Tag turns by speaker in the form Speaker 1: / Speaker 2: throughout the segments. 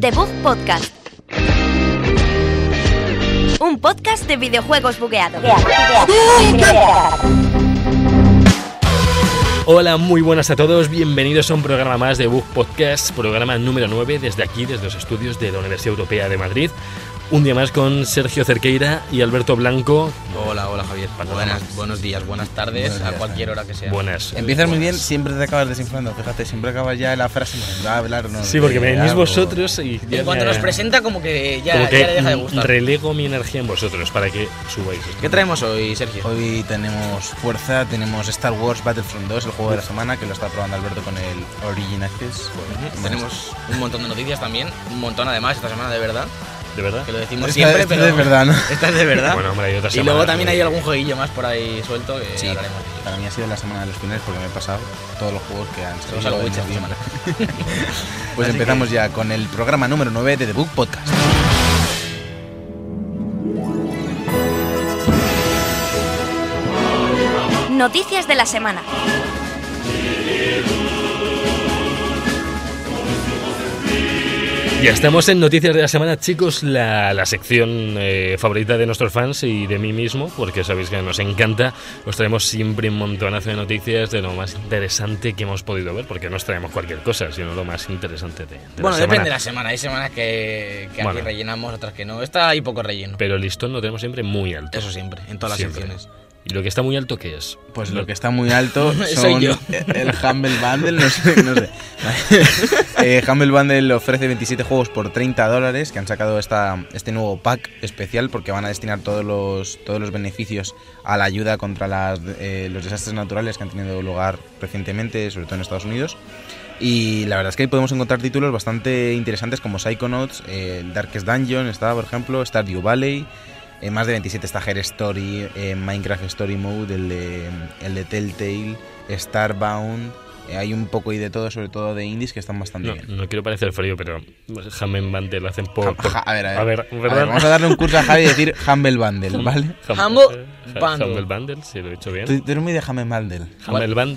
Speaker 1: The Bug Podcast. Un podcast de videojuegos bugueados.
Speaker 2: Hola, muy buenas a todos. Bienvenidos a un programa más de Bug Podcast, programa número 9, desde aquí, desde los estudios de la Universidad Europea de Madrid. Un día más con Sergio Cerqueira y Alberto Blanco.
Speaker 3: Hola, hola Javier.
Speaker 2: Perdona.
Speaker 3: Buenas, buenos días, buenas tardes,
Speaker 4: Buenos
Speaker 3: a
Speaker 4: días,
Speaker 3: cualquier hora que sea.
Speaker 2: Buenas.
Speaker 4: Empiezas muy bien, siempre te acabas desinflando, fíjate, siempre acabas ya en la frase, va a hablar, no.
Speaker 2: Sí, porque
Speaker 4: de
Speaker 2: me venís
Speaker 4: algo.
Speaker 2: vosotros y ya
Speaker 3: pues. En cuanto
Speaker 2: me-
Speaker 3: nos presenta, como que ya,
Speaker 2: como
Speaker 3: ya le deja de
Speaker 2: que mm,
Speaker 3: gustar.
Speaker 2: relego mi energía en vosotros para que subáis. esto.
Speaker 3: ¿Qué traemos hoy, Sergio?
Speaker 4: Hoy tenemos fuerza, tenemos Star Wars Battlefront 2, el juego de la semana, que lo está probando Alberto con el Origin Access. Bueno,
Speaker 3: Tenemos un montón de noticias también, un montón además esta semana de verdad,
Speaker 2: ¿De verdad?
Speaker 3: que lo decimos
Speaker 4: Esta-
Speaker 3: siempre,
Speaker 4: esta
Speaker 3: pero
Speaker 4: es verdad, ¿no?
Speaker 3: Esta es de verdad.
Speaker 2: Bueno, hombre, hay otra
Speaker 3: y
Speaker 2: semana,
Speaker 3: luego también
Speaker 2: ¿no?
Speaker 3: hay algún jueguillo más por ahí suelto que
Speaker 4: Sí,
Speaker 3: hablaremos. de ello.
Speaker 4: para mí ha sido la semana de los finales porque me he pasado todos los juegos que han
Speaker 3: Tenemos
Speaker 4: salido.
Speaker 3: algo
Speaker 4: en
Speaker 3: Witcher esta
Speaker 4: noviembre.
Speaker 3: semana.
Speaker 4: Pues
Speaker 3: Así
Speaker 4: empezamos ya con el programa número 9 de The Book Podcast.
Speaker 1: Noticias de la semana.
Speaker 2: Ya estamos en Noticias de la Semana, chicos, la, la sección eh, favorita de nuestros fans y de mí mismo, porque sabéis que nos encanta. Os traemos siempre un montonazo de noticias de lo más interesante que hemos podido ver, porque no os traemos cualquier cosa, sino lo más interesante de, de
Speaker 3: Bueno,
Speaker 2: la semana.
Speaker 3: depende de la semana. Hay semanas que, que
Speaker 2: Bueno.
Speaker 3: aquí rellenamos, otras que no. Esta hay poco relleno.
Speaker 2: Pero el listón lo tenemos siempre muy alto.
Speaker 3: Eso siempre, en todas las
Speaker 2: Siempre.
Speaker 3: secciones.
Speaker 2: ¿Y lo que está muy alto qué es?
Speaker 4: Pues lo que está muy alto
Speaker 3: Soy
Speaker 4: son
Speaker 3: yo.
Speaker 4: el Humble Bundle, no sé. No sé. Eh, Humble Bundle ofrece 27 juegos por 30 dólares que han sacado esta, este nuevo pack especial porque van a destinar todos los, todos los beneficios a la ayuda contra las, eh, los desastres naturales que han tenido lugar recientemente, sobre todo en Estados Unidos. Y la verdad es que ahí podemos encontrar títulos bastante interesantes como Psychonauts, eh, Darkest Dungeon, está por ejemplo, Stardew Valley, eh, más de 27 está Her Story, eh, Minecraft Story Mode, el de, el de Telltale, Starbound. eh, hay un poco y de todo, sobre todo de indies, que están bastante
Speaker 2: No,
Speaker 4: bien.
Speaker 2: no quiero parecer frío, pero Jamen Bande lo hacen por... por-
Speaker 4: Ja- a ver, a ver.
Speaker 2: ¿verdad?
Speaker 4: A ver, vamos a darle un curso a Javi y decir Humble Bundle, ¿vale?
Speaker 2: Hum-
Speaker 3: Humble
Speaker 2: Ja-
Speaker 3: Bundle.
Speaker 2: Humble Bundle, si lo he dicho bien.
Speaker 4: Tú, tú eres muy de Humble Bundle.
Speaker 2: Humble Bundle.
Speaker 4: Un
Speaker 2: bueno,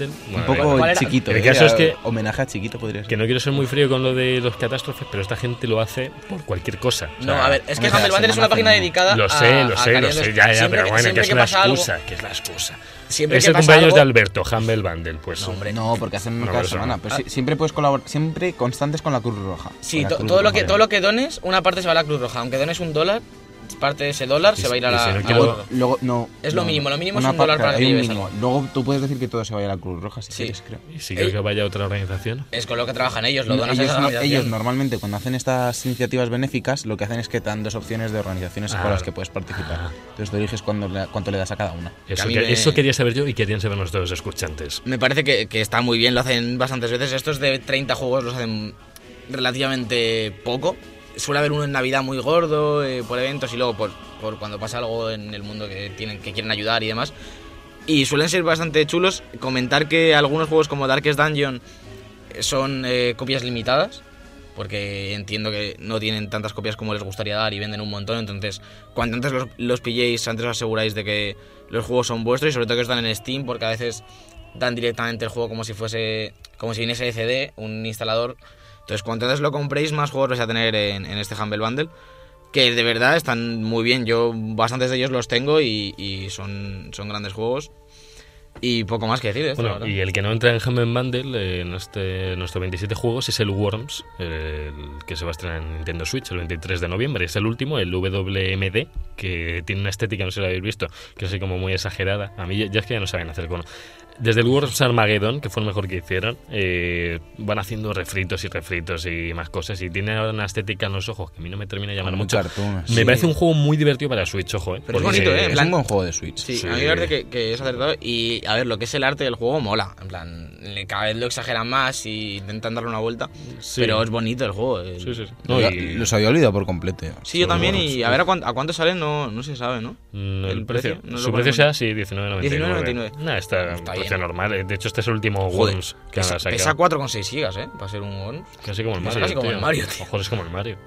Speaker 2: da igual.
Speaker 4: poco
Speaker 3: ¿Cuál era?
Speaker 4: chiquito.
Speaker 2: El
Speaker 4: eh,
Speaker 2: caso es que-
Speaker 4: Homenaje a chiquito podría ser.
Speaker 2: Que no quiero ser muy frío con lo de los catástrofes, pero esta gente lo hace por cualquier cosa. O
Speaker 3: No,
Speaker 2: sea,
Speaker 3: a ver, es que
Speaker 4: hombre,
Speaker 3: Humble
Speaker 4: la
Speaker 3: Bundle es una
Speaker 4: semana
Speaker 3: página
Speaker 4: hace-
Speaker 3: dedicada
Speaker 2: Lo
Speaker 3: a-
Speaker 2: sé, lo
Speaker 3: a
Speaker 2: sé, lo
Speaker 3: caridades.
Speaker 2: sé, ya, ya,
Speaker 3: Siempre
Speaker 2: pero
Speaker 3: que-
Speaker 2: bueno, que
Speaker 3: siempre
Speaker 2: es una
Speaker 3: pasa algo-
Speaker 2: excusa, que es la excusa.
Speaker 3: Siempre
Speaker 2: es
Speaker 3: que
Speaker 2: el
Speaker 3: pasa
Speaker 2: cumpleaños
Speaker 3: algo-
Speaker 2: de Alberto, Humble Bundle, pues.
Speaker 3: No, hombre.
Speaker 4: No, porque hacen
Speaker 2: No,
Speaker 4: una
Speaker 2: pero
Speaker 4: cada
Speaker 2: eso
Speaker 4: semana.
Speaker 2: no.
Speaker 3: pues.
Speaker 4: Pero sí- siempre puedes colaborar, siempre constantes con la Cruz Roja.
Speaker 3: Ah. Sí,
Speaker 4: Con la
Speaker 3: to-
Speaker 4: Cruz
Speaker 3: todo, lo
Speaker 4: Roja.
Speaker 3: que, todo lo que dones, una parte se va a la Cruz Roja. Aunque dones un dólar, parte de ese dólar
Speaker 2: Y
Speaker 3: se va a ir a
Speaker 2: si- y si
Speaker 3: la.
Speaker 2: no
Speaker 3: a la-
Speaker 2: quiero-
Speaker 4: Luego, luego- no.
Speaker 3: Es lo
Speaker 4: no,
Speaker 3: mínimo, lo mínimo es
Speaker 4: una
Speaker 3: un dólar
Speaker 4: parte,
Speaker 3: para que
Speaker 4: hay un
Speaker 3: lleves
Speaker 4: mínimo. Luego tú puedes decir que todo se vaya a la Cruz Roja, si
Speaker 3: Sí.
Speaker 4: quieres, creo.
Speaker 2: Y si
Speaker 3: Eh,
Speaker 2: creo que vaya a otra organización.
Speaker 3: Es con lo que trabajan ellos, lo
Speaker 4: No,
Speaker 3: donas
Speaker 4: ellos,
Speaker 3: a esa
Speaker 4: no-
Speaker 3: organización.
Speaker 4: ellos normalmente cuando hacen estas iniciativas benéficas lo que hacen es que te dan dos opciones de organizaciones
Speaker 2: Ah.
Speaker 4: con las que puedes participar. Entonces tú eliges cuándo le- cuánto le das a cada una.
Speaker 2: Eso,
Speaker 3: a mí
Speaker 2: que-
Speaker 3: me-
Speaker 2: eso quería saber yo y querían saber nuestros escuchantes.
Speaker 3: Me parece que, que está muy bien, lo hacen bastantes veces. Estos de 30 juegos los hacen relativamente poco. Suele haber uno en Navidad muy gordo, eh, por eventos y luego por, por cuando pasa algo en el mundo que, tienen, que quieren ayudar y demás. Y suelen ser bastante chulos. Comentar que algunos juegos como Darkest Dungeon son eh, copias limitadas, porque entiendo que no tienen tantas copias como les gustaría dar y venden un montón, entonces cuanto antes los, los pilléis, antes os aseguráis de que los juegos son vuestros y sobre todo que os dan en Steam, porque a veces dan directamente el juego como si fuese, como si viniese de CD, un instalador. Entonces cuanto antes lo compréis, más juegos vais a tener en, en este Humble Bundle. Que de verdad están muy bien. Yo bastantes de ellos los tengo y, y son, son grandes juegos. Y poco más que decir. ¿eh? de esto, la
Speaker 2: Bueno,
Speaker 3: verdad.
Speaker 2: y el que no entra en Humble Bundle eh, en este, en nuestros 27 juegos es el Worms, eh, el que se va a estrenar en Nintendo Switch el 23 de noviembre. Es el último, el WMD, que tiene una estética, no sé si la habéis visto, que es así como muy exagerada. A mí ya, ya es que ya no saben hacer con. Desde el Worms Armageddon, que fue el mejor que hicieron, eh, van haciendo refritos y refritos y más cosas. Y tiene ahora una estética en los ojos que a mí no me termina de llamar
Speaker 4: Muy
Speaker 2: mucho.
Speaker 4: cartoon,
Speaker 2: Me
Speaker 4: sí.
Speaker 2: parece un juego muy divertido para Switch, ojo, eh.
Speaker 3: Pero es
Speaker 2: porque-
Speaker 3: bonito, eh, en
Speaker 4: Es
Speaker 3: plan-
Speaker 4: un buen juego de Switch.
Speaker 3: Sí,
Speaker 2: Sí.
Speaker 3: a mí me parece que, que es acertado. Y a ver, lo que es el arte del juego mola. En plan, le- cada vez lo exageran más y intentan darle una vuelta.
Speaker 2: Sí.
Speaker 3: Pero es bonito el juego. el-
Speaker 2: Sí, sí, sí. No,
Speaker 4: Yo-
Speaker 2: y-
Speaker 4: Los había olvidado por completo. yo.
Speaker 3: Sí, yo
Speaker 2: Son
Speaker 3: también.
Speaker 2: buenos.
Speaker 3: Y a ver a cuánto, a cuánto sale, no, no se sabe, ¿no?
Speaker 2: Mm,
Speaker 3: ¿El
Speaker 2: el, precio.
Speaker 3: precio? No lo
Speaker 2: Su
Speaker 3: ponen
Speaker 2: precio sea sí, 19,99.
Speaker 3: 19,99.
Speaker 2: Nah, está,
Speaker 3: Está
Speaker 2: precio
Speaker 3: bien.
Speaker 2: normal. eh. De hecho, este es el último
Speaker 3: Joder,
Speaker 2: Worms que han
Speaker 3: Pesa,
Speaker 2: sacado.
Speaker 3: pesa 4,6 gigas, ¿eh? Para ser un Worms.
Speaker 2: Casi como el
Speaker 3: pesa
Speaker 2: Mario.
Speaker 3: casi como
Speaker 2: tío.
Speaker 3: el Mario,
Speaker 2: A
Speaker 3: tío.
Speaker 2: lo mejor es como el Mario.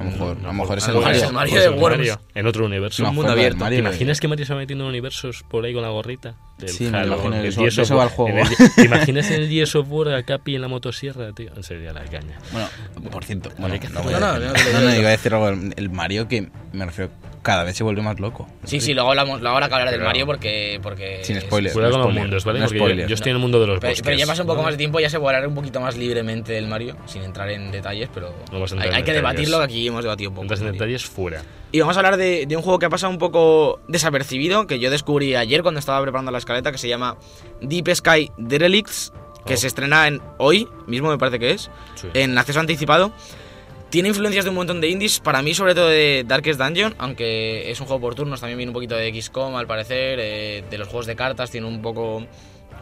Speaker 4: A lo mejor, a lo mejor es
Speaker 3: a
Speaker 4: el
Speaker 3: lo mejor
Speaker 4: Mario.
Speaker 3: es el Mario de
Speaker 2: Pues
Speaker 3: Worms.
Speaker 2: En otro universo.
Speaker 4: Una
Speaker 3: mundo
Speaker 4: forma de
Speaker 3: abierto.
Speaker 2: ¿Te
Speaker 4: Mario de-
Speaker 2: imaginas que Mario se va metiendo en universos por ahí con la gorrita? del
Speaker 4: Sí, me
Speaker 2: Halo,
Speaker 4: imagino,
Speaker 2: del
Speaker 4: eso-
Speaker 2: Gears
Speaker 4: de
Speaker 2: of
Speaker 4: eso va
Speaker 2: War.
Speaker 4: el juego.
Speaker 2: En el- ¿Te imaginas en el Gears of War a Capi en la motosierra, tío? Sería la caña.
Speaker 4: Bueno, por cierto, bueno,
Speaker 2: hay que
Speaker 4: no, voy
Speaker 2: hacerlo.
Speaker 3: No,
Speaker 4: a-
Speaker 3: no, no, te lo
Speaker 4: no,
Speaker 3: digo
Speaker 4: no,
Speaker 3: yo.
Speaker 4: iba a decir algo. El Mario que me refiero, cada vez se vuelve más loco.
Speaker 3: Sí, sí, luego hablamos, luego habrá que hablar del
Speaker 2: Pero-
Speaker 3: Mario porque. porque
Speaker 4: Sin
Speaker 3: es-
Speaker 4: spoiler.
Speaker 2: Cuidado con
Speaker 4: no
Speaker 2: los
Speaker 4: spoiler,
Speaker 2: mundos, ¿vale?
Speaker 4: no
Speaker 2: Porque yo-
Speaker 4: spoiler.
Speaker 2: yo estoy en el mundo de los
Speaker 3: Pero,
Speaker 2: bosques.
Speaker 3: pero ya pasa un poco
Speaker 2: ¿no?
Speaker 3: más de tiempo, ya se volará un poquito más libremente del Mario, sin entrar en detalles, pero
Speaker 2: No vamos a entrar
Speaker 3: hay,
Speaker 2: en
Speaker 3: hay que
Speaker 2: detalles.
Speaker 3: debatirlo, que aquí hemos debatido un poco.
Speaker 2: Entras en
Speaker 3: del Mario.
Speaker 2: detalles fuera.
Speaker 3: Y vamos a hablar de, de un juego que ha pasado un poco desapercibido, que yo descubrí ayer cuando estaba preparando la escaleta, que se llama Deep Sky Derelicts, que
Speaker 2: Oh.
Speaker 3: se estrena en hoy mismo, me parece que es,
Speaker 2: Sí.
Speaker 3: en acceso anticipado. Tiene influencias de un montón de indies, para mí sobre todo de Darkest Dungeon, aunque es un juego por turnos, también viene un poquito de XCOM al parecer, eh, de los juegos de cartas tiene un poco,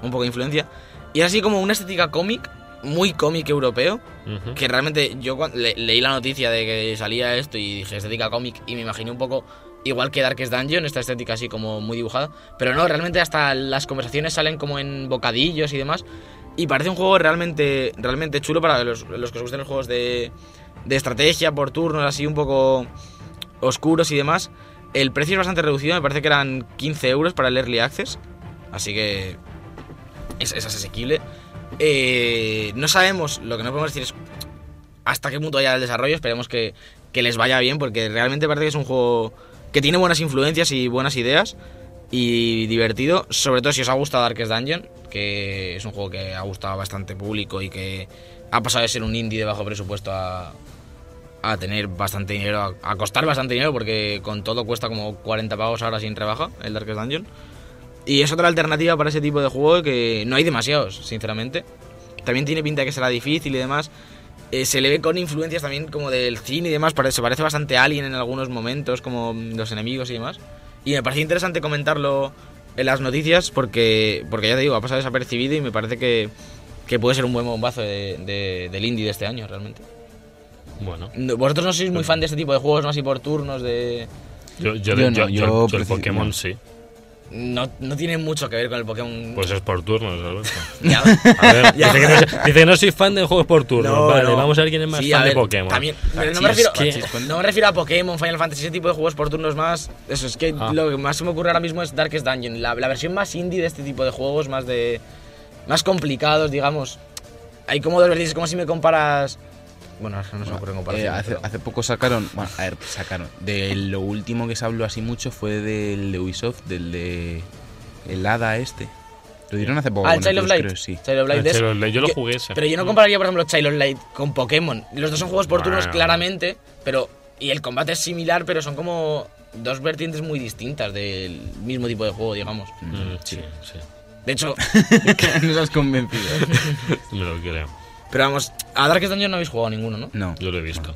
Speaker 3: un poco de influencia. Y es así como una estética cómic, muy cómic europeo,
Speaker 2: Ujú.
Speaker 3: que realmente yo cuan- le- leí la noticia de que salía esto y dije estética cómic y me imaginé un poco igual que Darkest Dungeon, esta estética así como muy dibujada. Pero no, realmente hasta las conversaciones salen como en bocadillos y demás. Y parece un juego realmente, realmente chulo para los, los que os gusten los juegos de, de estrategia por turnos, así un poco oscuros y demás. El precio es bastante reducido, me parece que eran 15 euros para el Early Access. Así que es, es asequible. Eh, no sabemos, lo que no podemos decir es hasta qué punto vaya el desarrollo. Esperemos que, que les vaya bien, porque realmente parece que es un juego que tiene buenas influencias y buenas ideas. Y divertido, sobre todo si os ha gustado Darkest Dungeon, que es un juego que ha gustado a bastante público y que ha pasado de ser un indie de bajo presupuesto a, a tener bastante dinero, a, a costar bastante dinero, porque con todo cuesta como 40 pagos ahora sin rebaja el Darkest Dungeon. Y es otra alternativa para ese tipo de juego que no hay demasiados, sinceramente. También tiene pinta de que será difícil y demás. Eh, se le ve con influencias también como del cine y demás. pare- Se parece bastante a Alien en algunos momentos, como mm, los enemigos y demás. Y me parece interesante comentarlo en las noticias porque, porque ya te digo, ha pasado desapercibido y me parece que, que puede ser un buen bombazo de- de- del indie de este año, realmente.
Speaker 2: Bueno,
Speaker 3: No, Vosotros no sois muy fan de este tipo de juegos, ¿no? Así por turnos, de...
Speaker 2: yo, yo,
Speaker 4: Yo
Speaker 2: yo,
Speaker 4: no,
Speaker 2: yo-
Speaker 4: yo
Speaker 2: yo el
Speaker 4: prefiero-
Speaker 2: Pokémon sí.
Speaker 3: No, no tiene mucho que ver con el Pokémon.
Speaker 2: Pues es por turnos, Alberto.
Speaker 3: Ya.
Speaker 2: A ver, dice, que no, soy- dice que no soy fan de juegos por turnos.
Speaker 3: No,
Speaker 2: vale,
Speaker 3: no.
Speaker 2: vamos a ver quién es más
Speaker 3: Sí, a
Speaker 2: fan de
Speaker 3: ver,
Speaker 2: Pokémon. Ah,
Speaker 3: También, pero
Speaker 2: Pachis,
Speaker 3: no, me refiero,
Speaker 2: ¿qué?
Speaker 3: no me refiero a Pokémon, Final Fantasy, ese tipo de juegos por turnos más. Eso es que
Speaker 2: Ah.
Speaker 3: lo que más se me ocurre ahora mismo es Darkest Dungeon, la, la versión más indie de este tipo de juegos, más de. más complicados, digamos. Hay como dos vertientes, es como si me comparas. Bueno, ahora no se me ocurre
Speaker 4: Eh,
Speaker 3: comparación.
Speaker 4: hace,
Speaker 3: pero-
Speaker 4: hace poco sacaron, bueno, a ver, sacaron. De lo último que se habló así mucho fue del de Ubisoft, del de el Hada este. Lo dieron hace poco.
Speaker 3: Ah, el
Speaker 4: con
Speaker 3: Child of
Speaker 4: Plus,
Speaker 3: Light.
Speaker 4: creo, sí.
Speaker 3: Child of Light
Speaker 2: Ah,
Speaker 3: es-
Speaker 2: Child of Light, yo lo jugué ese.
Speaker 3: Pero yo no compararía, por ejemplo, Child of Light con Pokémon. Los dos son juegos por turnos
Speaker 2: Bueno.
Speaker 3: claramente, pero. Y el combate es similar, pero son como dos vertientes muy distintas del mismo tipo de juego, digamos.
Speaker 2: Mm, sí, sí.
Speaker 3: De hecho,
Speaker 4: Nos has convencido.
Speaker 2: Me lo creo.
Speaker 3: pero vamos, a Darkest Dungeon no habéis jugado ninguno, ¿no?
Speaker 4: No.
Speaker 2: Yo lo he visto.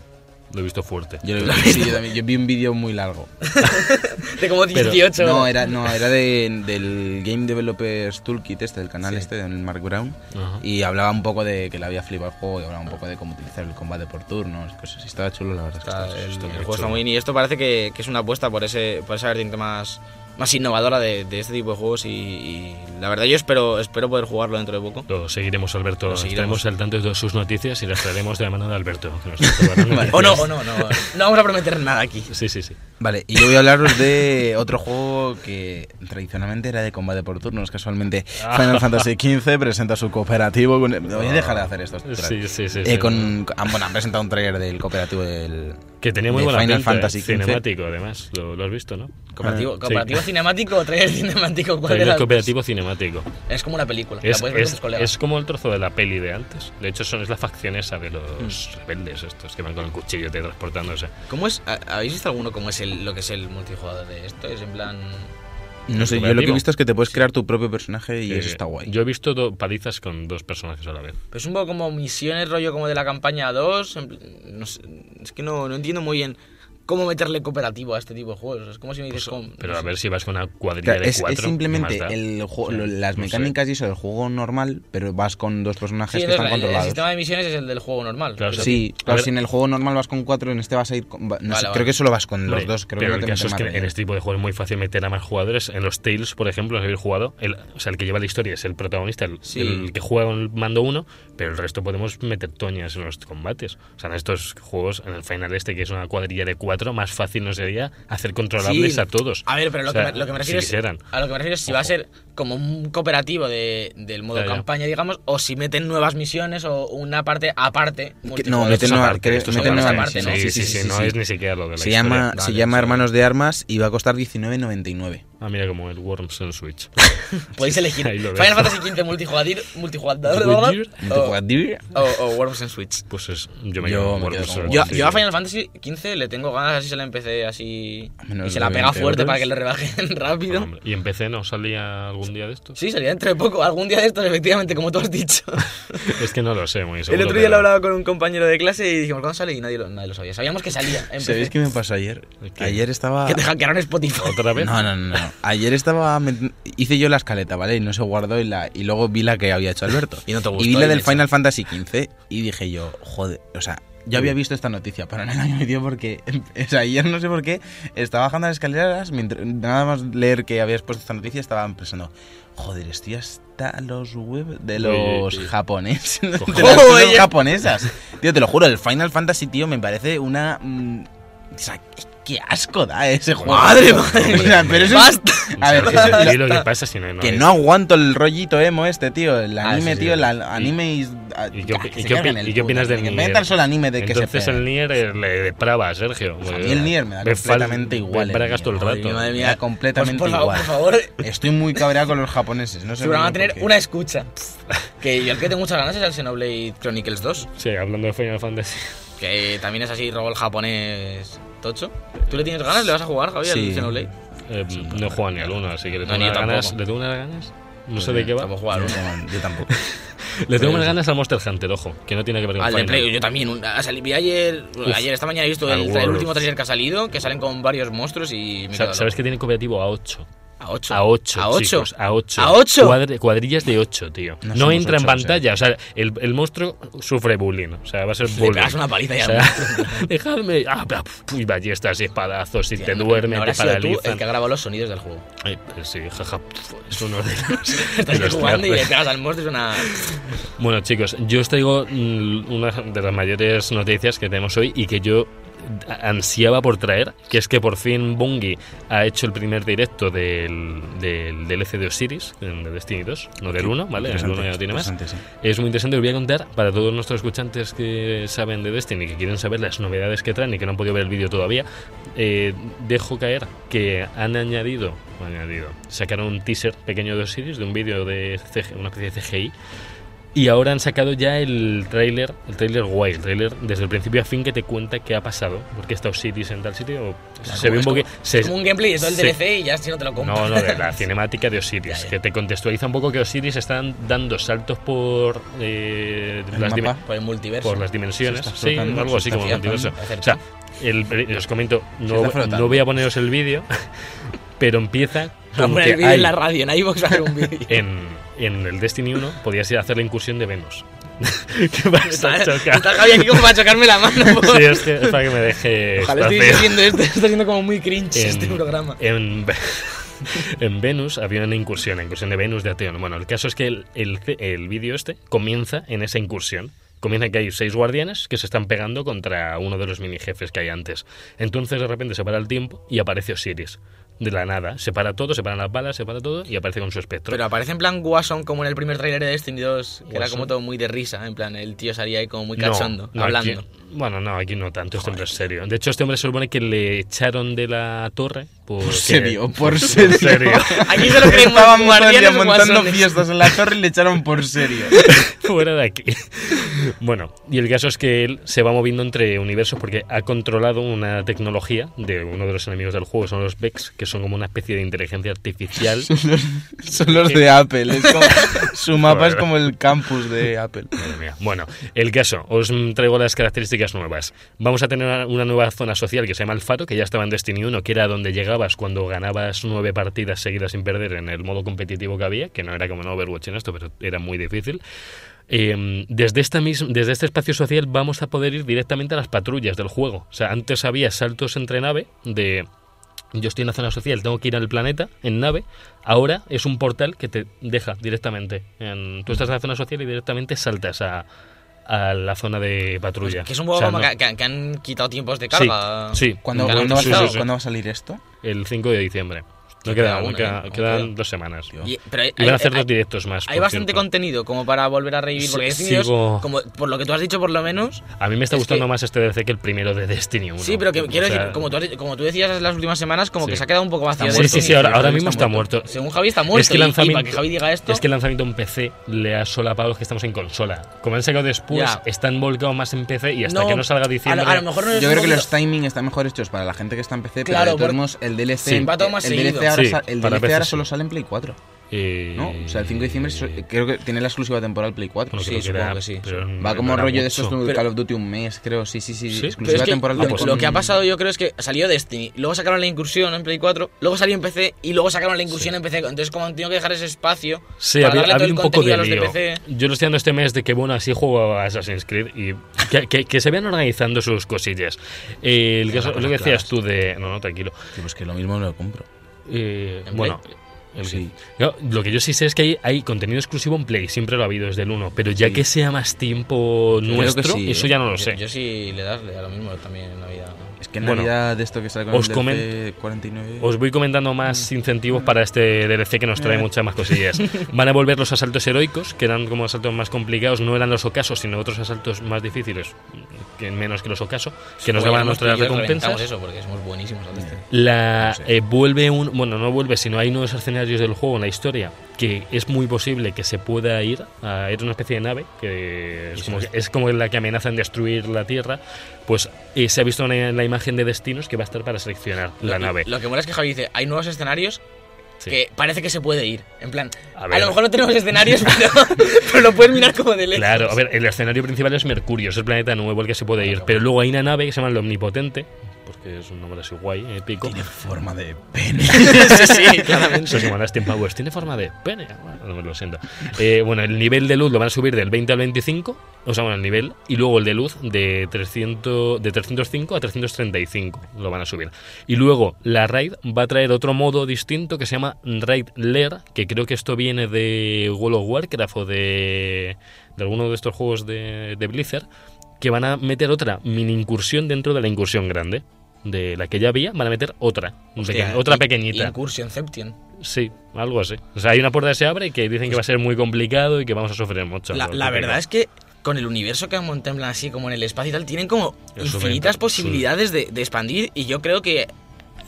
Speaker 2: Lo he visto fuerte.
Speaker 4: Yo, lo- sí, yo también- yo vi un vídeo muy largo.
Speaker 3: De como
Speaker 2: Mm. Pero-
Speaker 3: 18.
Speaker 4: No, era, no, era de- del Game Developers Toolkit, este, del canal
Speaker 3: Sí.
Speaker 4: este, del Mark Brown.
Speaker 2: Ajá.
Speaker 4: Y hablaba un poco de que le había flipado el juego y hablaba un poco de cómo utilizar el combate por turnos y cosas. así. estaba chulo, la verdad. es que
Speaker 3: Está-
Speaker 4: estaba-
Speaker 3: el,
Speaker 2: está
Speaker 3: el
Speaker 2: muy
Speaker 3: juego está
Speaker 2: chulo.
Speaker 3: muy bien y esto parece que, que es una apuesta por ese por esa vertiente más, más innovadora de, de este tipo de juegos y, y la verdad yo espero espero poder jugarlo dentro de poco.
Speaker 2: Lo seguiremos, Alberto.
Speaker 3: Lo seguiremos.
Speaker 2: Estaremos al tanto de todas sus noticias y las traeremos de la mano de Alberto. que nos está preparando
Speaker 3: O no,
Speaker 2: noticias.
Speaker 3: o no, no. No vamos a prometer nada aquí.
Speaker 2: Sí, sí, sí.
Speaker 4: Vale, y yo voy a hablaros de otro juego que tradicionalmente era de combate por turnos. Casualmente,
Speaker 2: Ah.
Speaker 4: Final Fantasy XV presenta su cooperativo. Con... Voy a dejar de hacer estos.
Speaker 2: Sí, sí, sí.
Speaker 4: Eh,
Speaker 2: sí.
Speaker 4: con, han- bueno, han presentado un trailer del cooperativo del.
Speaker 2: Que tenía muy
Speaker 4: de
Speaker 2: buena
Speaker 4: Final
Speaker 2: pinta,
Speaker 4: Fantasy
Speaker 2: eh,
Speaker 4: XV.
Speaker 2: cinemático, además. Lo, lo has visto, ¿no?
Speaker 3: Cooperativo,
Speaker 2: Ah, Sí.
Speaker 3: cooperativo cinemático o trailer cinemático. ¿Cuál
Speaker 2: Trailer
Speaker 3: era?
Speaker 2: cooperativo cinemático.
Speaker 3: Es como una película. la
Speaker 2: Es,
Speaker 3: puedes ver
Speaker 2: es-
Speaker 3: con tus colegas.
Speaker 2: es como el trozo de la peli de antes. De hecho, son, es la facción esa de los
Speaker 4: Mm.
Speaker 2: rebeldes estos que van con el cuchillo te transportándose.
Speaker 3: ¿Cómo es? ¿Ha- ¿Habéis visto alguno como es el, lo que es el multijugador de esto? Es en plan.
Speaker 4: No sé, yo lo que he
Speaker 2: cooperativo.
Speaker 4: visto es que te puedes crear tu propio personaje y
Speaker 2: Eh,
Speaker 4: eso está guay.
Speaker 2: Yo he visto do- palizas con dos personajes a la vez.
Speaker 3: Pero pues es un poco como misiones, rollo como de la campaña 2. en pl- no sé, es que no, no entiendo muy bien cómo meterle cooperativo a este tipo de juegos. Es como si me dices. com-
Speaker 2: Pues, Pero
Speaker 3: no
Speaker 2: a
Speaker 3: sé.
Speaker 2: ver si vas con una
Speaker 4: O
Speaker 2: cuadrilla
Speaker 4: sea,
Speaker 2: de
Speaker 4: es, es
Speaker 2: cuatro. más
Speaker 4: simplemente
Speaker 2: da.
Speaker 4: el juego-
Speaker 2: Sí,
Speaker 4: lo- las
Speaker 2: no sé.
Speaker 4: mecánicas y eso del juego normal, pero vas con dos personajes
Speaker 3: Sí,
Speaker 4: que
Speaker 3: entonces, el-
Speaker 4: están
Speaker 3: el,
Speaker 4: controlados.
Speaker 3: sistema de misiones es el del juego normal.
Speaker 2: Claro,
Speaker 3: Pero-
Speaker 2: o sea,
Speaker 4: Sí,
Speaker 2: a
Speaker 4: claro,
Speaker 2: ver-
Speaker 4: si en el juego normal vas con cuatro, en este vas a ir con- va- no
Speaker 3: Vale,
Speaker 4: sé,
Speaker 3: vale.
Speaker 4: Creo que solo vas con
Speaker 2: Hombre,
Speaker 4: los dos,
Speaker 2: pero
Speaker 4: creo que no
Speaker 2: el
Speaker 4: te
Speaker 2: caso es
Speaker 4: meten
Speaker 2: que en
Speaker 4: más
Speaker 2: este tipo de juegos es muy fácil meter a más jugadores. En los Tales, por ejemplo, los habéis jugado. El, o sea, el que lleva la historia es el protagonista, el,
Speaker 3: Sí.
Speaker 2: el que juega con el mando uno, pero el resto podemos meter toñas en los combates. O sea, en estos juegos, en el final este, que es una cuadrilla de cuatro, más fácil no sería hacer controlables
Speaker 3: Sí.
Speaker 2: a todos.
Speaker 3: A ver, pero lo,
Speaker 2: O sea,
Speaker 3: que, me, lo que me
Speaker 2: si
Speaker 3: refiero es.
Speaker 2: quisieran.
Speaker 3: A lo que me refiero es si va a
Speaker 2: Ojo.
Speaker 3: ser como un cooperativo de, del modo
Speaker 2: Ya, ya.
Speaker 3: campaña, digamos, o si meten nuevas misiones o una parte aparte.
Speaker 4: no,
Speaker 3: multijugador.
Speaker 2: Esto
Speaker 4: meten
Speaker 2: es
Speaker 4: nueva-
Speaker 2: aparte,
Speaker 4: creo-
Speaker 2: esto es
Speaker 4: meten
Speaker 2: aparte,
Speaker 3: nueva
Speaker 2: sí,
Speaker 3: parte, ¿no?
Speaker 2: Sí, sí, sí,
Speaker 4: sí,
Speaker 2: no
Speaker 4: sí.
Speaker 2: es ni siquiera lo de la
Speaker 4: Se
Speaker 2: historia.
Speaker 4: llama, se
Speaker 3: vale,
Speaker 4: llama
Speaker 3: sí.
Speaker 4: Hermanos de Armas y va a costar 19.99.
Speaker 2: Ah, mira, como el Worms en Switch.
Speaker 3: Podéis elegir
Speaker 2: Ahí lo dejo.
Speaker 3: Final Fantasy XV multijugador, multijugador o, o- o Worms and Switch.
Speaker 2: Pues es, yo me
Speaker 4: Yo
Speaker 2: quedo con
Speaker 4: me
Speaker 2: Worms.
Speaker 4: quedo con
Speaker 2: en
Speaker 4: Worms.
Speaker 3: Yo,
Speaker 2: Switch.
Speaker 3: yo a Final Fantasy XV le tengo ganas así se la empecé así
Speaker 4: A menos
Speaker 3: y se
Speaker 4: de
Speaker 3: la pega
Speaker 4: 20
Speaker 3: fuerte
Speaker 4: euros.
Speaker 3: para que le rebajen rápido.
Speaker 2: Hombre, ¿Y en PC no salía algún día de estos?
Speaker 3: Sí, sería dentro de poco, algún día de estos, efectivamente, como tú has dicho.
Speaker 2: Es que no lo sé, muy seguro.
Speaker 3: El otro día
Speaker 2: pero-
Speaker 3: lo hablaba con un compañero de clase y dijimos, ¿cuándo sale? Y nadie lo, nadie lo sabía. Sabíamos que salía. en
Speaker 4: ¿Sabéis
Speaker 3: PC.
Speaker 4: qué me pasó ayer?
Speaker 2: ¿Qué?
Speaker 4: Ayer estaba...
Speaker 3: Que te hackearon Spotify. Pues,
Speaker 2: ¿Otra vez?
Speaker 4: No, no, no, no. Ayer estaba. me- hice yo la escaleta, ¿vale? Y no se guardó y, la, y luego vi la que había hecho Alberto.
Speaker 3: Y no te gustó,
Speaker 4: vi la
Speaker 3: y
Speaker 4: del
Speaker 3: hecho.
Speaker 4: Final Fantasy XV y dije yo, joder, o sea. Yo había visto esta noticia, pero no la había metido porque. O sea, ayer no sé por qué. Estaba bajando las escaleras, mientras, nada más leer que habías puesto esta noticia, estaba pensando. Joder, estoy hasta los web de los
Speaker 2: Oye, tío.
Speaker 4: japoneses. De las
Speaker 2: Cojones.
Speaker 4: cosas
Speaker 3: Oye.
Speaker 4: japonesas. Tío, te lo juro, el Final Fantasy, tío, me parece una. mm, o sea, qué asco da ese juego.
Speaker 3: Madre,
Speaker 4: O
Speaker 3: madre.
Speaker 4: sea, pero eso es-
Speaker 3: Basta.
Speaker 4: A ver,
Speaker 2: ¿qué
Speaker 4: eso-
Speaker 2: lo que pasa si no hay
Speaker 4: que
Speaker 2: nadie?
Speaker 4: no aguanto el rollito emo este, tío. El
Speaker 3: Ah,
Speaker 4: anime,
Speaker 3: sí, sí,
Speaker 4: tío, el
Speaker 2: sí.
Speaker 4: anime y... ah,
Speaker 2: ¿Y qué,
Speaker 4: que
Speaker 2: y
Speaker 4: se
Speaker 2: qué opi-
Speaker 4: carguen el
Speaker 2: y qué opinas
Speaker 4: puto,
Speaker 2: del
Speaker 4: Que
Speaker 2: Nier?
Speaker 4: metan solo anime de que
Speaker 2: Entonces
Speaker 4: se
Speaker 2: el Nier eh, le deprava a Sergio.
Speaker 4: a
Speaker 2: porque
Speaker 4: mí el Nier me da
Speaker 2: ve fal-
Speaker 4: completamente
Speaker 2: ve
Speaker 4: igual el
Speaker 2: bragas
Speaker 4: Nier,
Speaker 2: todo el
Speaker 4: madre
Speaker 2: rato.
Speaker 4: mía. Era completamente
Speaker 3: Pues, por
Speaker 4: igual.
Speaker 3: Favor, por favor,
Speaker 4: Estoy muy cabreado con los japoneses, no sé
Speaker 3: seguro van a
Speaker 4: muy bien
Speaker 3: tener
Speaker 4: por qué.
Speaker 3: una escucha. Que yo el que tengo muchas ganas es el Xenoblade Chronicles 2,
Speaker 2: Sí, hablando de Final Fantasy.
Speaker 3: que también es así robot japonés tocho. ¿Tú le tienes ganas? ¿Le vas a jugar, Javier,
Speaker 4: Sí.
Speaker 3: al Xenoblade?
Speaker 2: eh, no juega ni al uno, así que le
Speaker 3: No,
Speaker 2: tengo
Speaker 3: ni yo
Speaker 2: unas ganas.
Speaker 3: tampoco.
Speaker 2: ¿Le tengo unas ganas? No sé de qué va.
Speaker 3: Estamos jugando.
Speaker 4: Yo Pues tampoco- Pues Yo tampoco.
Speaker 2: Le tengo unas ganas al Monster Hunter, ojo, que no tiene que ver
Speaker 4: Ah,
Speaker 2: con
Speaker 3: Al de
Speaker 2: Final.
Speaker 3: Play, yo también. un- a- salí- vi ayer, bueno,
Speaker 2: Uf,
Speaker 3: ayer, esta mañana he visto
Speaker 2: al
Speaker 3: el, el
Speaker 2: World.
Speaker 3: último trailer que ha salido, que salen con varios monstruos y me he
Speaker 2: Sa-
Speaker 3: quedado
Speaker 2: ¿Sabes que tiene cooperativo a 8?
Speaker 3: loco. A 8.
Speaker 2: A 8.
Speaker 3: A 8.
Speaker 2: a 8.
Speaker 3: ¿A ocho?
Speaker 2: cuadrillas de 8, tío.
Speaker 4: No
Speaker 2: No,
Speaker 4: somos
Speaker 2: entra en
Speaker 4: ocho, o sea.
Speaker 2: pantalla. O sea, el, el monstruo sufre bullying. O sea, va a ser
Speaker 3: Le
Speaker 2: bullying.
Speaker 3: pegas una paliza
Speaker 2: O
Speaker 3: ya.
Speaker 2: sea, dejadme. Ah, pa, pf, y ballestas y espadazos. Si te duermes,
Speaker 3: eh, Ahora
Speaker 2: te
Speaker 3: has sido tú el
Speaker 2: paralizan.
Speaker 3: que ha grabado los sonidos del juego.
Speaker 2: Ay, pues sí, jaja. pf, Es uno de los. de
Speaker 3: Estás ahí
Speaker 2: los pues,
Speaker 3: jugando y le
Speaker 2: teatros.
Speaker 3: pegas al monstruo y una.
Speaker 2: Bueno, chicos, yo os traigo mm, una de las mayores noticias que tenemos hoy y que yo ansiaba por traer, que es que por fin Bungie ha hecho el primer directo del, del DLC de Osiris, de Destiny 2, no del 1, ¿vale? El 1 ya no tiene más.
Speaker 4: Interesante, sí.
Speaker 2: Es muy interesante, lo voy a contar para todos nuestros escuchantes que saben de Destiny, que quieren saber las novedades que traen y que no han podido ver el vídeo todavía. Eh, dejo caer que han añadido, añadido, sacaron un teaser pequeño de Osiris, de un vídeo de CG una especie de CGI, y ahora han sacado ya el tráiler, el tráiler guay, el tráiler desde el principio a fin que te cuenta qué ha pasado, porque está Osiris en tal sitio, se ve un
Speaker 3: es como-
Speaker 2: poquito... se-
Speaker 3: Como un gameplay, eso el
Speaker 2: se-
Speaker 3: DLC y ya si no te lo compras.
Speaker 2: no, no, de la cinemática de Osiris,
Speaker 3: Ya, ya.
Speaker 2: que te contextualiza un poco que Osiris están dando saltos por, eh,
Speaker 4: El
Speaker 2: las,
Speaker 4: mapa.
Speaker 2: dimen-
Speaker 3: Por el multiverso.
Speaker 2: por las dimensiones.
Speaker 4: Se está
Speaker 2: Sí,
Speaker 4: flotando,
Speaker 2: algo así
Speaker 4: se está
Speaker 2: como el multiverso.
Speaker 3: flotando.
Speaker 2: O sea, el- el- eh, os comento, no,
Speaker 4: está flotando.
Speaker 2: no voy a poneros el vídeo, pero empieza
Speaker 3: Vamos a
Speaker 2: con
Speaker 3: poner
Speaker 2: que
Speaker 3: el vídeo
Speaker 2: hay-
Speaker 3: en la radio, en iVoox va a haber un vídeo.
Speaker 2: en, en el Destiny 1 podías ir a hacer la incursión de Venus. que vas
Speaker 3: Está,
Speaker 2: a chocar.
Speaker 3: está Javi aquí como para chocarme la mano. por-
Speaker 2: Sí, es, que es para que me deje.
Speaker 3: Ojalá estoy
Speaker 2: espacio.
Speaker 3: diciendo esto, está siendo como muy cringe este programa.
Speaker 2: En, en Venus había una incursión, la incursión de Venus de Ateón. Bueno, el caso es que el, el, ce- el vídeo este comienza en esa incursión. Comienza que hay seis guardianes que se están pegando contra uno de los mini jefes que hay antes. Entonces de repente se para el tiempo y aparece Osiris. De la nada. Se para todo, se paran las balas, se para todo y aparece con su espectro.
Speaker 3: Pero aparece en plan Guasón como en el primer tráiler de Destiny 2, que era
Speaker 2: Guasón.
Speaker 3: como todo muy de risa, en plan el tío salía ahí como muy
Speaker 2: No,
Speaker 3: cachondo,
Speaker 2: no,
Speaker 3: hablando.
Speaker 2: aquí- bueno, no, aquí no tanto, este hombre es serio. De hecho, este hombre se supone que le echaron de la torre por...
Speaker 4: Por serio, por serio.
Speaker 2: serio.
Speaker 3: Aquí se lo creen
Speaker 4: Estaban todo el día
Speaker 3: guardianes
Speaker 4: montando
Speaker 3: guasones.
Speaker 4: fiestas en la torre y le echaron por serio.
Speaker 2: Fuera de aquí. Bueno, y el caso es que él se va moviendo entre universos porque ha controlado una tecnología de uno de los enemigos del juego, son los Vex, que son como una especie de inteligencia artificial.
Speaker 4: Son los de Apple. es como- su mapa es como el campus de Apple.
Speaker 2: Madre mía. Bueno, el caso, os mm, traigo las características nuevas. Vamos a tener una- una nueva zona social que se llama el Faro, que ya estaba en Destiny 1, que era donde llegabas cuando ganabas nueve partidas seguidas sin perder en el modo competitivo que había, que no era como en Overwatch en esto, pero era muy difícil. Eh, desde, esta mis- desde este espacio social vamos a poder ir directamente a las patrullas del juego. O sea, antes había saltos entre nave de yo estoy en la zona social, tengo que ir al planeta en nave. Ahora es un portal que te deja directamente. en- tú estás en la zona social y directamente saltas a, a la zona de patrulla.
Speaker 3: Pues Que es un juego
Speaker 2: O sea,
Speaker 3: como
Speaker 2: no-
Speaker 3: que, que- que han quitado tiempos de
Speaker 2: Sí,
Speaker 3: carga.
Speaker 2: sí.
Speaker 4: ¿Cuándo,
Speaker 3: Claro,
Speaker 4: cuándo va a
Speaker 2: sí,
Speaker 4: sal-
Speaker 2: sí, sí.
Speaker 4: cuándo va a salir esto?
Speaker 2: El 5 de diciembre. No
Speaker 3: Sí,
Speaker 2: queda,
Speaker 3: queda
Speaker 2: no
Speaker 3: una,
Speaker 2: queda-
Speaker 3: ¿eh?
Speaker 2: quedan
Speaker 4: Aún queda.
Speaker 2: dos semanas.
Speaker 4: Tío.
Speaker 2: Y,
Speaker 3: Y- pero hay,
Speaker 2: van
Speaker 3: hay-
Speaker 2: a hacer
Speaker 3: hay-
Speaker 2: dos directos más.
Speaker 3: hay
Speaker 2: por
Speaker 3: bastante
Speaker 2: cierto.
Speaker 3: contenido como para volver a revivir.
Speaker 2: Sí,
Speaker 3: Porque hay
Speaker 2: sigo-
Speaker 3: vídeos, como, por lo que tú has dicho, por lo menos.
Speaker 2: A mí me está
Speaker 3: Es
Speaker 2: gustando
Speaker 3: que-
Speaker 2: más este DLC que el primero de Destiny 1.
Speaker 3: Sí, pero que,
Speaker 2: O
Speaker 3: quiero
Speaker 2: sea,
Speaker 3: decir, como tú, has- como tú decías las últimas semanas, como
Speaker 2: Sí.
Speaker 3: que se ha quedado un poco vacío.
Speaker 2: Sí, sí,
Speaker 3: de
Speaker 2: sí,
Speaker 3: contenido.
Speaker 2: ahora, ahora
Speaker 3: Según
Speaker 2: mismo está muerto.
Speaker 3: Según Javi está muerto.
Speaker 2: Es que el
Speaker 3: y- y
Speaker 2: lanzamiento,
Speaker 3: para que Javi diga esto.
Speaker 2: es que el lanzamiento en PC le ha solapado los que estamos en consola. Como han sacado después,
Speaker 3: Ya.
Speaker 2: están volcados más en PC y hasta
Speaker 3: No,
Speaker 2: que no salga
Speaker 3: a lo-
Speaker 2: diciembre.
Speaker 3: a lo mejor no es
Speaker 4: Yo
Speaker 3: un
Speaker 4: creo que
Speaker 3: poquito-
Speaker 4: los timing están mejor hechos para la gente que está en PC,
Speaker 3: Claro,
Speaker 4: pero de todos
Speaker 3: por-
Speaker 4: modos el DLC,
Speaker 2: Sí.
Speaker 4: en-
Speaker 3: Va todo más
Speaker 4: el DLC
Speaker 3: seguido.
Speaker 4: ahora,
Speaker 2: Sí,
Speaker 4: sa- el
Speaker 2: para
Speaker 4: DLC ahora
Speaker 2: PC,
Speaker 4: solo
Speaker 2: sí.
Speaker 4: sale en Play 4,
Speaker 2: Eh,
Speaker 4: ¿no? O sea, el 5 de diciembre so- creo que tiene la exclusiva temporal Play 4.
Speaker 2: bueno,
Speaker 3: sí,
Speaker 2: creo
Speaker 3: supongo
Speaker 2: era,
Speaker 3: que sí,
Speaker 2: pero no
Speaker 4: Va como
Speaker 2: era
Speaker 4: rollo de
Speaker 2: mucho.
Speaker 4: esos de
Speaker 3: Pero-
Speaker 4: Call of Duty un mes, creo. Sí, sí,
Speaker 2: Sí,
Speaker 4: sí.
Speaker 2: pero
Speaker 3: Pero
Speaker 4: Exclusiva
Speaker 3: es que
Speaker 4: temporal
Speaker 2: ah,
Speaker 4: de
Speaker 2: pues
Speaker 3: lo
Speaker 4: con-
Speaker 3: que ha pasado yo creo es que salió Destiny, luego sacaron la incursión en Play 4, luego salió en PC y luego sacaron la incursión
Speaker 2: Sí.
Speaker 3: en PC. Entonces como han tenido que dejar ese espacio
Speaker 2: Sí,
Speaker 3: para
Speaker 2: había,
Speaker 3: darle todo
Speaker 2: había
Speaker 3: el
Speaker 2: un poco
Speaker 3: contenido
Speaker 2: de
Speaker 3: a los de
Speaker 2: lío.
Speaker 3: PC.
Speaker 2: Yo lo estoy dando este mes de que, bueno, así juego a Assassin's Creed y que, que- que se vean organizando sus cosillas. Eh, el
Speaker 4: Venga,
Speaker 2: caso-
Speaker 4: pues
Speaker 2: lo que
Speaker 4: claro.
Speaker 2: decías tú de... No, no, tranquilo.
Speaker 4: Sí, pues que lo mismo me lo compro.
Speaker 2: Eh,
Speaker 3: ¿En
Speaker 2: bueno, el-
Speaker 4: Sí.
Speaker 2: no, lo que yo sí sé es que hay, hay contenido exclusivo en Play, siempre lo ha habido desde el 1, pero ya
Speaker 4: Sí.
Speaker 2: que sea más tiempo
Speaker 4: creo que
Speaker 2: nuestro,
Speaker 4: sí,
Speaker 2: eso
Speaker 4: ¿eh?
Speaker 2: ya no lo
Speaker 3: Yo,
Speaker 2: sé.
Speaker 3: yo sí le das le da lo mismo también en Navidad.
Speaker 4: Es que en
Speaker 2: Bueno,
Speaker 4: realidad de esto que sale con
Speaker 2: os
Speaker 4: el DLC 49...
Speaker 2: Os voy comentando más incentivos para este DLC que nos trae muchas más cosillas. Van a volver los asaltos heroicos, que eran como asaltos más complicados, no eran los ocasos, sino otros asaltos más difíciles, que menos que los ocasos, que nos daban
Speaker 3: daban
Speaker 2: nuestras recompensas.
Speaker 3: eso porque somos buenísimos este. a Destiny.
Speaker 2: La
Speaker 4: No sé.
Speaker 2: eh, vuelve un. Bueno, no vuelve, sino hay nuevos escenarios del juego en la historia que es muy posible que se pueda ir. A, era una especie de nave que es
Speaker 3: Sí,
Speaker 2: como,
Speaker 3: sí.
Speaker 2: es como la que amenazan destruir la Tierra. Pues eh, se ha visto en la, en la imagen de destinos que va a estar para seleccionar la
Speaker 3: Lo-
Speaker 2: nave.
Speaker 3: Lo que mola es que Javi dice, hay nuevos escenarios
Speaker 2: Sí.
Speaker 3: que parece que se puede ir. En plan,
Speaker 2: A
Speaker 3: a,
Speaker 2: ver.
Speaker 3: lo mejor no tenemos escenarios, pero, pero lo puedes mirar como de lejos.
Speaker 2: Claro, a ver, el escenario principal es Mercurio, es el planeta nuevo al que se puede ir. Pero luego hay una nave que se llama el Omnipotente, porque es un nombre así guay, épico.
Speaker 4: Tiene forma de pene.
Speaker 2: sí, sí, claramente. Eso es como Austin Powers. Tiene forma de pene. Bueno, no, lo siento. Eh, bueno, el nivel de luz lo van a subir del 20 al 25. O sea, bueno, el nivel. Y luego el de luz de, 300, de 305 a 335 lo van a subir. Y luego la raid va a traer otro modo distinto que se llama Raid Lair. Que creo que esto viene de World of Warcraft o de, de alguno de estos juegos de, de Blizzard. Que van a meter otra mini incursión dentro de la incursión grande. De la que ya había, van a meter otra. peque- otra
Speaker 3: y-
Speaker 2: pequeñita.
Speaker 3: Incursion, Seption.
Speaker 2: Sí, algo así. O sea, hay una puerta que se abre que dicen que va a ser muy complicado y que vamos a sufrir mucho.
Speaker 3: La, la verdad es que con el universo que han montado, en plan así como en el espacio y tal, tienen como
Speaker 2: Es
Speaker 3: infinitas
Speaker 2: súper-
Speaker 3: posibilidades de, de expandir y yo creo que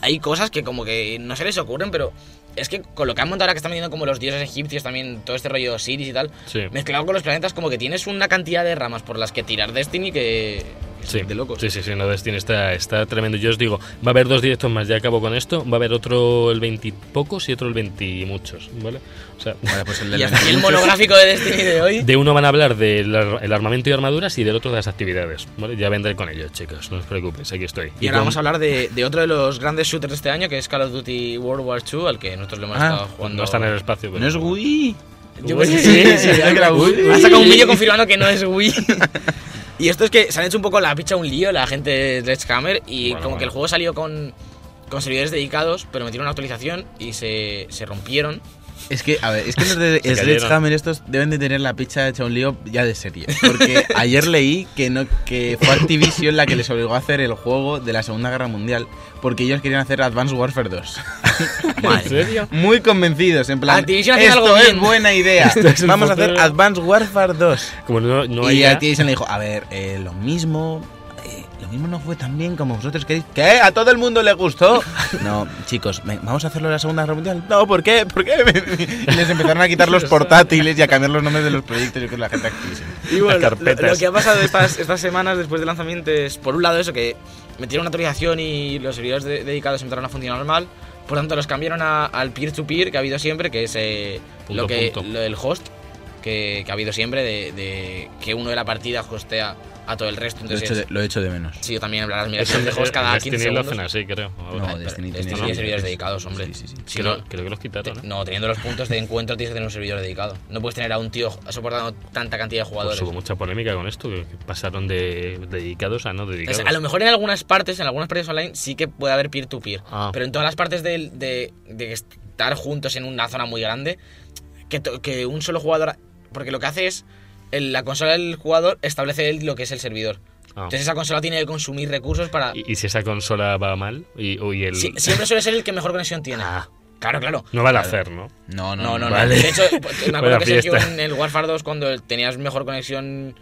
Speaker 3: hay cosas que como que no se les ocurren, pero es que con lo que han montado ahora que están metiendo como los dioses egipcios también, todo este rollo de Osiris y tal,
Speaker 2: Sí.
Speaker 3: mezclado con los planetas, como que tienes una cantidad de ramas por las que tirar Destiny que... que
Speaker 2: Sí,
Speaker 3: es de locos.
Speaker 2: sí, sí, sí, no, Destiny está, está tremendo. Yo os digo, va a haber dos directos más, ya acabo con esto. Va a haber otro el 20 y pocos y otro el 20 y muchos, ¿vale? O sea,
Speaker 4: Vale, pues el
Speaker 3: Y
Speaker 4: de
Speaker 3: hasta aquí el monográfico de Destiny de hoy.
Speaker 2: de uno van a hablar del ar- el armamento y armaduras y del otro de las actividades, ¿vale? Ya vendré con ello, chicos, no os preocupéis, aquí estoy.
Speaker 3: Y ahora
Speaker 2: con-
Speaker 3: vamos a hablar de, de otro de los grandes shooters de este año, que es Call of Duty World War II, al que nosotros le hemos
Speaker 4: Ah,
Speaker 3: estado jugando.
Speaker 2: pues No está en el espacio, pero...
Speaker 4: No es Wii.
Speaker 3: Yo
Speaker 2: Uy,
Speaker 3: pensé-
Speaker 2: sí, sí,
Speaker 4: creo que era Wii.
Speaker 3: Ha sacado un vídeo confirmando que no es Wii. y esto es que se han hecho un poco la picha un lío la gente de Sledgehammer y
Speaker 2: Bueno,
Speaker 3: como que el
Speaker 2: bueno.
Speaker 3: juego salió con, con servidores dedicados, pero metieron una actualización y se, se rompieron.
Speaker 4: Es que, a ver, es que los de
Speaker 2: Se cayeron.
Speaker 4: Sledgehammer estos deben de tener la picha hecha un lío ya de serie. Porque ayer leí que, no, que fue Activision la que les obligó a hacer el juego de la Segunda Guerra Mundial. Porque ellos querían hacer Advanced Warfare 2.
Speaker 2: ¿En serio?
Speaker 4: Muy convencidos, en plan.
Speaker 3: Activision hace
Speaker 4: esto
Speaker 3: algo
Speaker 4: es
Speaker 3: bien".
Speaker 4: buena idea.
Speaker 2: es un
Speaker 4: Vamos a hacer
Speaker 2: futuro.
Speaker 4: Advanced Warfare 2.
Speaker 2: Como no, no
Speaker 4: y
Speaker 2: hay... ya-
Speaker 4: Activision le dijo, a ver, eh, lo mismo... eh, Lo mismo no fue tan bien como vosotros queréis. ¿Qué? ¿A todo el mundo le gustó? No, chicos, ve- ¿vamos a hacerlo en la Segunda Guerra Mundial? No, ¿por qué? ¿Por qué? Y Les empezaron a quitar los portátiles y a cambiar los nombres de los proyectos y con la gente de Activision.
Speaker 3: Y bueno,
Speaker 2: Las
Speaker 3: lo-
Speaker 2: carpetas.
Speaker 3: Lo, que ha pasado estas, estas semanas después del lanzamiento es, por un lado, eso que metieron una actualización y los servidores de- dedicados empezaron a funcionar mal. Por tanto, los cambiaron a- al peer-to-peer que ha habido siempre, que es eh,
Speaker 2: Punto,
Speaker 3: lo, que,
Speaker 2: punto.
Speaker 3: lo del host, que, que ha habido siempre, de, de que uno de la partida hostea a todo el resto.
Speaker 4: Lo
Speaker 3: Entonces,
Speaker 4: echo de, lo echo de menos.
Speaker 3: sí, yo también hablarás, mira,
Speaker 2: Eso
Speaker 3: son de host cada
Speaker 2: Destiny
Speaker 3: 15
Speaker 2: lo
Speaker 3: segundos.
Speaker 2: hacen así, creo.
Speaker 4: No,
Speaker 3: Ay, pero
Speaker 4: Destiny
Speaker 3: tiene
Speaker 4: tiene servidores
Speaker 3: servidores
Speaker 4: dedicados.
Speaker 3: dedicados, hombre.
Speaker 4: Sí, sí, sí.
Speaker 3: Si
Speaker 2: creo,
Speaker 3: no-
Speaker 2: creo que los quitaron, ¿eh?
Speaker 3: no, teniendo los puntos de encuentro tienes que tener un servidor dedicado. No puedes tener a un tío soportando tanta cantidad de
Speaker 2: Pues
Speaker 3: jugadores.
Speaker 2: hubo mucha polémica con esto, que pasaron de dedicados a no dedicados.
Speaker 3: Entonces, a lo mejor en algunas partes, en algunas partes online, sí que puede haber peer-to-peer.
Speaker 2: Ah.
Speaker 3: Pero en todas las partes del- de, de estar juntos en una zona muy grande, que, to- que un solo jugador. Porque lo que hace es. el- la consola del jugador establece el- lo que es el servidor.
Speaker 2: Ah.
Speaker 3: Entonces, esa consola tiene que consumir recursos para.
Speaker 2: ¿Y, y si esa consola va mal? ¿Y, o- y el...
Speaker 3: Si- siempre suele ser el que mejor conexión tiene.
Speaker 2: Ah,
Speaker 3: Claro, claro.
Speaker 2: No vale hacer, ¿no?
Speaker 4: No,
Speaker 3: No, no, no.
Speaker 2: Vale.
Speaker 3: De hecho, me
Speaker 2: Vaya
Speaker 3: acuerdo que Sergio
Speaker 2: fiesta.
Speaker 3: en el Warfare 2, cuando tenías mejor conexión,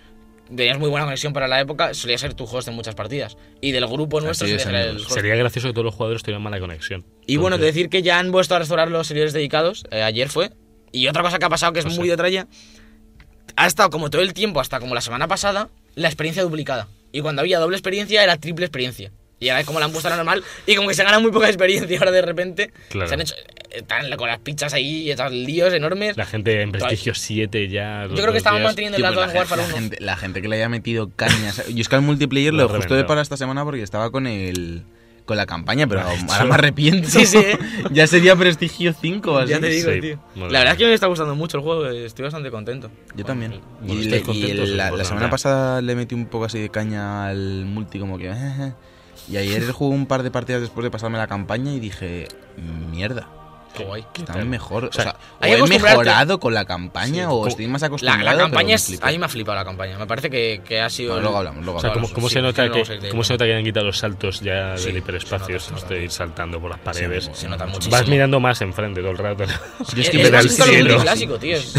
Speaker 3: tenías muy buena conexión para la época, solía ser tu host en muchas partidas. Y del grupo nuestro
Speaker 4: Así es,
Speaker 3: solía ser el
Speaker 4: amigos.
Speaker 3: host.
Speaker 2: Sería gracioso que todos los jugadores tuvieran mala conexión.
Speaker 3: Y bueno, te
Speaker 2: Entonces,
Speaker 3: decir que ya han vuelto a restaurar los servidores dedicados, eh, ayer fue. Y otra cosa que ha pasado que es
Speaker 2: O sea.
Speaker 3: muy de tralla, ha estado como todo el tiempo, hasta como la semana pasada, la experiencia duplicada. Y cuando había doble experiencia era triple experiencia. Y ahora es como la han puesto a la normal y como que se gana muy poca experiencia ahora de repente.
Speaker 2: Claro.
Speaker 3: Se han hecho, eh, están con las pizzas ahí y estos líos enormes.
Speaker 2: La gente en prestigio 7 ya.
Speaker 3: Yo creo que estaban manteniendo
Speaker 4: Tío,
Speaker 3: el dato
Speaker 4: pues la,
Speaker 3: en
Speaker 4: gente,
Speaker 3: Warfare 1.
Speaker 4: la gente- la gente que le haya metido cañas. Yo es que al multiplayer
Speaker 2: Lo
Speaker 4: lo
Speaker 2: he
Speaker 4: justo de
Speaker 2: reventado.
Speaker 4: para esta semana porque estaba con el con la campaña, pero
Speaker 2: Lo has
Speaker 4: ahora
Speaker 2: hecho.
Speaker 4: me arrepiento.
Speaker 3: Sí, sí, ¿eh?
Speaker 4: ya sería prestigio 5 así.
Speaker 3: Ya te digo,
Speaker 2: Sí,
Speaker 3: tío.
Speaker 2: madre
Speaker 3: La verdad
Speaker 2: mía.
Speaker 3: es que me está gustando mucho el juego, eh, estoy bastante contento.
Speaker 4: Yo también.
Speaker 2: Bueno,
Speaker 4: y
Speaker 2: estáis
Speaker 4: le- y
Speaker 2: contentos,
Speaker 4: el-
Speaker 2: os
Speaker 4: la,
Speaker 2: importa
Speaker 4: la semana
Speaker 2: nada.
Speaker 4: pasada le metí un poco así de caña al multi, como que. "Eh". Y ayer jugué un par de partidas después de pasarme la campaña y dije, mierda.
Speaker 3: Qué guay.
Speaker 4: Está
Speaker 2: tal?
Speaker 4: mejor. O
Speaker 2: sea,
Speaker 4: sea, o
Speaker 3: hay que
Speaker 4: he
Speaker 3: acostumbrarte.
Speaker 4: mejorado con la campaña
Speaker 2: Sí,
Speaker 4: o
Speaker 2: como-
Speaker 4: estoy más
Speaker 3: La,
Speaker 4: acostumbrado.
Speaker 3: la
Speaker 4: pero me
Speaker 3: campaña es.
Speaker 4: flipa.
Speaker 3: A mí me ha flipado la campaña. Me parece que, que ha sido.
Speaker 4: Bueno, luego hablamos, luego
Speaker 2: O sea, ¿cómo,
Speaker 4: hablamos.
Speaker 2: cómo
Speaker 3: Sí,
Speaker 2: se nota
Speaker 3: luego
Speaker 2: que,
Speaker 3: vamos a ir de-
Speaker 2: ¿cómo se nota que han quitado los saltos ya
Speaker 3: Sí,
Speaker 2: del hiperespacio?
Speaker 3: se nota, se
Speaker 2: esto
Speaker 3: nota.
Speaker 2: de ir saltando por las paredes.
Speaker 4: Sí,
Speaker 3: Pues Se nota
Speaker 4: Vas
Speaker 3: muchísimo.
Speaker 2: Vas mirando más enfrente todo el rato.
Speaker 4: Yo es que
Speaker 3: Eh,
Speaker 4: me
Speaker 3: es
Speaker 4: da el
Speaker 3: más Call of Duty
Speaker 4: cielo.
Speaker 3: clásico, tío. es-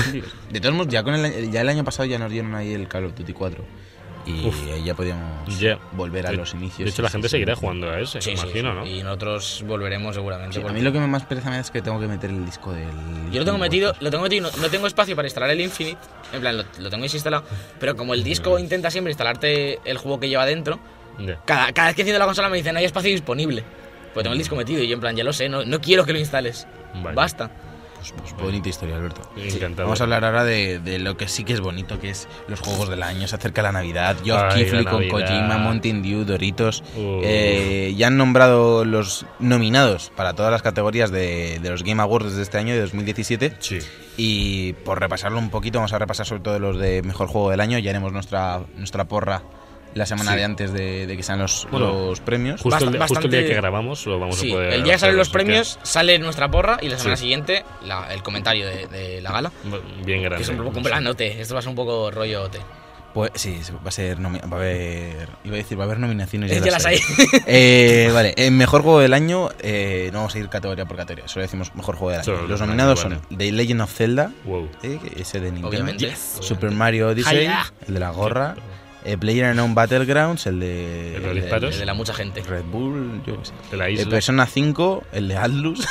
Speaker 4: De todos modos, ya, con el, ya el año pasado ya nos dieron ahí el Call of Duty 4. Y
Speaker 2: Uf.
Speaker 4: ahí ya podíamos
Speaker 2: Ya.
Speaker 4: volver a
Speaker 2: De-
Speaker 4: los inicios.
Speaker 2: De hecho,
Speaker 4: sí,
Speaker 2: la
Speaker 4: sí,
Speaker 2: gente
Speaker 4: sí.
Speaker 2: seguirá jugando a ese,
Speaker 3: sí, sí,
Speaker 2: imagino,
Speaker 3: sí.
Speaker 2: ¿no?
Speaker 3: Y nosotros volveremos seguramente.
Speaker 4: Sí, a
Speaker 3: porque-
Speaker 4: mí lo que me más pereza me da es que tengo que meter el disco del.
Speaker 3: Yo lo tengo metido, lo tengo metido, y no, no tengo espacio para instalar el Infinite, en plan, lo, lo tengo instalado, pero como el disco intenta siempre instalarte el juego que lleva dentro,
Speaker 2: Ya.
Speaker 3: cada, cada vez que enciendo la consola me dicen no hay espacio disponible, pues tengo el disco metido y yo en plan, ya lo sé, no, no quiero que lo instales,
Speaker 2: Vaya.
Speaker 3: basta.
Speaker 4: Pues, pues, bonita historia, Alberto.
Speaker 2: Encantado.
Speaker 4: Vamos a hablar ahora de, de lo que sí que es bonito, que es los juegos del año. Se acerca la Navidad. Geoff
Speaker 2: Ay, la
Speaker 4: Keighley con
Speaker 2: Navidad.
Speaker 4: Kojima, Mountain Dew, Doritos.
Speaker 2: Uf.
Speaker 4: Eh, ya han nombrado los nominados para todas las categorías de, de los Game Awards de este año, de 2017.
Speaker 2: Sí.
Speaker 4: Y por repasarlo un poquito, vamos a repasar sobre todo los de mejor juego del año. Ya haremos nuestra, nuestra porra la semana
Speaker 2: Sí.
Speaker 4: de antes de, de que sean los,
Speaker 2: Bueno,
Speaker 4: los premios.
Speaker 2: Justo, el,
Speaker 3: Bast-
Speaker 2: justo el día
Speaker 3: bastante-
Speaker 2: que grabamos lo vamos
Speaker 3: Sí,
Speaker 2: a poder.
Speaker 3: el día que salen los
Speaker 2: hacer,
Speaker 3: premios sale nuestra porra y la semana
Speaker 2: Sí.
Speaker 3: siguiente la- el comentario de, de la gala,
Speaker 2: así que, Bien grande.
Speaker 3: que es un poco un planote, esto va a ser un poco rollo T.
Speaker 4: Pues sí, va a ser nomi- va a haber iba a decir va a haber nominaciones.
Speaker 3: Ya las hay.
Speaker 4: Eh, vale, eh, mejor juego del año eh, no vamos a ir categoría por categoría, solo decimos mejor juego del año.
Speaker 2: Solo
Speaker 4: los
Speaker 2: los
Speaker 4: nominados
Speaker 2: vale.
Speaker 4: son The Legend of Zelda,
Speaker 2: Wow.
Speaker 4: eh, que ese de Nintendo,
Speaker 3: Obviamente, Yes.
Speaker 4: Super
Speaker 3: obviamente.
Speaker 4: Mario Odyssey,
Speaker 3: Hi-ya.
Speaker 4: el de la gorra, eh, Player Unknown Battlegrounds, el de
Speaker 2: El de los
Speaker 4: del-
Speaker 2: disparos.
Speaker 3: El de la mucha gente.
Speaker 4: Red Bull, yo qué sé.
Speaker 2: De la
Speaker 4: El
Speaker 2: isla.
Speaker 4: Persona 5, el de Atlus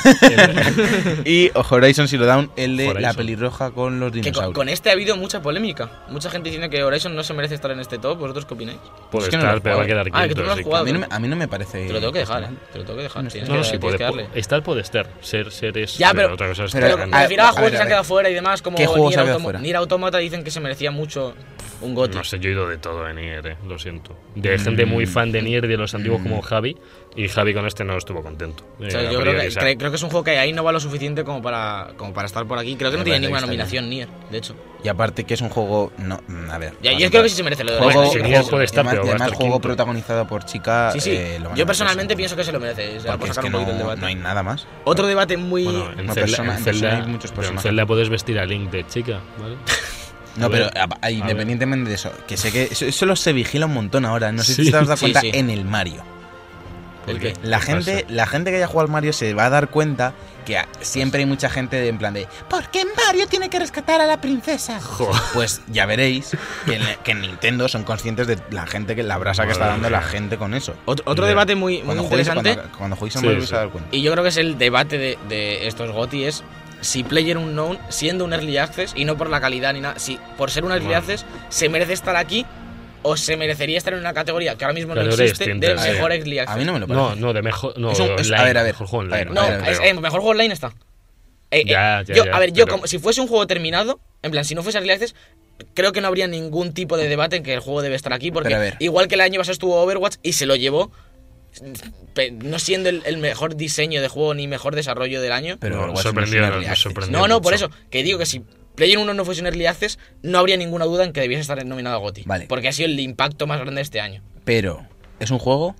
Speaker 4: y Horizon Zero Dawn, el de la
Speaker 2: Horizon.
Speaker 4: pelirroja con los
Speaker 3: Que con,
Speaker 4: dinosaurios.
Speaker 3: con este ha habido mucha polémica. Mucha gente diciendo que Horizon no se merece estar en este top. ¿Vosotros qué opináis?
Speaker 2: Puede
Speaker 4: Es que no lo
Speaker 2: estar,
Speaker 4: he
Speaker 2: pero va a
Speaker 4: jugado.
Speaker 2: quedar
Speaker 3: Ah, que
Speaker 2: quinto,
Speaker 3: tú no lo has
Speaker 2: así que-
Speaker 3: jugado.
Speaker 4: a, mí no me, a mí no me parece.
Speaker 3: Te lo tengo que dejar,
Speaker 4: está
Speaker 3: ¿eh?
Speaker 4: mal.
Speaker 3: Te lo tengo que dejar. Tienes
Speaker 2: No, no,
Speaker 3: que-
Speaker 2: sí,
Speaker 3: tienes
Speaker 2: puede,
Speaker 3: que darle.
Speaker 2: estar puede estar. Ser, ser es.
Speaker 3: Ya, pero-
Speaker 2: otra cosa es estar
Speaker 4: pero-
Speaker 3: Pero
Speaker 2: grande.
Speaker 3: me refiero
Speaker 4: a
Speaker 3: a,
Speaker 4: ver,
Speaker 3: juegos que
Speaker 4: a
Speaker 3: se han
Speaker 4: ver.
Speaker 3: quedado fuera y demás, como
Speaker 4: ¿Qué juegos
Speaker 3: Nier,
Speaker 4: había
Speaker 3: Automa-
Speaker 4: fuera?
Speaker 3: Nier Automata dicen que se merecía mucho un GOTY.
Speaker 2: No sé, yo he ido de todo de Nier, eh, lo siento. De gente muy
Speaker 3: Mm.
Speaker 2: fan de Nier, de los antiguos como Javi, y Javi con este no estuvo contento. Eh,
Speaker 3: O sea,
Speaker 2: a
Speaker 3: yo creo que,
Speaker 2: priorizar.
Speaker 3: cre- creo que es un juego que ahí no va lo suficiente como para, como para estar por aquí. Creo que no
Speaker 4: Me
Speaker 3: tiene
Speaker 4: parece
Speaker 3: ninguna
Speaker 4: que está
Speaker 3: nominación Nier, de hecho.
Speaker 4: Y aparte que es un juego... No, mm, a ver.
Speaker 3: Ya,
Speaker 4: vale,
Speaker 3: yo creo
Speaker 4: vale.
Speaker 3: que sí se merece lo de
Speaker 4: Juego,
Speaker 2: Bueno,
Speaker 3: Horizon,
Speaker 2: sí,
Speaker 3: creo
Speaker 2: Nier
Speaker 3: que
Speaker 4: juego-
Speaker 3: sí.
Speaker 2: puede estar,
Speaker 4: además,
Speaker 2: pero va a
Speaker 4: además
Speaker 2: estar
Speaker 4: juego
Speaker 2: quinto.
Speaker 4: protagonizado por chica...
Speaker 3: Sí, sí.
Speaker 4: eh, lo van a
Speaker 3: yo
Speaker 4: meter
Speaker 3: personalmente
Speaker 4: seguro.
Speaker 3: pienso que se lo merece. o sea, por
Speaker 4: Porque es
Speaker 3: sacar
Speaker 4: que
Speaker 3: un
Speaker 4: no,
Speaker 3: poquito el debate.
Speaker 4: no hay nada más.
Speaker 3: Otro debate muy.
Speaker 2: Bueno, en
Speaker 4: Una persona-
Speaker 2: Zelda, en
Speaker 4: en persona
Speaker 2: Zelda-
Speaker 4: hay muchos
Speaker 2: pero en
Speaker 4: personajes.
Speaker 2: Zelda puedes vestir a Link de chica, ¿vale?
Speaker 4: No, pero
Speaker 2: ver,
Speaker 4: a- a-
Speaker 2: a
Speaker 4: independientemente de eso, que sé que eso, eso lo se vigila un montón ahora. No sé
Speaker 2: Sí.
Speaker 4: si te has dado
Speaker 3: Sí,
Speaker 4: cuenta
Speaker 3: sí.
Speaker 4: en el Mario.
Speaker 3: ¿El
Speaker 2: Porque-
Speaker 3: qué?
Speaker 4: La
Speaker 2: ¿qué
Speaker 4: gente,
Speaker 2: pasa?
Speaker 4: la gente que haya jugado al Mario se va a dar cuenta que a- siempre hay mucha gente de- en plan de ¿Por qué Mario tiene que rescatar a la princesa?
Speaker 2: Jo.
Speaker 4: Pues ya veréis que en, que en Nintendo son conscientes de la gente que la brasa que está
Speaker 2: Madre
Speaker 4: dando la
Speaker 2: mía.
Speaker 4: gente con eso.
Speaker 3: Otro, otro
Speaker 2: Ya.
Speaker 3: debate muy, muy
Speaker 4: Cuando juegues,
Speaker 3: interesante.
Speaker 4: cuando, cuando juegues a
Speaker 2: Sí,
Speaker 4: Mario vais
Speaker 2: sí.
Speaker 4: a dar cuenta.
Speaker 3: Y yo creo que es el debate de, de estos GOTY es si Player Unknown, siendo un early access, y no por la calidad ni nada, si por ser un early
Speaker 2: Bueno.
Speaker 3: access, se merece estar aquí o se merecería estar en una categoría que ahora mismo no
Speaker 2: Categoría
Speaker 3: existe
Speaker 2: distinta,
Speaker 3: de
Speaker 2: sí.
Speaker 3: mejor early access.
Speaker 4: A mí no me lo parece.
Speaker 2: No, no, de mejor. No,
Speaker 4: Es un- es-
Speaker 2: online,
Speaker 4: a ver, a ver,
Speaker 2: mejor juego
Speaker 4: a ver,
Speaker 2: online.
Speaker 4: no,
Speaker 3: No,
Speaker 2: creo.
Speaker 3: es- eh, mejor juego online está. Eh, eh,
Speaker 2: Ya, ya,
Speaker 3: yo-
Speaker 2: ya,
Speaker 3: a ver, yo
Speaker 2: pero-
Speaker 3: como si fuese un juego terminado, en plan, si no fuese early access, creo que no habría ningún tipo de debate en que el juego debe estar aquí, porque
Speaker 4: Pero a ver.
Speaker 3: igual que el año pasado estuvo Overwatch y se lo llevó, pe- no siendo el, el mejor diseño de juego ni mejor desarrollo del año.
Speaker 4: Pero
Speaker 2: No,
Speaker 4: Overwatch no es
Speaker 2: sorprendido,
Speaker 4: un
Speaker 2: no,
Speaker 4: early
Speaker 2: me
Speaker 4: access.
Speaker 2: sorprendió
Speaker 3: No, no,
Speaker 2: mucho.
Speaker 3: por eso. Que digo que si Player 1 no fuese un early access, no habría ninguna duda en que debiese estar nominado a GOTY.
Speaker 4: Vale.
Speaker 3: Porque ha sido el impacto más grande de este año.
Speaker 4: Pero, ¿es un juego?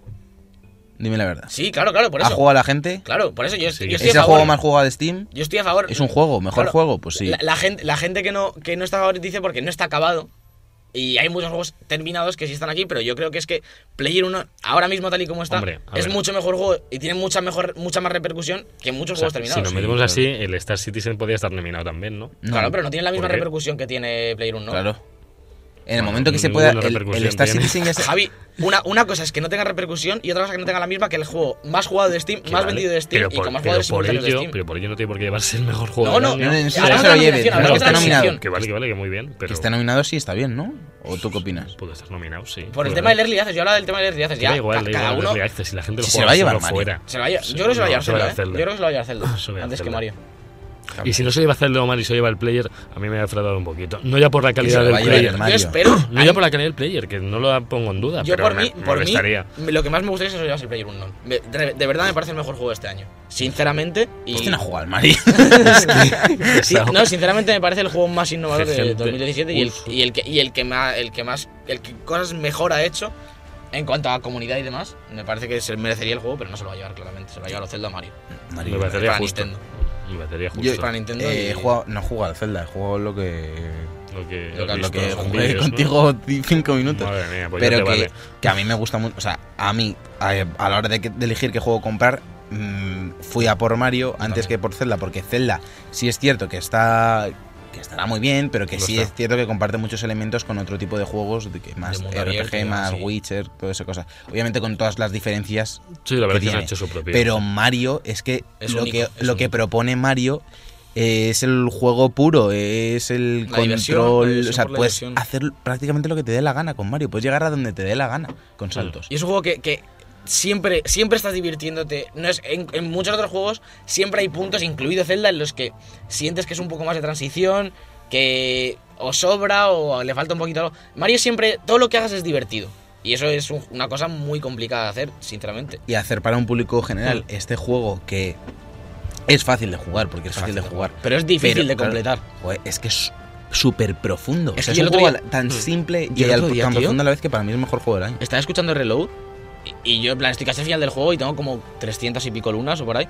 Speaker 4: Dime la verdad.
Speaker 3: Sí, claro, claro, por
Speaker 4: ¿Ha
Speaker 3: eso.
Speaker 4: jugado a la gente?
Speaker 3: Claro, por eso yo,
Speaker 2: Sí.
Speaker 3: yo
Speaker 4: ¿Es
Speaker 3: estoy
Speaker 4: el
Speaker 3: a favor.
Speaker 4: juego más jugado de Steam?
Speaker 3: Yo estoy a favor.
Speaker 4: ¿Es un juego? ¿Mejor
Speaker 3: Claro.
Speaker 4: juego? Pues sí.
Speaker 3: La, la gente, la gente que, no, que no está a favor dice porque no está acabado. Y hay muchos juegos terminados que sí están aquí, pero yo creo que es que Player 1, ahora mismo tal y como está,
Speaker 2: Hombre, a
Speaker 3: es
Speaker 2: ver.
Speaker 3: mucho mejor juego y tiene mucha, mejor, mucha más repercusión que muchos
Speaker 2: O sea,
Speaker 3: juegos
Speaker 2: si
Speaker 3: terminados.
Speaker 2: nos
Speaker 4: sí,
Speaker 2: metemos
Speaker 4: claro.
Speaker 2: así, el Star Citizen podría estar nominado también, ¿no?
Speaker 4: No,
Speaker 3: Claro, pero no tiene la misma
Speaker 2: ¿Por qué?
Speaker 3: repercusión que tiene Player 1, ¿no?
Speaker 4: Claro. En el
Speaker 2: Bueno,
Speaker 4: momento que se
Speaker 2: ninguna
Speaker 4: pueda. El, el
Speaker 2: repercusión
Speaker 4: Star
Speaker 2: tiene.
Speaker 4: Citizen ya se-
Speaker 3: Javi, una, una cosa es que no tenga repercusión y otra cosa que no tenga la misma que el juego más jugado de Steam,
Speaker 2: Que
Speaker 3: más
Speaker 2: vale,
Speaker 3: vendido de Steam
Speaker 2: pero
Speaker 3: y
Speaker 2: por,
Speaker 3: con más
Speaker 2: pero
Speaker 3: jugadores
Speaker 2: por
Speaker 3: simultáneos de
Speaker 2: ello,
Speaker 3: Steam.
Speaker 2: pero por ello no tiene por qué llevarse el mejor juego
Speaker 3: No,
Speaker 2: del
Speaker 3: no,
Speaker 2: año.
Speaker 4: no, no,
Speaker 2: Sí,
Speaker 4: no,
Speaker 2: sí,
Speaker 4: no,
Speaker 2: sí,
Speaker 4: se lo lleven,
Speaker 3: nominación,
Speaker 4: no,
Speaker 3: habrá
Speaker 4: que
Speaker 3: que
Speaker 4: está
Speaker 3: estar
Speaker 4: nominado.
Speaker 2: Que vale, que vale, que muy bien, pero
Speaker 4: Que está nominado sí está bien, ¿no? ¿O tú qué opinas?
Speaker 2: puede estar nominado, sí.
Speaker 3: Por el
Speaker 2: Puede.
Speaker 3: tema del Early Access, yo hablaba del tema del Early Access,
Speaker 2: Que da
Speaker 3: ya,
Speaker 2: igual,
Speaker 3: ca-
Speaker 2: da
Speaker 3: cada
Speaker 2: igual,
Speaker 3: uno
Speaker 2: Early Access, si la gente lo
Speaker 4: Sí,
Speaker 2: juega,
Speaker 4: se lo va a llevar
Speaker 2: solo
Speaker 4: Mario.
Speaker 2: fuera.
Speaker 3: se lo va a llevar.
Speaker 2: Sí,
Speaker 3: Yo creo que se lo va a
Speaker 2: no,
Speaker 3: llevar
Speaker 2: se lo va a
Speaker 3: Zelda, ¿eh? Yo
Speaker 2: Zelda.
Speaker 3: creo que se lo va a llevar Zelda,
Speaker 2: Se lo va a
Speaker 3: antes que
Speaker 2: Zelda.
Speaker 3: Mario.
Speaker 2: Y si no se lleva Zelda o Mario, se lleva el player, a mí me ha defraudado un poquito. No ya por la
Speaker 4: se
Speaker 2: calidad
Speaker 4: lo
Speaker 2: del
Speaker 4: va a llevar el
Speaker 2: player.
Speaker 4: Mario.
Speaker 3: Yo espero...
Speaker 2: No ya por la calidad del player, que no lo pongo en duda,
Speaker 3: Yo
Speaker 2: pero
Speaker 3: por
Speaker 2: me,
Speaker 3: mí,
Speaker 2: me
Speaker 3: por mí,
Speaker 2: gustaría.
Speaker 3: lo que más me gustaría es que se lo llevase el Player 1. De, de- de verdad me parece el mejor juego de este año. Sinceramente. Y,
Speaker 4: Hostia, Este no juega al Mario.
Speaker 3: Sí, no, sinceramente me parece el juego más innovador de
Speaker 2: Gente.
Speaker 3: 2017 y el,
Speaker 2: Uf.
Speaker 3: y el que, y el que más, el que más, el que cosas mejor ha hecho en cuanto a comunidad y demás. Me parece que se merecería el juego, pero no se lo va a llevar claramente. Se lo va a llevar a Zelda Mario.
Speaker 2: Me
Speaker 4: Mario.
Speaker 2: parecería
Speaker 3: para
Speaker 2: justo.
Speaker 3: Nintendo.
Speaker 2: Me parecería justo.
Speaker 4: Yo-
Speaker 3: Para Nintendo.
Speaker 4: Eh,
Speaker 3: y-
Speaker 4: he jugado- no he jugado al Zelda, he jugado lo que.
Speaker 2: Lo que,
Speaker 3: Lo que-
Speaker 2: he
Speaker 3: lo
Speaker 4: Lo
Speaker 2: visto
Speaker 4: que
Speaker 2: en
Speaker 4: jugué
Speaker 2: vídeos, ¿no?
Speaker 4: contigo cinco minutos.
Speaker 2: Madre mía, pues ya
Speaker 4: pero que,
Speaker 2: te vale.
Speaker 4: que a mí me gusta mucho. O sea, a mí, a, a la hora de, que- de elegir qué juego comprar, mm, fui a por Mario antes
Speaker 3: También.
Speaker 4: que por Zelda, porque Zelda sí es cierto que está. que estará muy bien, pero que
Speaker 2: Lo
Speaker 4: sí
Speaker 2: está.
Speaker 4: es cierto que comparte muchos elementos con otro tipo de juegos, de que más
Speaker 3: De mundo
Speaker 4: RPG,
Speaker 3: abierto,
Speaker 4: más
Speaker 3: sí.
Speaker 4: Witcher, toda esa cosa. Obviamente con todas las diferencias
Speaker 2: Sí, la verdad es
Speaker 4: que
Speaker 2: que se ha
Speaker 4: tiene.
Speaker 2: hecho su propio.
Speaker 4: pero Mario es que
Speaker 3: Es
Speaker 4: lo
Speaker 3: único,
Speaker 4: que
Speaker 3: es
Speaker 4: lo que
Speaker 3: único.
Speaker 4: propone Mario eh, es el juego puro, es el
Speaker 3: La
Speaker 4: control,
Speaker 3: diversión, la diversión
Speaker 4: o sea,
Speaker 3: por la
Speaker 4: puedes
Speaker 3: diversión.
Speaker 4: hacer prácticamente lo que te dé la gana con Mario, puedes llegar a donde te dé la gana con saltos.
Speaker 3: Y es un juego que, que siempre, siempre estás divirtiéndote. No es, en, en muchos otros juegos siempre hay puntos, incluido Zelda, en los que sientes que es un poco más de transición, que o sobra o le falta un poquito algo. Mario siempre, todo lo que hagas es divertido. Y eso es un- una cosa muy complicada de hacer, sinceramente.
Speaker 4: Y hacer para un público general este juego que es fácil de jugar, porque es,
Speaker 3: Es
Speaker 4: fácil, de jugar.
Speaker 3: Pero es difícil
Speaker 4: Pero,
Speaker 3: de
Speaker 4: claro,
Speaker 3: completar.
Speaker 4: joder, es que es súper profundo.
Speaker 3: Es
Speaker 4: o sea,
Speaker 3: que yo el
Speaker 4: es un
Speaker 3: otro
Speaker 4: juego
Speaker 3: día- Mm.
Speaker 4: tan simple
Speaker 3: Yo
Speaker 4: y
Speaker 3: el
Speaker 4: al-
Speaker 3: otro día,
Speaker 4: tan
Speaker 3: tío-
Speaker 4: profundo a la vez que para mí es el mejor juego del año.
Speaker 3: Estaba escuchando Reload y, y yo, en plan, estoy casi al final del juego y tengo como 300 y pico lunas o por ahí.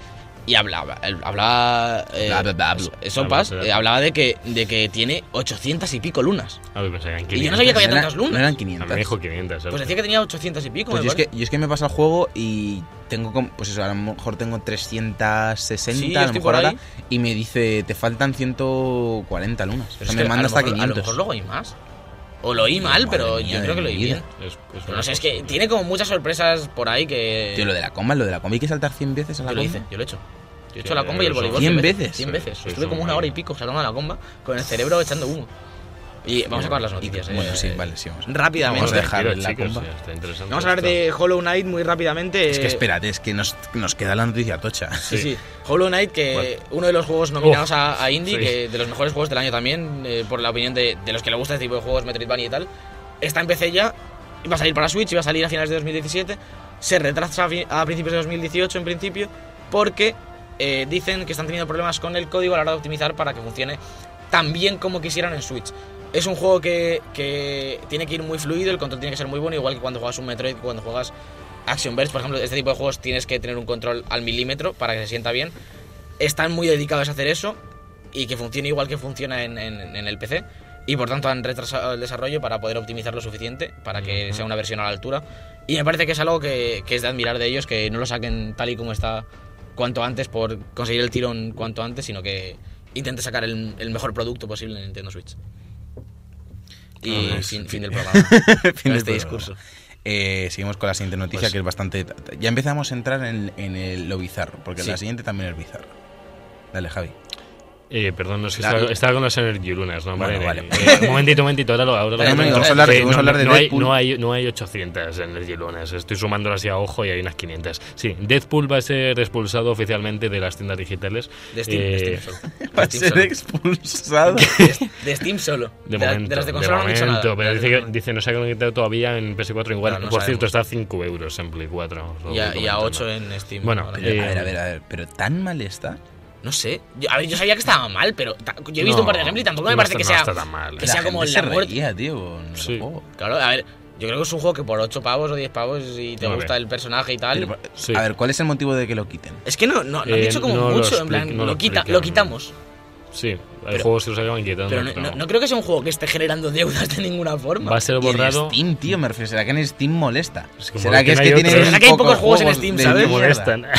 Speaker 3: Y hablaba, el- hablaba. eh,
Speaker 4: Bla, bla, bla, bla.
Speaker 3: so- Sopas,
Speaker 2: Bla, bla, bla.
Speaker 3: eh, hablaba de que, de que tiene 800 y pico lunas.
Speaker 2: A ver, pensaba que eran
Speaker 3: Y yo no
Speaker 2: 500.
Speaker 3: sabía que había
Speaker 4: No eran-
Speaker 3: tantas
Speaker 4: no
Speaker 3: lunas.
Speaker 4: eran
Speaker 2: A
Speaker 4: 500.
Speaker 2: mí me dijo ¿eh? 500. ¿sabes?
Speaker 3: Pues decía que tenía 800 y pico.
Speaker 4: Pues
Speaker 3: me
Speaker 4: yo es,
Speaker 3: parece.
Speaker 4: que, yo es que me pasa el juego y tengo, como- pues eso, a lo mejor tengo 360,
Speaker 3: Sí,
Speaker 4: a lo
Speaker 3: estoy
Speaker 4: mejor
Speaker 3: por
Speaker 4: ahora,
Speaker 3: ahí.
Speaker 4: y me dice, te faltan 140 lunas. O
Speaker 3: Pero
Speaker 4: sea,
Speaker 3: es
Speaker 4: me
Speaker 3: que
Speaker 4: manda
Speaker 3: a lo
Speaker 4: hasta
Speaker 3: mejor- A lo
Speaker 4: 500.
Speaker 3: mejor luego hay más. O lo oí mal,
Speaker 4: Madre
Speaker 3: pero
Speaker 4: mía
Speaker 3: yo
Speaker 4: de
Speaker 3: creo que lo
Speaker 4: mi
Speaker 3: oí
Speaker 4: vida.
Speaker 3: bien.
Speaker 2: Es- es
Speaker 3: Pero
Speaker 2: una
Speaker 3: no sé, es
Speaker 2: cosa.
Speaker 3: que tiene como muchas sorpresas por ahí que.
Speaker 4: Tío, lo de la comba, lo de la comba, hay que saltar 100 veces a la
Speaker 3: Yo lo
Speaker 4: comba.
Speaker 3: hice, yo lo he hecho. Yo he
Speaker 2: Sí,
Speaker 3: hecho la comba y el
Speaker 2: sois-
Speaker 3: voleibol.
Speaker 4: ¿Cien
Speaker 3: 100
Speaker 4: veces?
Speaker 3: 100 veces.
Speaker 2: Sois
Speaker 3: Estuve
Speaker 2: un
Speaker 3: como una hora y
Speaker 2: máquina.
Speaker 3: pico saltando la comba con el cerebro echando humo. Y vamos a acabar las
Speaker 4: Y-
Speaker 3: noticias. eh.
Speaker 4: bueno, sí, vale, sí, vamos.
Speaker 3: Rápidamente. eh.
Speaker 4: Vamos a dejar
Speaker 2: Tranquilos,
Speaker 4: la
Speaker 2: chicos,
Speaker 4: comba.
Speaker 2: ya está interesante
Speaker 3: Vamos a hablar
Speaker 2: esto.
Speaker 3: de Hollow Knight muy rápidamente.
Speaker 4: Es que
Speaker 3: eh,
Speaker 4: espérate, es que nos, nos queda la noticia tocha.
Speaker 3: Sí, sí. Hollow Knight, que uno de los juegos nominados a, a Indie,
Speaker 2: sí.
Speaker 3: que de los mejores juegos del año también, eh, por la opinión de, de los que le gusta este tipo de juegos, Metroidvania y tal, está en PC ya, y va a salir para Switch, iba a salir a finales de 2017, se retrasa a, fi- a principios de 2018 en principio, porque eh, dicen que están teniendo problemas con el código a la hora de optimizar para que funcione tan bien como quisieran en Switch. Es un juego que, que tiene que ir muy fluido, el control tiene que ser muy bueno, igual que cuando juegas un Metroid, que cuando juegas Action Verge, por ejemplo, este tipo de juegos tienes que tener un control al milímetro para que se sienta bien. Están muy dedicados a hacer eso y que funcione igual que funciona en, en- en el PC. Y por tanto han retrasado el desarrollo para poder optimizar lo suficiente para que sea una versión a la altura. Y me parece que es algo que, que es de admirar de ellos, que no lo saquen tal y como está cuanto antes por conseguir el tirón cuanto antes, sino que intente sacar el, el mejor producto posible en Nintendo Switch. Y
Speaker 2: Ah, es-
Speaker 3: fin, fin del programa.
Speaker 4: Fin
Speaker 3: Con
Speaker 4: del
Speaker 3: este
Speaker 4: programa.
Speaker 3: discurso.
Speaker 4: Eh, seguimos con la siguiente noticia
Speaker 2: Pues-
Speaker 4: que es bastante... Ya empezamos a entrar en, en el- lo bizarro, porque
Speaker 3: Sí.
Speaker 4: la siguiente también es bizarro. Dale, Javi.
Speaker 2: Eh, perdón, no, es que
Speaker 4: La-
Speaker 2: estaba, estaba con las Energy Lunas, ¿no?
Speaker 4: Bueno,
Speaker 2: vale.
Speaker 4: vale.
Speaker 2: eh, eh, momentito, momentito, ahora lo ahora lo-
Speaker 4: Vale,
Speaker 2: ahora lo-
Speaker 4: vamos a hablar-
Speaker 2: Eh,
Speaker 4: vamos a
Speaker 2: no,
Speaker 4: hablar de
Speaker 2: no hay,
Speaker 4: Deadpool.
Speaker 2: no, hay, no hay 800 Energy Lunas, estoy sumándolas ya a ojo y hay unas 500. Sí, Deadpool va a ser expulsado oficialmente de las tiendas digitales.
Speaker 3: De Steam, de Steam
Speaker 2: Eh,
Speaker 3: solo.
Speaker 4: Va
Speaker 3: De
Speaker 4: a
Speaker 3: Steam
Speaker 4: ser
Speaker 3: solo.
Speaker 4: expulsado.
Speaker 3: De Steam solo.
Speaker 2: De,
Speaker 3: la-
Speaker 2: momento,
Speaker 3: las de
Speaker 2: de
Speaker 3: consola no han dicho nada.
Speaker 2: momento, pero
Speaker 3: De las
Speaker 2: dice,
Speaker 3: de
Speaker 2: que,
Speaker 3: consola.
Speaker 2: dice no se ha conectado todavía en PS4 igual.
Speaker 3: No, no
Speaker 2: Por cierto, está
Speaker 3: sabemos.
Speaker 2: a 5 euros en Play 4. os lo
Speaker 3: Y a,
Speaker 2: voy
Speaker 3: y a
Speaker 2: comentando.
Speaker 3: 8 en Steam.
Speaker 2: Bueno,
Speaker 3: ahora.
Speaker 4: Pero,
Speaker 2: eh,
Speaker 4: a ver, a ver, a ver, pero tan mal está.
Speaker 3: no sé. Yo, a ver, yo sabía que estaba mal, pero ta- yo he visto un par de
Speaker 2: No,
Speaker 3: ejemplos y tampoco me
Speaker 2: no
Speaker 3: parece
Speaker 2: está-
Speaker 3: que
Speaker 2: no
Speaker 3: sea.
Speaker 2: está tan mal.
Speaker 3: que
Speaker 2: La
Speaker 3: sea como
Speaker 4: gente se
Speaker 3: la muerte.
Speaker 4: reía, tío, con el
Speaker 2: Sí.
Speaker 4: juego.
Speaker 3: Claro, a ver, yo creo que es un juego que por 8 pavos o 10 pavos, si te
Speaker 2: Nueve.
Speaker 3: gusta el personaje y
Speaker 4: Pero,
Speaker 3: tal.
Speaker 2: Sí.
Speaker 4: A ver, ¿cuál es el motivo de que lo quiten?
Speaker 3: Es que no, no, no han
Speaker 2: Eh,
Speaker 3: dicho como
Speaker 2: no lo
Speaker 3: mucho, en
Speaker 2: expli-
Speaker 3: plan,
Speaker 2: no lo
Speaker 3: lo, quita,
Speaker 2: explican.
Speaker 3: lo quitamos.
Speaker 2: Sí, hay
Speaker 3: eh. Pero-
Speaker 2: juegos que los acaban quitando.
Speaker 3: Pero no,
Speaker 2: pero
Speaker 3: no- no creo que sea un juego que esté generando deudas de ninguna forma.
Speaker 2: va a ser
Speaker 4: Y en
Speaker 2: borrado.
Speaker 4: Steam, tío, me refiero. ¿Será que en Steam molesta?
Speaker 2: Es que
Speaker 4: ¿Será que es
Speaker 2: molesta,
Speaker 4: que
Speaker 2: hay
Speaker 4: tienen
Speaker 2: otros.
Speaker 4: muy
Speaker 3: Será que hay pocos juegos en Steam,
Speaker 4: de
Speaker 3: ¿sabes?
Speaker 4: mierda?
Speaker 2: Molestan.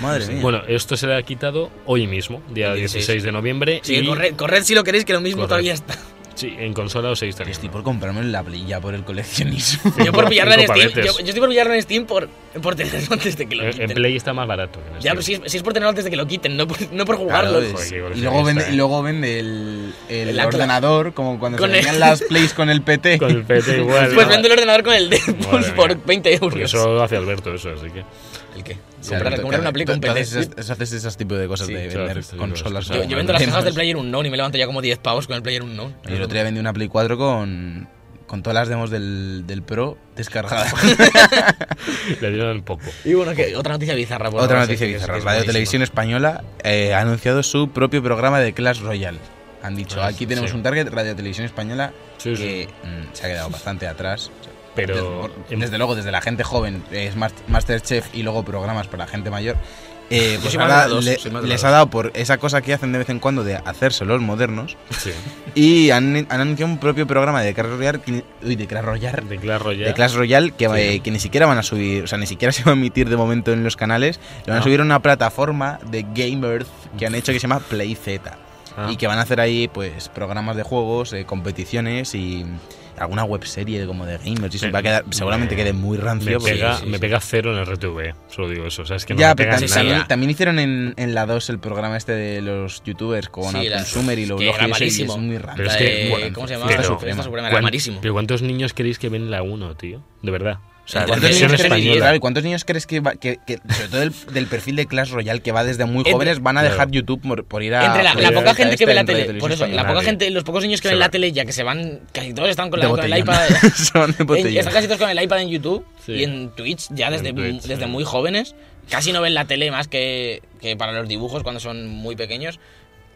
Speaker 4: Madre mía.
Speaker 2: Bueno, esto será quitado hoy mismo, día
Speaker 3: El
Speaker 2: 16,
Speaker 3: 16.
Speaker 2: de noviembre.
Speaker 3: Sí,
Speaker 2: y,
Speaker 3: corred, corred si lo queréis, que lo mismo
Speaker 2: Corred.
Speaker 3: todavía está.
Speaker 2: Sí, en consola os seguís teniendo.
Speaker 4: estoy por comprarme la Play ya por el coleccionismo.
Speaker 3: Yo por pillarlo en
Speaker 2: Cinco
Speaker 3: Steam. Yo,
Speaker 2: paletes.
Speaker 3: yo estoy por pillarlo en Steam por, por tenerlo antes de que lo
Speaker 2: Eh, En-
Speaker 3: quiten.
Speaker 2: En Play está más barato. que en
Speaker 3: Ya,
Speaker 2: Steam.
Speaker 3: pero si es, si es por tenerlo antes de que lo quiten, no por, no por
Speaker 4: Claro,
Speaker 3: jugarlo.
Speaker 4: es-
Speaker 2: Joder, qué
Speaker 4: y, luego
Speaker 2: coleccionista,
Speaker 4: vende,
Speaker 2: eh.
Speaker 4: y luego vende el, el
Speaker 3: La cla-
Speaker 4: ordenador, como cuando se
Speaker 3: Con el-
Speaker 4: vendían las Plays con el PT.
Speaker 2: Con el PT igual.
Speaker 3: pues
Speaker 2: ¿no?
Speaker 3: vende el ordenador con el
Speaker 2: Madre
Speaker 3: Deadpool
Speaker 2: mía.
Speaker 3: por 20 euros.
Speaker 2: Porque eso lo hace Alberto, eso, así que.
Speaker 3: ¿El qué?
Speaker 4: O sea,
Speaker 3: Comprar,
Speaker 4: tú-
Speaker 3: comprar una
Speaker 4: tú-
Speaker 3: Play
Speaker 4: tú
Speaker 3: con PT.
Speaker 4: haces este- esas- eso haces esos tipos de cosas
Speaker 2: Sí,
Speaker 4: de
Speaker 2: claro,
Speaker 4: vender
Speaker 2: haces esas
Speaker 4: consolas.
Speaker 2: cosas.
Speaker 4: o
Speaker 3: Yo, yo vendo las
Speaker 4: demás.
Speaker 3: cajas del Player Unknown y me levanto ya como 10 pavos con el Player Unknown.
Speaker 4: El otro día vendí una Play 4 con, con todas las demos del, del Pro descargadas.
Speaker 2: Le dieron poco.
Speaker 3: Y bueno, que otra noticia bizarra. por
Speaker 4: Otra
Speaker 3: ahora, sí,
Speaker 4: noticia
Speaker 3: que es-
Speaker 4: bizarra.
Speaker 3: que es
Speaker 4: Radio
Speaker 3: buenísima.
Speaker 4: Televisión Española eh, ha anunciado su propio programa de Clash Royale. Han dicho,
Speaker 2: Ah,
Speaker 3: Pues,
Speaker 4: aquí tenemos
Speaker 2: sí.
Speaker 4: un target, Radio Televisión Española,
Speaker 2: Sí, sí.
Speaker 4: que mm, se ha quedado bastante atrás.
Speaker 2: Pero.
Speaker 4: Desde-
Speaker 2: en-
Speaker 4: desde, luego, desde la gente joven, eh, es Masterchef y luego programas para gente mayor. eh, pues
Speaker 3: soy más
Speaker 4: ahora
Speaker 3: de la dos,
Speaker 4: le-
Speaker 3: soy más de la
Speaker 4: les
Speaker 3: dos.
Speaker 4: ha dado por esa cosa que hacen de vez en cuando de hacerse los modernos
Speaker 2: sí.
Speaker 4: y han, han anunciado un propio programa de Clash Royale, que- uy, de Clash Royale,
Speaker 2: De Clash Royale.
Speaker 4: de Clash Royale que,
Speaker 2: Sí.
Speaker 4: eh, que ni siquiera van a subir, o sea, ni siquiera se va a emitir de momento en los canales, lo van a
Speaker 2: No.
Speaker 4: subir a una plataforma de gamers que han hecho que se llama PlayZ
Speaker 2: Ah,
Speaker 4: y que van a hacer ahí pues programas de juegos, eh, competiciones y alguna webserie como de gamers y eso
Speaker 2: Me-
Speaker 4: va a quedar, seguramente
Speaker 2: me-
Speaker 4: quede muy
Speaker 2: me,
Speaker 4: rancio. porque-
Speaker 2: pega,
Speaker 4: sí,
Speaker 2: me
Speaker 4: sí.
Speaker 2: pega cero en el RTV, solo digo eso. O sea, es que no
Speaker 4: ya,
Speaker 2: me
Speaker 4: pero
Speaker 2: pega
Speaker 4: también,
Speaker 3: tan-
Speaker 2: nada.
Speaker 4: también- también hicieron en, en la 2 el programa este de los youtubers con
Speaker 3: Sí, la-
Speaker 4: Consumer y lo
Speaker 3: que
Speaker 4: y
Speaker 3: era
Speaker 4: eso, y
Speaker 3: malísimo.
Speaker 4: es muy raro.
Speaker 2: Pero es que,
Speaker 3: bueno, ¿cómo se llamaba?
Speaker 2: Pero-
Speaker 4: Fiesta
Speaker 2: Fiesta
Speaker 4: Suprema.
Speaker 3: Suprema. Era
Speaker 2: ¿Cuán-
Speaker 3: malísimo.
Speaker 2: Pero ¿cuántos niños queréis que ven la 1, tío? De verdad. O sea, la
Speaker 4: ¿Cuántos
Speaker 3: Televisión
Speaker 2: versión
Speaker 4: niños, crees,
Speaker 2: española.
Speaker 4: claro, ¿y cuántos niños crees que, va- que- que, sobre todo del, del perfil de Clash Royale, que va desde muy
Speaker 3: Entre-
Speaker 4: jóvenes, van a dejar
Speaker 2: claro.
Speaker 4: YouTube por, por ir a.
Speaker 3: Entre la,
Speaker 4: por
Speaker 3: la
Speaker 4: ir a
Speaker 3: poca gente
Speaker 4: esta
Speaker 3: que ve la
Speaker 4: en Radio
Speaker 3: tele, por eso,
Speaker 4: Televisión
Speaker 3: la poca
Speaker 2: Española.
Speaker 3: gente, los pocos niños que
Speaker 2: Se
Speaker 3: ven
Speaker 2: va.
Speaker 3: la tele ya que se van, casi todos están con, la, con
Speaker 4: Española. De
Speaker 3: el iPad.
Speaker 4: botellón. Son de
Speaker 3: en-
Speaker 4: botellón.
Speaker 3: están casi todos con el iPad en YouTube
Speaker 2: Sí.
Speaker 3: y en Twitch ya
Speaker 2: En
Speaker 3: desde,
Speaker 2: Twitch,
Speaker 3: desde
Speaker 2: sí.
Speaker 3: muy jóvenes. Casi no ven la tele más que, que para los dibujos cuando son muy pequeños.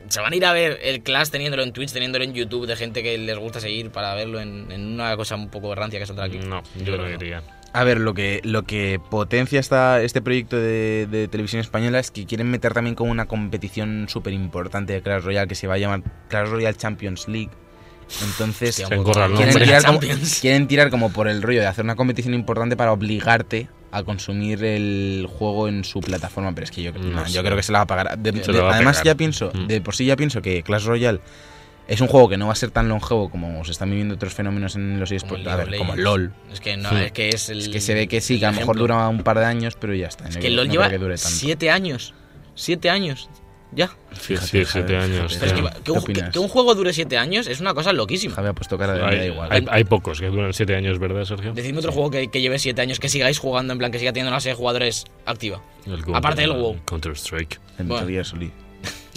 Speaker 3: Se van a ir a ver el Clash teniéndolo en Twitch, teniéndolo en YouTube, de gente que les gusta seguir para verlo en, en una cosa un poco rancia que saldrá aquí.
Speaker 2: No, yo
Speaker 3: creo
Speaker 2: no
Speaker 3: que no.
Speaker 2: diría.
Speaker 4: A ver, lo que, lo que potencia esta, este proyecto de, de televisión española es que quieren meter también como una competición súper importante de Clash Royale que se va a llamar Clash Royale Champions League. Entonces,
Speaker 3: Hostia,
Speaker 2: Se encorra el
Speaker 4: quieren,
Speaker 2: nombre.
Speaker 3: Hombre,
Speaker 4: tirar como,
Speaker 3: Champions.
Speaker 4: quieren tirar como por el rollo de hacer una competición importante para obligarte a consumir el juego en su plataforma, pero es que yo,
Speaker 2: No
Speaker 4: no, yo
Speaker 2: sé.
Speaker 4: creo que se la va a pagar. De-
Speaker 2: Se
Speaker 4: de-
Speaker 2: la va a
Speaker 4: además,
Speaker 2: pegar.
Speaker 4: ya pienso,
Speaker 2: Mm.
Speaker 4: de por sí ya pienso que Clash Royale es un juego que no va a ser tan longevo como se están viviendo otros fenómenos en los
Speaker 3: Como
Speaker 4: eSports,
Speaker 3: el
Speaker 4: a ver,
Speaker 3: League of
Speaker 4: como
Speaker 3: Legends.
Speaker 4: LOL.
Speaker 3: Es que no,
Speaker 2: Sí.
Speaker 3: es que es el.
Speaker 4: Es que se ve que sí,
Speaker 3: el
Speaker 4: que a lo mejor
Speaker 3: ejemplo.
Speaker 4: dura un par de años, pero ya está.
Speaker 3: Es
Speaker 4: no
Speaker 3: que
Speaker 4: creo-
Speaker 3: LOL
Speaker 4: no creo
Speaker 3: lleva
Speaker 4: que dure tanto.
Speaker 3: siete años. Siete años. Ya.
Speaker 2: Sí,
Speaker 4: Fíjate,
Speaker 2: sí,
Speaker 4: Javi,
Speaker 2: 7 años.
Speaker 4: fíjate.
Speaker 3: Pero es
Speaker 2: tío.
Speaker 3: que,
Speaker 4: ¿Qué
Speaker 3: que un, que-
Speaker 4: opinas?
Speaker 3: que un juego dure siete años es una cosa loquísima.
Speaker 4: Javi ha puesto cara de me da
Speaker 2: Hay,
Speaker 4: igual.
Speaker 2: hay- hay pocos que duran 7 años, ¿verdad, Sergio?
Speaker 3: Decidme otro juego que, que lleve siete años, que sigáis jugando, en plan, que siga teniendo una serie de jugadores activa.
Speaker 2: El
Speaker 3: aparte del WoW.
Speaker 2: Counter-Strike.
Speaker 4: El Metal
Speaker 3: bueno.
Speaker 4: Gear Solid.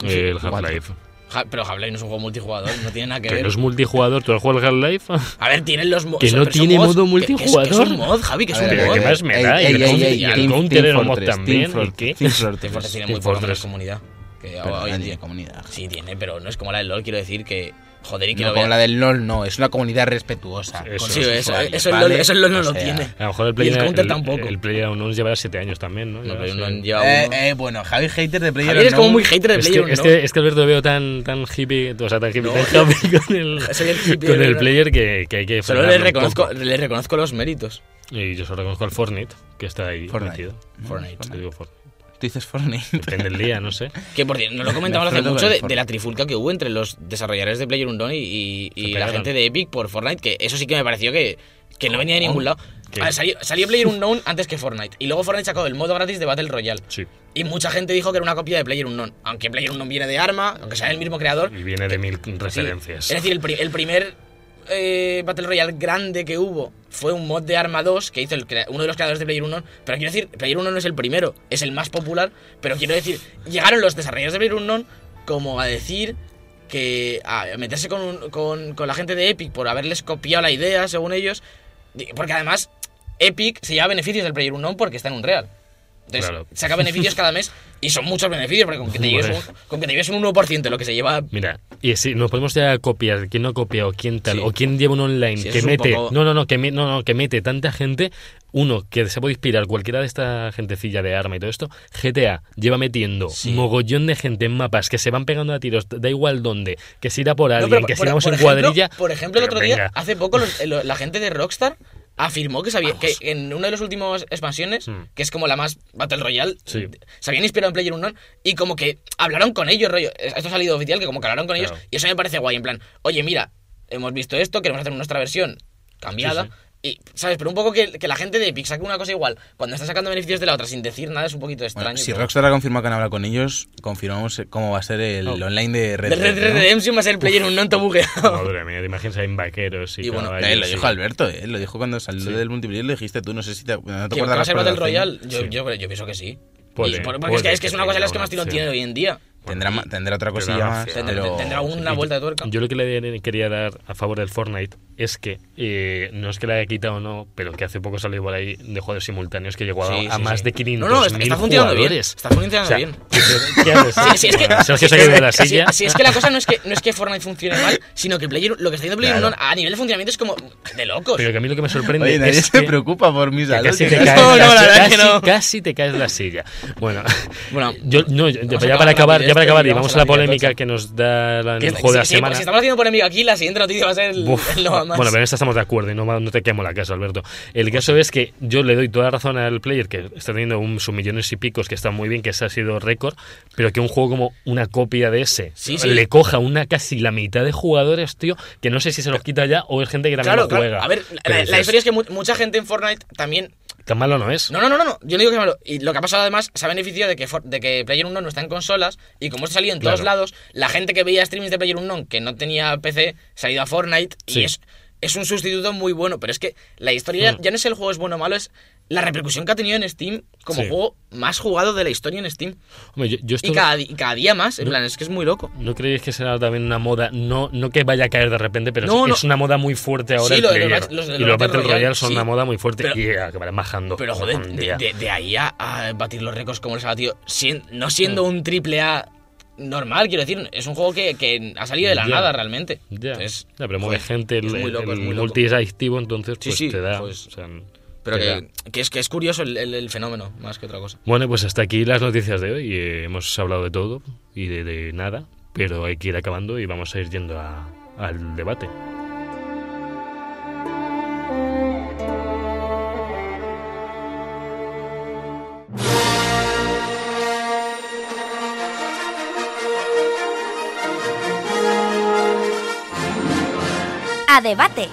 Speaker 2: El
Speaker 4: cuatro.
Speaker 2: Half-Life.
Speaker 3: Ja- pero Half-Life no es un juego multijugador, no tiene nada que
Speaker 2: Que
Speaker 3: ver.
Speaker 2: no es multijugador. ¿Tú has jugado al Half-Life?
Speaker 3: A ver, tienen los mods.
Speaker 2: Que no tiene modo
Speaker 3: Que, es
Speaker 2: multijugador.
Speaker 3: un mod, Javi, que es
Speaker 4: A
Speaker 3: un
Speaker 4: ver,
Speaker 2: Pero
Speaker 4: a
Speaker 3: mod.
Speaker 2: ¿qué
Speaker 4: ver,
Speaker 2: más me
Speaker 4: ey,
Speaker 2: da? Y el
Speaker 4: ey, ey,
Speaker 2: Counter-
Speaker 4: ey,
Speaker 2: y el
Speaker 4: Team-
Speaker 2: Counter
Speaker 4: Team
Speaker 2: era un mod
Speaker 4: Fortress,
Speaker 2: también,
Speaker 4: Team
Speaker 2: ¿y
Speaker 4: Fortress,
Speaker 2: qué?
Speaker 4: Team
Speaker 3: Team
Speaker 4: Fortress.
Speaker 3: Fortress tiene
Speaker 2: Team
Speaker 3: muy poca
Speaker 2: Fortress.
Speaker 3: comunidad. Que
Speaker 4: Perdón,
Speaker 3: hoy en
Speaker 4: nadie
Speaker 3: día.
Speaker 4: de comunidad.
Speaker 3: Sí, tiene, pero no es como la de LOL, quiero decir que. Joder, y que
Speaker 4: No,
Speaker 3: lo
Speaker 4: como
Speaker 3: vea.
Speaker 4: la del LOL no, es una comunidad respetuosa.
Speaker 2: Eso,
Speaker 4: con
Speaker 3: Sí,
Speaker 4: sus
Speaker 3: eso,
Speaker 4: usuarios,
Speaker 3: eso, el
Speaker 4: ¿vale?
Speaker 3: LOL, eso el LOL no
Speaker 4: O
Speaker 3: lo
Speaker 4: sea,
Speaker 3: tiene.
Speaker 2: A lo mejor el
Speaker 3: Y el
Speaker 2: Player
Speaker 3: Counter tampoco.
Speaker 2: El PlayerUnknown lleva 7 años también, ¿no?
Speaker 3: No,
Speaker 2: Ya,
Speaker 3: pero
Speaker 2: sí.
Speaker 3: no han llevado
Speaker 4: Eh,
Speaker 3: uno.
Speaker 4: eh, bueno, Javi hater de Player
Speaker 3: Javier es como muy hater de
Speaker 2: Es
Speaker 3: Player
Speaker 2: que, este
Speaker 3: Unknown.
Speaker 2: es, que, es que Alberto lo veo tan, tan hippie, o sea, tan hippie,
Speaker 3: No.
Speaker 2: tan happy con el,
Speaker 3: Soy el hippie,
Speaker 2: con el
Speaker 3: ¿verdad?
Speaker 2: player que, que hay que
Speaker 3: Solo le
Speaker 2: frenarlo un
Speaker 3: reconozco,
Speaker 2: poco.
Speaker 3: le reconozco los méritos.
Speaker 2: Y yo solo reconozco al Fortnite, que está ahí
Speaker 4: Fortnite.
Speaker 2: metido.
Speaker 3: Fortnite.
Speaker 2: Yo digo Fortnite.
Speaker 4: Tú dices Fortnite.
Speaker 2: Depende del día, no sé.
Speaker 3: Que por cierto, nos lo comentamos
Speaker 4: Me
Speaker 3: hace
Speaker 4: acuerdo
Speaker 3: mucho
Speaker 4: del
Speaker 3: de, de la
Speaker 4: Fortnite.
Speaker 3: trifulca que hubo entre los desarrolladores de PlayerUnknown y, y, y
Speaker 2: Se
Speaker 3: la
Speaker 2: pegaron.
Speaker 3: gente de Epic por Fortnite, que eso sí que me pareció que, que no venía de ningún lado.
Speaker 2: ¿Qué?
Speaker 3: A ver, salió, salió PlayerUnknown antes que Fortnite, y luego Fortnite sacó el modo gratis de Battle Royale.
Speaker 2: Sí.
Speaker 3: Y mucha gente dijo que era una copia de PlayerUnknown, aunque PlayerUnknown viene de Arma, aunque sea el mismo creador.
Speaker 2: Y viene de mil
Speaker 3: sí.
Speaker 2: referencias.
Speaker 3: Es decir, el, pri- el primer eh, Battle Royale grande que hubo fue un mod de Arma 2 que hizo el crea- uno de los creadores de PlayerUnknown. Pero quiero decir, PlayerUnknown no es el primero, es el más popular. Pero quiero decir, llegaron los desarrolladores de PlayerUnknown como a decir que a meterse con, un- con, con la gente de Epic por haberles copiado la idea, según ellos. Di- Porque además, Epic se lleva beneficios del PlayerUnknown porque está en Unreal. Entonces,
Speaker 2: Claro.
Speaker 3: saca beneficios cada mes y son muchos beneficios, porque con que te lleves
Speaker 2: Vale.
Speaker 3: un, con que te lleves un 1% de lo que se lleva
Speaker 2: Mira, y si nos podemos ya copiar quién no ha copiado, quién tal,
Speaker 3: Sí.
Speaker 2: o quién lleva un online
Speaker 3: Sí, eso
Speaker 2: que
Speaker 3: es un
Speaker 2: mete,
Speaker 3: poco-
Speaker 2: no, no, no, que me- no, no, que mete tanta gente, uno que se puede inspirar cualquiera de esta gentecilla de arma y todo esto, GTA lleva metiendo
Speaker 3: Sí.
Speaker 2: mogollón de gente en mapas que se van pegando a tiros, da igual dónde, que si irá por
Speaker 3: No,
Speaker 2: alguien,
Speaker 3: pero
Speaker 2: que si
Speaker 3: por-
Speaker 2: vamos
Speaker 3: por
Speaker 2: en
Speaker 3: ejemplo-
Speaker 2: cuadrilla.
Speaker 3: Por ejemplo, el
Speaker 2: pero
Speaker 3: otro día,
Speaker 2: venga.
Speaker 3: hace poco, los- lo- la gente de Rockstar afirmó que sabía que en una de las últimas expansiones,
Speaker 2: Mm.
Speaker 3: que es como la más Battle Royale,
Speaker 2: Sí.
Speaker 3: se habían inspirado en Player Unknown y como que hablaron con ellos, rollo. Esto ha salido oficial, que como que hablaron con ellos,
Speaker 2: Claro.
Speaker 3: y eso me parece guay, en plan, oye, mira, hemos visto esto, queremos hacer nuestra versión cambiada.
Speaker 2: Sí, sí.
Speaker 3: Y, ¿sabes? Pero un poco que, que la gente de Epic saque una cosa igual, cuando está sacando beneficios de la otra sin decir nada, es un poquito extraño.
Speaker 4: Bueno, si
Speaker 3: pero-
Speaker 4: Rockstar ha confirmado que han hablado con ellos, confirmamos cómo va a ser el
Speaker 2: Oh.
Speaker 4: online de Red
Speaker 3: de Red Dead
Speaker 4: ¿no?
Speaker 3: Redemption va a ser Player Unknown todo bugueado.
Speaker 2: Madre mía, te imaginas ahí en vaqueros y,
Speaker 3: Y bueno,
Speaker 2: caballos
Speaker 4: Eh, lo
Speaker 2: y-
Speaker 4: dijo Alberto, eh, lo dijo cuando salió
Speaker 2: Sí.
Speaker 4: del multiplayer, lo dijiste tú, no sé si te, no te
Speaker 3: ¿Que va a
Speaker 4: acuerdas.
Speaker 3: ser Battle Royale? Yo,
Speaker 2: Sí. Pues
Speaker 3: yo, yo pienso que sí.
Speaker 2: Puede,
Speaker 3: Y por- porque
Speaker 2: puede
Speaker 3: es que es,
Speaker 2: que
Speaker 3: que es una cosa de las que
Speaker 2: tenga
Speaker 3: más tirón
Speaker 2: una
Speaker 3: tiene
Speaker 2: opción.
Speaker 3: hoy en día.
Speaker 4: Tendrá, ma- tendrá otra
Speaker 2: Tendrá
Speaker 4: cosilla
Speaker 2: una
Speaker 4: más.
Speaker 2: opción.
Speaker 3: Tendrá,
Speaker 4: pero-
Speaker 3: tendrá una vuelta de tuerca.
Speaker 2: Yo lo que le de- quería dar a favor del Fortnite es que, eh, no es que la haya quitado o no, pero que hace poco salió por ahí de juegos simultáneos que llegó a,
Speaker 3: Sí,
Speaker 2: a
Speaker 3: sí,
Speaker 2: más
Speaker 3: sí.
Speaker 2: de 500
Speaker 3: No, no, está, está funcionando bien.
Speaker 2: jugadores.
Speaker 3: Está funcionando
Speaker 2: O sea,
Speaker 3: bien.
Speaker 2: ¿qué- ¿Qué haces?
Speaker 3: Sí, sí, es que,
Speaker 2: Sergio
Speaker 3: es
Speaker 2: se ha
Speaker 3: que-
Speaker 2: caído de la
Speaker 3: si-
Speaker 2: silla.
Speaker 3: si es que la cosa no es que, no es que Fortnite funcione mal, sino que Player, lo que está haciendo Player
Speaker 4: Claro.
Speaker 3: Unknown a nivel de funcionamiento es como de locos.
Speaker 2: Pero que a mí lo que me sorprende
Speaker 4: Oye, nadie
Speaker 2: es
Speaker 4: se
Speaker 2: que,
Speaker 4: preocupa por mi
Speaker 2: que
Speaker 4: salud.
Speaker 2: casi,
Speaker 4: ¿eh?
Speaker 2: te
Speaker 3: No,
Speaker 2: caes,
Speaker 3: no, la
Speaker 2: casi-
Speaker 3: verdad es que
Speaker 2: casi-
Speaker 3: no.
Speaker 2: casi te caes de la silla. Bueno,
Speaker 3: Bueno,
Speaker 2: yo, no, yo-
Speaker 3: vamos a
Speaker 2: ya
Speaker 3: acabar
Speaker 2: para acabar,
Speaker 3: rápido
Speaker 2: ya para
Speaker 3: esto
Speaker 2: acabar
Speaker 3: y
Speaker 2: y vamos
Speaker 3: vamos a
Speaker 2: a la
Speaker 3: la media
Speaker 2: polémica
Speaker 3: tocha.
Speaker 2: que nos da la-
Speaker 3: que- pues
Speaker 2: el juego de la
Speaker 3: si, si-
Speaker 2: semana.
Speaker 3: si estamos haciendo polémica aquí, la siguiente noticia va a ser el,
Speaker 2: Uf.
Speaker 3: el no más.
Speaker 2: Bueno, pero en esta estamos de acuerdo y no, va- no te quemo la casa, Alberto. El caso es que yo le doy toda la razón al player que está teniendo un, sus millones y picos, que está muy bien, que ese ha sido récord, pero que un juego como una copia de ese
Speaker 3: Sí, sí.
Speaker 2: le coja una casi la mitad de jugadores, tío, que no sé si se los quita ya o es gente que también
Speaker 3: claro,
Speaker 2: lo
Speaker 3: claro.
Speaker 2: juega.
Speaker 3: A ver, la-
Speaker 2: Pero
Speaker 3: la, la
Speaker 2: dices,
Speaker 3: historia es que mu- mucha gente en Fortnite también
Speaker 2: Tan malo no es.
Speaker 3: No, no, no, no, no. Yo no digo que es malo. Y lo que ha pasado además se ha beneficiado de que, For- de que Player 1 no está en consolas y como esto ha salido en todos
Speaker 2: Claro.
Speaker 3: lados, la gente que veía streams de Player 1 que no tenía PC se ha ido a Fortnite y
Speaker 2: Sí.
Speaker 3: es, es un sustituto muy bueno. Pero es que la historia ya-
Speaker 2: Mm.
Speaker 3: ya no es el juego es bueno o malo, es la repercusión que ha tenido en Steam como
Speaker 2: Sí.
Speaker 3: juego más jugado de la historia en Steam.
Speaker 2: Hombre, yo, yo esto-
Speaker 3: Y cada, di- y cada día más, en
Speaker 2: No.
Speaker 3: plan, es que es muy loco.
Speaker 2: ¿No creéis que será también una moda? No, no que vaya a caer de repente, pero
Speaker 3: No,
Speaker 2: es,
Speaker 3: no.
Speaker 2: es una moda muy fuerte ahora
Speaker 3: Sí,
Speaker 2: el
Speaker 3: lo de los
Speaker 2: player.
Speaker 3: bat- los de
Speaker 2: y
Speaker 3: los
Speaker 2: los
Speaker 3: Battle
Speaker 2: Battle Royale
Speaker 3: Royale,
Speaker 2: son
Speaker 3: sí.
Speaker 2: una moda muy fuerte
Speaker 3: Pero-
Speaker 2: y acabarán bajando.
Speaker 3: Pero joder,
Speaker 2: Un
Speaker 3: de,
Speaker 2: día.
Speaker 3: de- de ahí a, a batir los récords como les ha batido, sien- no siendo
Speaker 2: Hmm.
Speaker 3: un triple A normal, quiero decir, es un juego que, que ha salido de la
Speaker 2: Ya.
Speaker 3: nada realmente.
Speaker 2: Ya,
Speaker 3: Entonces,
Speaker 2: ya, pero mueve
Speaker 3: joder,
Speaker 2: gente, el,
Speaker 3: es muy loco,
Speaker 2: el
Speaker 3: es muy loco.
Speaker 2: multi es adictivo, entonces
Speaker 3: Sí,
Speaker 2: pues
Speaker 3: sí,
Speaker 2: te da...
Speaker 3: pues,
Speaker 2: o sea,
Speaker 3: Pero
Speaker 2: te da.
Speaker 3: que, que es que es curioso el, el- el fenómeno, más que otra cosa.
Speaker 2: Bueno, pues hasta aquí las noticias de hoy. Eh, hemos hablado de todo y de, de nada, pero hay que ir acabando y vamos a ir yendo a- al debate.
Speaker 1: A debate.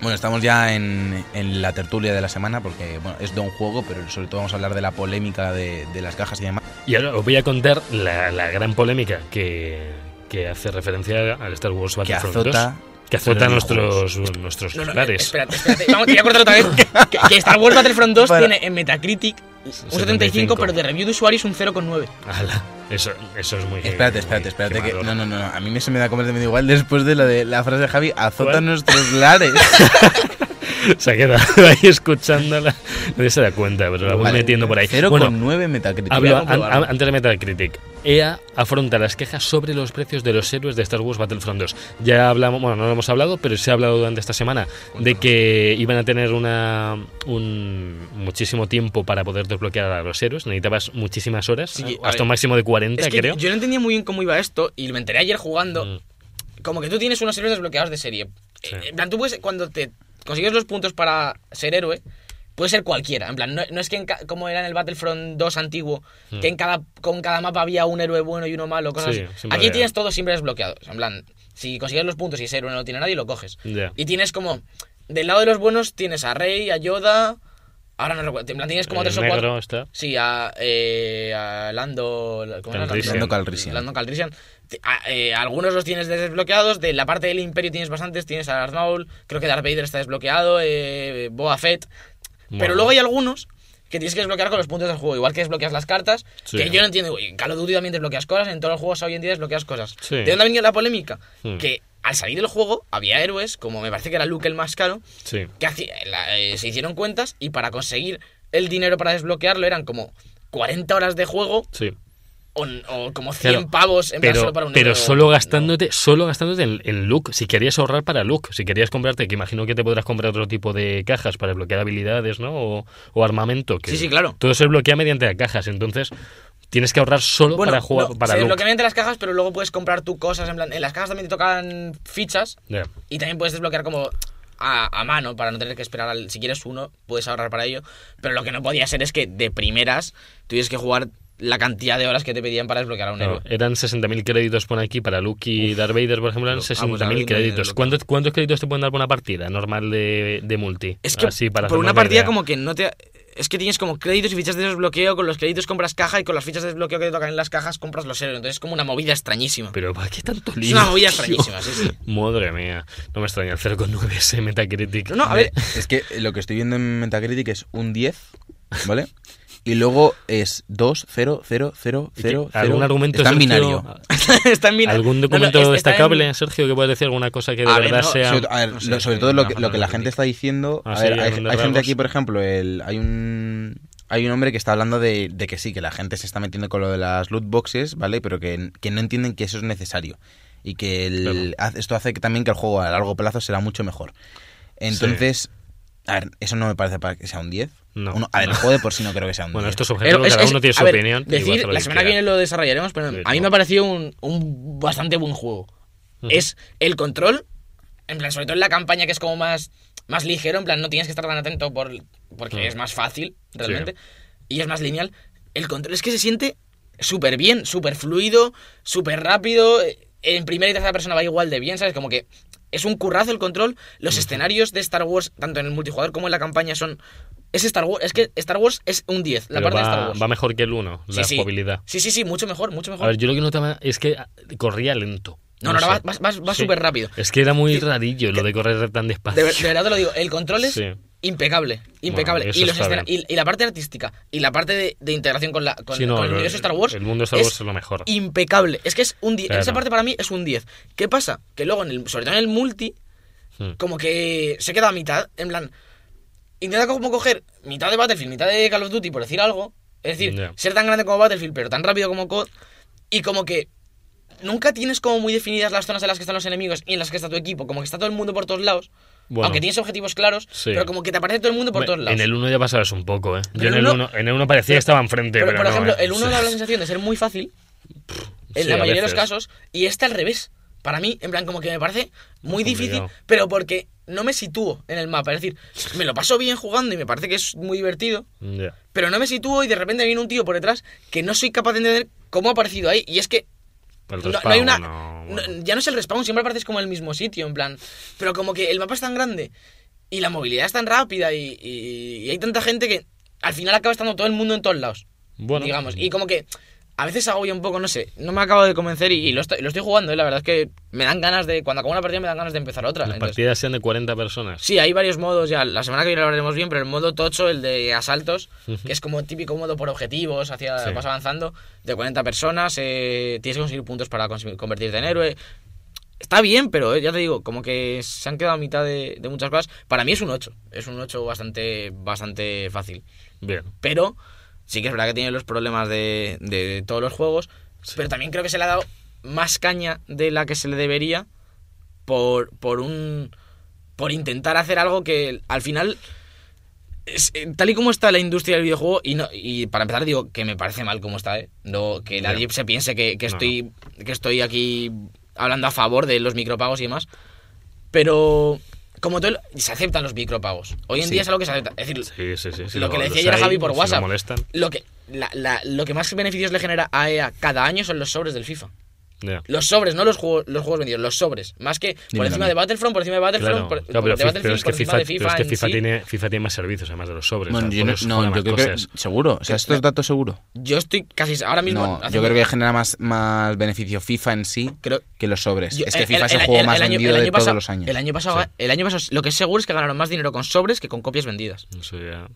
Speaker 4: Bueno, estamos ya en, en la tertulia de la semana porque bueno, es de un juego, pero sobre todo vamos a hablar de la polémica de, de las cajas y demás.
Speaker 2: Y ahora os voy a contar la, la gran polémica que, que hace referencia al Star Wars
Speaker 4: Que
Speaker 2: Battlefront 2.
Speaker 4: azota.
Speaker 2: Que azota
Speaker 4: los videojuegos.
Speaker 2: nuestros, nuestros
Speaker 3: No, no,
Speaker 2: lares.
Speaker 3: espérate, espérate. Vamos, te voy a cortar otra vez. Que, que Star Wars Battlefront 2
Speaker 4: Para.
Speaker 3: tiene en Metacritic un 75,
Speaker 2: 75,
Speaker 3: pero de review de usuarios un 0,9.
Speaker 2: Ala, eso, eso es muy.
Speaker 4: Espérate,
Speaker 2: muy
Speaker 4: espérate, espérate. Que,
Speaker 2: quemador.
Speaker 4: no, no, no, no, a mí me se me da completamente igual después de la, de, la frase de Javi, azota
Speaker 2: ¿Cuál?
Speaker 4: nuestros lares.
Speaker 2: Se ha quedado ahí escuchándola. Nadie se da cuenta, pero la voy
Speaker 4: Vale.
Speaker 2: metiendo por ahí.
Speaker 4: 0,9
Speaker 2: Bueno,
Speaker 4: Metacritic.
Speaker 2: Hablo
Speaker 3: Voy a comprobarlo.
Speaker 2: an- an- antes de Metacritic. EA E afronta las quejas sobre los precios de los héroes de Star Wars Battlefront 2. Ya hablamos, bueno, no lo hemos hablado, pero se ha hablado durante esta semana de que iban a tener una un muchísimo tiempo para poder desbloquear a los héroes. Necesitabas muchísimas horas,
Speaker 3: Sí, a ver.
Speaker 2: hasta un máximo de 40,
Speaker 3: Es que
Speaker 2: creo.
Speaker 3: yo no entendía muy bien cómo iba esto y me enteré ayer jugando.
Speaker 2: Mm.
Speaker 3: como que tú tienes unos héroes desbloqueados de serie.
Speaker 2: Sí.
Speaker 3: Eh, En plan, tú puedes, cuando te consigues los puntos para ser héroe, puede ser cualquiera. En plan, no, no es que en ca- como era en el Battlefront 2 antiguo,
Speaker 2: Hmm.
Speaker 3: que en cada, con cada mapa había un héroe bueno y uno malo. Cosas
Speaker 2: Sí,
Speaker 3: así.
Speaker 2: siempre
Speaker 3: Aquí
Speaker 2: había.
Speaker 3: tienes todo siempre desbloqueado. En plan, si consigues los puntos y ese héroe no lo tiene nadie, lo coges.
Speaker 2: Ya.
Speaker 3: Y tienes como, del lado de los buenos, tienes a Rey, a Yoda. Ahora no recuerdo. En plan, tienes como
Speaker 2: El
Speaker 3: tres o
Speaker 2: Eh, negro
Speaker 3: cuatro.
Speaker 2: está.
Speaker 3: Sí, a, eh, a Lando. ¿cómo era?
Speaker 2: Calrissian.
Speaker 4: Lando Calrissian.
Speaker 3: Lando Calrissian. Te- a- eh, algunos los tienes desbloqueados. De la parte del Imperio tienes bastantes. Tienes a Darth Maul. Creo que Darth Vader está desbloqueado. Eh, Boa Fett.
Speaker 2: Bueno.
Speaker 3: Pero luego hay algunos que tienes que desbloquear con los puntos del juego. Igual que desbloqueas las cartas.
Speaker 2: Sí.
Speaker 3: Que yo no entiendo. En Call of Duty también desbloqueas cosas. En todos los juegos hoy en día desbloqueas cosas.
Speaker 2: Sí.
Speaker 3: ¿De dónde ha venido la polémica?
Speaker 2: Hmm.
Speaker 3: Que. al salir del juego había héroes, como me parece que era Luke el más caro,
Speaker 2: Sí.
Speaker 3: que hacía- la- eh, se hicieron cuentas y para conseguir el dinero para desbloquearlo eran como 40 horas de juego
Speaker 2: Sí.
Speaker 3: o, o como 100
Speaker 2: Claro,
Speaker 3: pavos en plan
Speaker 2: Pero,
Speaker 3: solo para un
Speaker 2: pero
Speaker 3: héroe.
Speaker 2: solo
Speaker 3: No.
Speaker 2: gastándote, solo gastándote en, en look. Si querías ahorrar para look, si querías comprarte, que imagino que te podrás comprar otro tipo de cajas para bloquear habilidades, ¿no? O, o armamento. Que
Speaker 3: Sí, sí, claro.
Speaker 2: Todo se bloquea mediante cajas. Entonces, tienes que ahorrar solo
Speaker 3: Bueno,
Speaker 2: para jugar
Speaker 3: no,
Speaker 2: para
Speaker 3: se
Speaker 2: look.
Speaker 3: desbloquean entre las cajas, pero luego puedes comprar tú cosas. En, plan, en las cajas también te tocan fichas
Speaker 2: Ya.
Speaker 3: y también puedes desbloquear como a, a mano para no tener que esperar al. Si quieres uno, puedes ahorrar para ello. Pero lo que no podía ser es que de primeras tuvieses que jugar la cantidad de horas que te pedían para desbloquear a un
Speaker 2: No,
Speaker 3: héroe.
Speaker 2: eran 60.000 créditos por aquí para Luke y Darth Vader, por ejemplo, eran
Speaker 3: Lo- ah, pues
Speaker 2: 60.000
Speaker 3: Darth Vader
Speaker 2: créditos.
Speaker 3: lo-
Speaker 2: ¿Cuántos, ¿Cuántos créditos te pueden dar por una partida normal de, de multi?
Speaker 3: Es que
Speaker 2: Así, Ah, para
Speaker 3: por
Speaker 2: hacernos
Speaker 3: una
Speaker 2: la
Speaker 3: partida
Speaker 2: idea.
Speaker 3: como que no te... Es que tienes como créditos y fichas de desbloqueo, con los créditos compras caja y con las fichas de desbloqueo que te tocan en las cajas compras los héroes. Entonces es como una movida extrañísima.
Speaker 2: Pero ¿para qué tanto lío?
Speaker 3: es una movida
Speaker 2: tío?
Speaker 3: extrañísima, sí, sí.
Speaker 2: Madre mía, no me extraña el 0,9 ese Metacritic.
Speaker 3: No, no, a ver,
Speaker 4: Es que lo que estoy viendo en Metacritic es un 10, ¿vale? Y luego es 2, 0, 0, 0, 0,
Speaker 2: ¿Algún argumento
Speaker 4: Está en
Speaker 2: Sergio,
Speaker 4: binario.
Speaker 3: está en mina.
Speaker 2: ¿Algún
Speaker 3: No, no,
Speaker 2: documento
Speaker 3: es- está en-
Speaker 2: destacable, Sergio, que puedas decir alguna cosa que de
Speaker 3: A ver,
Speaker 2: verdad
Speaker 3: no,
Speaker 2: sea.
Speaker 4: Sobre, to- a ver,
Speaker 3: no sé,
Speaker 4: lo- sobre
Speaker 3: sí,
Speaker 4: todo lo
Speaker 2: no,
Speaker 4: que,
Speaker 2: no,
Speaker 4: lo que
Speaker 2: no,
Speaker 4: la
Speaker 2: no,
Speaker 4: gente
Speaker 2: no.
Speaker 4: está diciendo.
Speaker 2: Ah,
Speaker 4: a
Speaker 2: sí,
Speaker 4: ver, hay,
Speaker 2: en
Speaker 4: hay gente
Speaker 2: rasgos.
Speaker 4: aquí, por ejemplo, el, hay un. Hay un hombre que está hablando de, de que sí, que la gente se está metiendo con lo de las loot boxes, ¿vale? Pero que, que no entienden que eso es necesario. Y que el- haz- esto hace que también que el juego a largo plazo será mucho mejor. Entonces, a ver, eso no me parece para que sea un 10.
Speaker 2: No.
Speaker 4: Uno- a ver, el juego de por sí no creo que sea un
Speaker 2: Bueno,
Speaker 4: 10.
Speaker 2: esto es
Speaker 3: Pero
Speaker 2: objetivo,
Speaker 3: es-
Speaker 2: cada
Speaker 3: es-
Speaker 2: uno tiene su
Speaker 3: a ver,
Speaker 2: opinión. y va a
Speaker 3: Decir,
Speaker 2: hacer lo
Speaker 3: la
Speaker 2: que
Speaker 3: semana que
Speaker 2: quiera.
Speaker 3: viene lo desarrollaremos, pero
Speaker 2: Sí,
Speaker 3: a mí
Speaker 2: no.
Speaker 3: me ha parecido un, un bastante buen juego.
Speaker 2: Ujú.
Speaker 3: Es el control, en plan, sobre todo en la campaña que es como más, más ligero, en plan, no tienes que estar tan atento por, porque
Speaker 2: Mm.
Speaker 3: es más fácil, realmente, y es más lineal. El control es que se siente súper bien, súper fluido, súper rápido, eh, en primera y tercera persona va igual de bien, ¿sabes? Como que es un currazo el control, los escenarios de Star Wars, tanto en el multijugador como en la campaña, son... Es Star Wars, es que Star Wars es un 10, la
Speaker 2: Pero
Speaker 3: parte
Speaker 2: va,
Speaker 3: de Star Wars.
Speaker 2: va mejor que el 1, la
Speaker 3: sí.
Speaker 2: jugabilidad.
Speaker 3: Sí, sí, sí, mucho mejor, mucho mejor.
Speaker 2: A ver, yo lo que notaba es que ah, corría lento.
Speaker 3: no, no, no,
Speaker 2: sé.
Speaker 3: va- va- va- va
Speaker 2: Sí.
Speaker 3: súper rápido.
Speaker 2: Es que era muy
Speaker 3: Sí.
Speaker 2: rarillo lo de correr tan
Speaker 3: De,
Speaker 2: despacio.
Speaker 3: ver- de verdad te lo digo, el control es
Speaker 2: Sí.
Speaker 3: impecable, impecable.
Speaker 2: eso
Speaker 3: y, los
Speaker 2: está
Speaker 3: escena-
Speaker 2: bien.
Speaker 3: y, y la parte artística, y la parte de, de integración con, la, con,
Speaker 2: Sí, no,
Speaker 3: con el
Speaker 2: el-
Speaker 3: universo Star Wars.
Speaker 2: el mundo Star Wars es lo mejor.
Speaker 3: Impecable. Es que es un 10.
Speaker 2: Claro.
Speaker 3: Esa parte para mí es un 10. ¿Qué pasa? Que luego, en el, sobre todo en el multi,
Speaker 2: Mm.
Speaker 3: como que se queda a mitad. En plan, intenta como coger mitad de Battlefield, mitad de Call of Duty, por decir algo. Es decir,
Speaker 2: Ya.
Speaker 3: ser tan grande como Battlefield, pero tan rápido como COD. Y como que nunca tienes como muy definidas las zonas en las que están los enemigos y en las que está tu equipo. Como que está todo el mundo por todos lados.
Speaker 2: Bueno.
Speaker 3: Aunque tienes objetivos claros,
Speaker 2: Sí.
Speaker 3: pero como que te aparece todo el mundo por
Speaker 2: Me-
Speaker 3: todos lados.
Speaker 2: En el 1 ya pasabas un poco, ¿eh?
Speaker 3: Pero
Speaker 2: Yo en
Speaker 3: el
Speaker 2: el
Speaker 3: uno-
Speaker 2: 1 en el uno parecía que estaba enfrente,
Speaker 3: pero,
Speaker 2: pero,
Speaker 3: por
Speaker 2: no,
Speaker 3: ejemplo,
Speaker 2: ¿eh?
Speaker 3: el 1 daba la sensación de ser muy fácil en
Speaker 2: Sí,
Speaker 3: la
Speaker 2: a
Speaker 3: mayoría de los
Speaker 2: veces.
Speaker 3: casos y este al revés. Para mí, en plan, como que me parece muy difícil,
Speaker 2: Complicado.
Speaker 3: pero porque no me sitúo en el mapa. Es decir, me lo paso bien jugando y me parece que es muy divertido,
Speaker 2: Ya.
Speaker 3: pero no me sitúo y de repente viene un tío por detrás que no soy capaz de entender cómo ha aparecido ahí. Y es que
Speaker 2: El
Speaker 3: no, no
Speaker 2: respawn,
Speaker 3: hay una.
Speaker 2: no,
Speaker 3: no-
Speaker 2: bueno.
Speaker 3: ya no es el respawn, siempre apareces como en el mismo sitio, en plan. Pero como que el mapa es tan grande y la movilidad es tan rápida y, y- y hay tanta gente que al final acaba estando todo el mundo en todos lados.
Speaker 2: Bueno.
Speaker 3: Digamos. Y como que a veces agobia un poco, no sé. No me acabo de convencer y, y lo, estoy, lo estoy jugando, eh, la verdad es que me dan ganas de. Cuando acabo una partida me dan ganas de empezar otra.
Speaker 2: Las
Speaker 3: entonces-
Speaker 2: partidas sean de 40 personas.
Speaker 3: Sí, hay varios modos ya. La semana que viene lo hablaremos bien, pero el modo tocho, el de asaltos,
Speaker 2: Ujú.
Speaker 3: que es como típico modo por objetivos, hacia
Speaker 2: Sí.
Speaker 3: vas avanzando, de 40 personas, eh, tienes que conseguir puntos para conseguir- convertirte en héroe. Está bien, pero eh, ya te digo, como que se han quedado a mitad de, de muchas cosas. Para mí es un 8, es un 8 bastante, bastante fácil.
Speaker 2: Bien.
Speaker 3: Pero sí que es verdad que tiene los problemas de, de todos los juegos, pero también creo que se le ha dado más caña de la que se le debería por, por un por intentar hacer algo que al final es- eh, tal y como está la industria del videojuego y no y para empezar digo que me parece mal como está ¿eh? no que nadie se piense que, que
Speaker 2: No,
Speaker 3: estoy que estoy aquí hablando a favor de los micropagos y demás pero como todo el- se aceptan los micropagos hoy en
Speaker 4: Sí.
Speaker 3: día es algo que se acepta es decir
Speaker 2: Sí, sí, sí. sí,
Speaker 3: lo que le
Speaker 2: los
Speaker 3: decía ayer a
Speaker 2: hay,
Speaker 3: Javi por
Speaker 2: si no
Speaker 3: WhatsApp.
Speaker 2: molestan.
Speaker 3: Lo que, la- la- lo que más beneficios le genera a EA cada año son los sobres del FIFA.
Speaker 2: Ya.
Speaker 3: Los sobres, no los juegos, los juegos vendidos, los sobres. Más que por
Speaker 4: Dímelo a
Speaker 3: encima
Speaker 4: mí.
Speaker 3: de Battlefront, por encima de Battlefront,
Speaker 2: Claro,
Speaker 3: por,
Speaker 2: claro, pero,
Speaker 3: de
Speaker 2: fi- pero es
Speaker 3: Battlefront,
Speaker 2: que
Speaker 3: por
Speaker 2: FIFA,
Speaker 3: encima de
Speaker 2: pero es
Speaker 3: FIFA.
Speaker 2: que
Speaker 3: en
Speaker 2: FIFA,
Speaker 3: sí.
Speaker 2: tiene, FIFA tiene más servicios además de los sobres.
Speaker 4: Bueno,
Speaker 2: o sea,
Speaker 4: yo no,
Speaker 2: puedes
Speaker 4: no,
Speaker 2: jugar
Speaker 4: yo
Speaker 2: más
Speaker 4: creo que-
Speaker 2: cosas.
Speaker 4: seguro, o sea, esto es dato seguro.
Speaker 3: Yo estoy casi ahora mismo.
Speaker 4: No,
Speaker 3: haciendo-
Speaker 4: yo creo que genera más, más beneficio FIFA en sí
Speaker 3: Creo-
Speaker 4: que los sobres.
Speaker 3: yo-
Speaker 4: es que
Speaker 3: el-
Speaker 4: FIFA es el,
Speaker 3: el-
Speaker 4: juego
Speaker 3: el-
Speaker 4: más
Speaker 3: el año-
Speaker 4: vendido
Speaker 3: el
Speaker 4: de
Speaker 3: año
Speaker 4: todos
Speaker 3: pasado-
Speaker 4: los años.
Speaker 3: El año, pasado,
Speaker 2: Sí.
Speaker 3: el año pasado, lo que es seguro es que ganaron más dinero con sobres que con copias vendidas.
Speaker 2: Eso ya-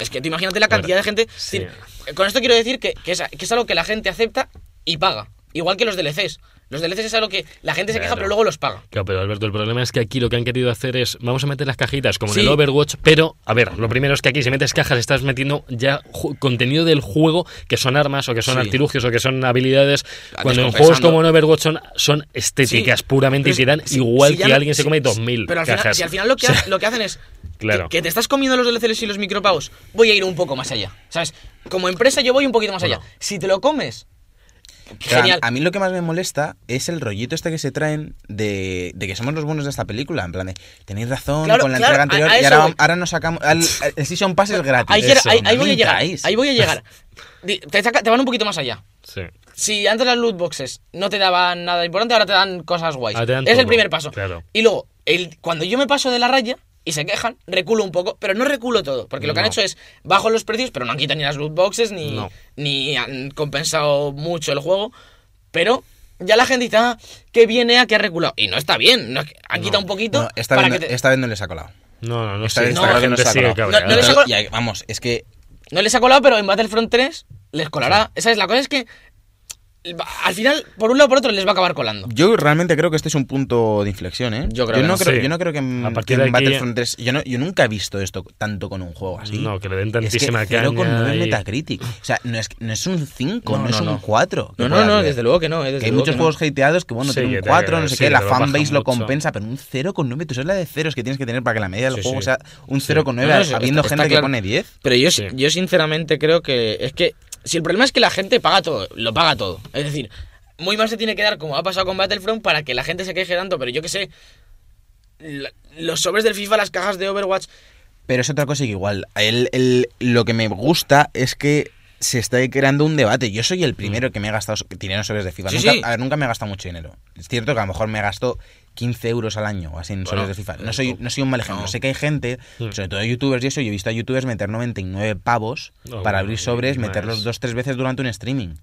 Speaker 3: Es que tú imagínate la cantidad de gente.
Speaker 2: sí.
Speaker 3: es decir, Con esto quiero decir que, que es, que es algo que la gente acepta y paga. Igual que los DLCs. Los DLCs es algo que la gente se queja,
Speaker 2: Claro.
Speaker 3: pero luego los paga.
Speaker 2: Claro, pero Alberto, el problema es que aquí lo que han querido hacer es, vamos a meter las cajitas como en
Speaker 3: Sí.
Speaker 2: el Overwatch, pero, a ver, lo primero es que aquí si metes cajas estás metiendo ya ju- contenido del juego, que son armas o que son
Speaker 3: Sí.
Speaker 2: artilugios o que son habilidades,
Speaker 3: Ah,
Speaker 2: cuando en
Speaker 3: descompensando.
Speaker 2: juegos como en Overwatch son, son estéticas
Speaker 3: Sí,
Speaker 2: puramente y
Speaker 3: pero es-
Speaker 2: te dan
Speaker 3: si-
Speaker 2: igual
Speaker 3: si ya
Speaker 2: que
Speaker 3: no-
Speaker 2: alguien se
Speaker 3: si-
Speaker 2: come
Speaker 3: si-
Speaker 2: 2.000
Speaker 3: Pero al
Speaker 2: cajas.
Speaker 3: final, si al final lo que,
Speaker 2: O sea,
Speaker 3: ha- lo que hacen es
Speaker 2: Claro.
Speaker 3: que, que te estás comiendo los DLCs y los micropagos, voy a ir un poco más allá. ¿Sabes? Como empresa yo voy un poquito más allá.
Speaker 2: Bueno.
Speaker 3: Si te lo comes,
Speaker 4: Pero a-
Speaker 3: genial.
Speaker 4: A mí lo que más me molesta es el rollito este que se traen de, de que somos los buenos de esta película. En plan de, tenéis razón
Speaker 3: Claro,
Speaker 4: con la
Speaker 3: claro, a-
Speaker 4: entrega anterior
Speaker 3: a
Speaker 4: y
Speaker 3: eso
Speaker 4: ahora,
Speaker 3: voy.
Speaker 4: vam- ahora nos sacamos. al- al- el Season Pass es gratis.
Speaker 3: ahí, quiero-
Speaker 2: eso,
Speaker 3: ahí- ahí
Speaker 4: no
Speaker 3: voy a llegar.
Speaker 4: mintáis.
Speaker 3: Ahí voy a llegar. Di- Te, saca- te van un poquito más allá.
Speaker 2: sí.
Speaker 3: Si antes las loot boxes no te daban nada importante, ahora te dan cosas guays.
Speaker 2: Ahora te dan
Speaker 3: es el
Speaker 2: todo,
Speaker 3: primer paso.
Speaker 2: claro.
Speaker 3: Y luego, el, cuando yo me paso de la raya y se quejan, reculo un poco, pero no reculo todo. Porque lo que han
Speaker 2: No.
Speaker 3: hecho es bajo los precios, pero no han quitado ni las loot boxes, ni,
Speaker 2: No.
Speaker 3: ni han compensado mucho el juego. Pero ya la gente dice, ah, que viene a que ha reculado. Y no está bien. no, han
Speaker 2: No.
Speaker 3: quitado un poquito.
Speaker 4: No, esta,
Speaker 3: para
Speaker 4: vez,
Speaker 3: que
Speaker 4: no-
Speaker 3: te-
Speaker 4: esta vez no les ha colado.
Speaker 2: No, no, no
Speaker 4: Está
Speaker 2: sé,
Speaker 4: bien,
Speaker 2: esta
Speaker 3: está claro que
Speaker 2: gente
Speaker 4: no se ha
Speaker 2: sigue
Speaker 4: acabado.
Speaker 2: cabreada.
Speaker 3: No les ha col-
Speaker 4: Y ahí- vamos, es que
Speaker 3: No les ha colado, pero en Battlefront 3 les colará. Esa es la cosa, es que va- al final, por un lado o por otro, les va a acabar colando.
Speaker 4: Yo realmente creo que este es un punto de inflexión, ¿eh?
Speaker 3: Yo creo que
Speaker 4: no,
Speaker 3: no.
Speaker 4: creo,
Speaker 2: Sí.
Speaker 4: yo no creo que en,
Speaker 2: A partir
Speaker 4: que
Speaker 2: de
Speaker 4: en
Speaker 2: aquí-
Speaker 4: Battlefront 3... Yo, no- yo nunca he visto esto tanto con un juego así.
Speaker 2: No, que le den
Speaker 4: es
Speaker 2: tantísima
Speaker 4: que 0,9
Speaker 2: caña
Speaker 4: en
Speaker 2: y-
Speaker 4: Metacritic. O sea, no es, no es un 5, no,
Speaker 3: No,
Speaker 4: es
Speaker 3: no,
Speaker 4: un
Speaker 3: no.
Speaker 4: 4. que
Speaker 3: No,
Speaker 4: pueda
Speaker 3: no, no,
Speaker 4: haber.
Speaker 3: desde luego que no. eh, desde
Speaker 4: Que hay
Speaker 3: luego
Speaker 4: muchos
Speaker 3: no.
Speaker 4: juegos hateados que, bueno,
Speaker 2: Sí,
Speaker 4: tienen
Speaker 2: que
Speaker 4: un
Speaker 2: te-
Speaker 4: 4, no sé
Speaker 2: sí,
Speaker 4: qué,
Speaker 2: que
Speaker 4: la
Speaker 2: lo bajan
Speaker 4: fanbase lo
Speaker 2: mucho.
Speaker 4: compensa, pero un 0,9, tú sabes la de ceros que tienes que tener para que la media del
Speaker 2: Sí,
Speaker 4: juego
Speaker 2: sí.
Speaker 4: sea un
Speaker 2: Sí.
Speaker 4: 0,9,
Speaker 3: No, no, sí,
Speaker 4: habiendo
Speaker 3: está-
Speaker 4: gente
Speaker 3: está
Speaker 4: que
Speaker 3: claro.
Speaker 4: pone 10.
Speaker 3: Pero yo,
Speaker 2: Sí.
Speaker 3: yo sinceramente creo que es que si el problema es que la gente paga todo, lo paga todo. Es decir, muy mal se tiene que dar como ha pasado con Battlefront para que la gente se queje tanto, pero yo que sé, la- los sobres del FIFA, las cajas de Overwatch,
Speaker 4: Pero es otra cosa que igual. El, el- lo que me gusta es que se está creando un debate. Yo soy el primero que me he gastado so- dinero en sobres de FIFA.
Speaker 3: Mm. Sí,
Speaker 4: nunca,
Speaker 3: sí.
Speaker 4: A ver, nunca me he gastado mucho dinero. Es cierto que a lo mejor me gasto 15 euros al año o así en sobres de FIFA. No soy, no soy un mal ejemplo.
Speaker 3: eh, no.
Speaker 4: Sé que hay gente,
Speaker 2: Mm.
Speaker 4: sobre todo youtubers y eso, yo he visto a youtubers meter 99 pavos
Speaker 2: No, bueno,
Speaker 4: para abrir
Speaker 2: y
Speaker 4: sobres,
Speaker 2: más.
Speaker 4: meterlos dos, tres veces durante un streaming.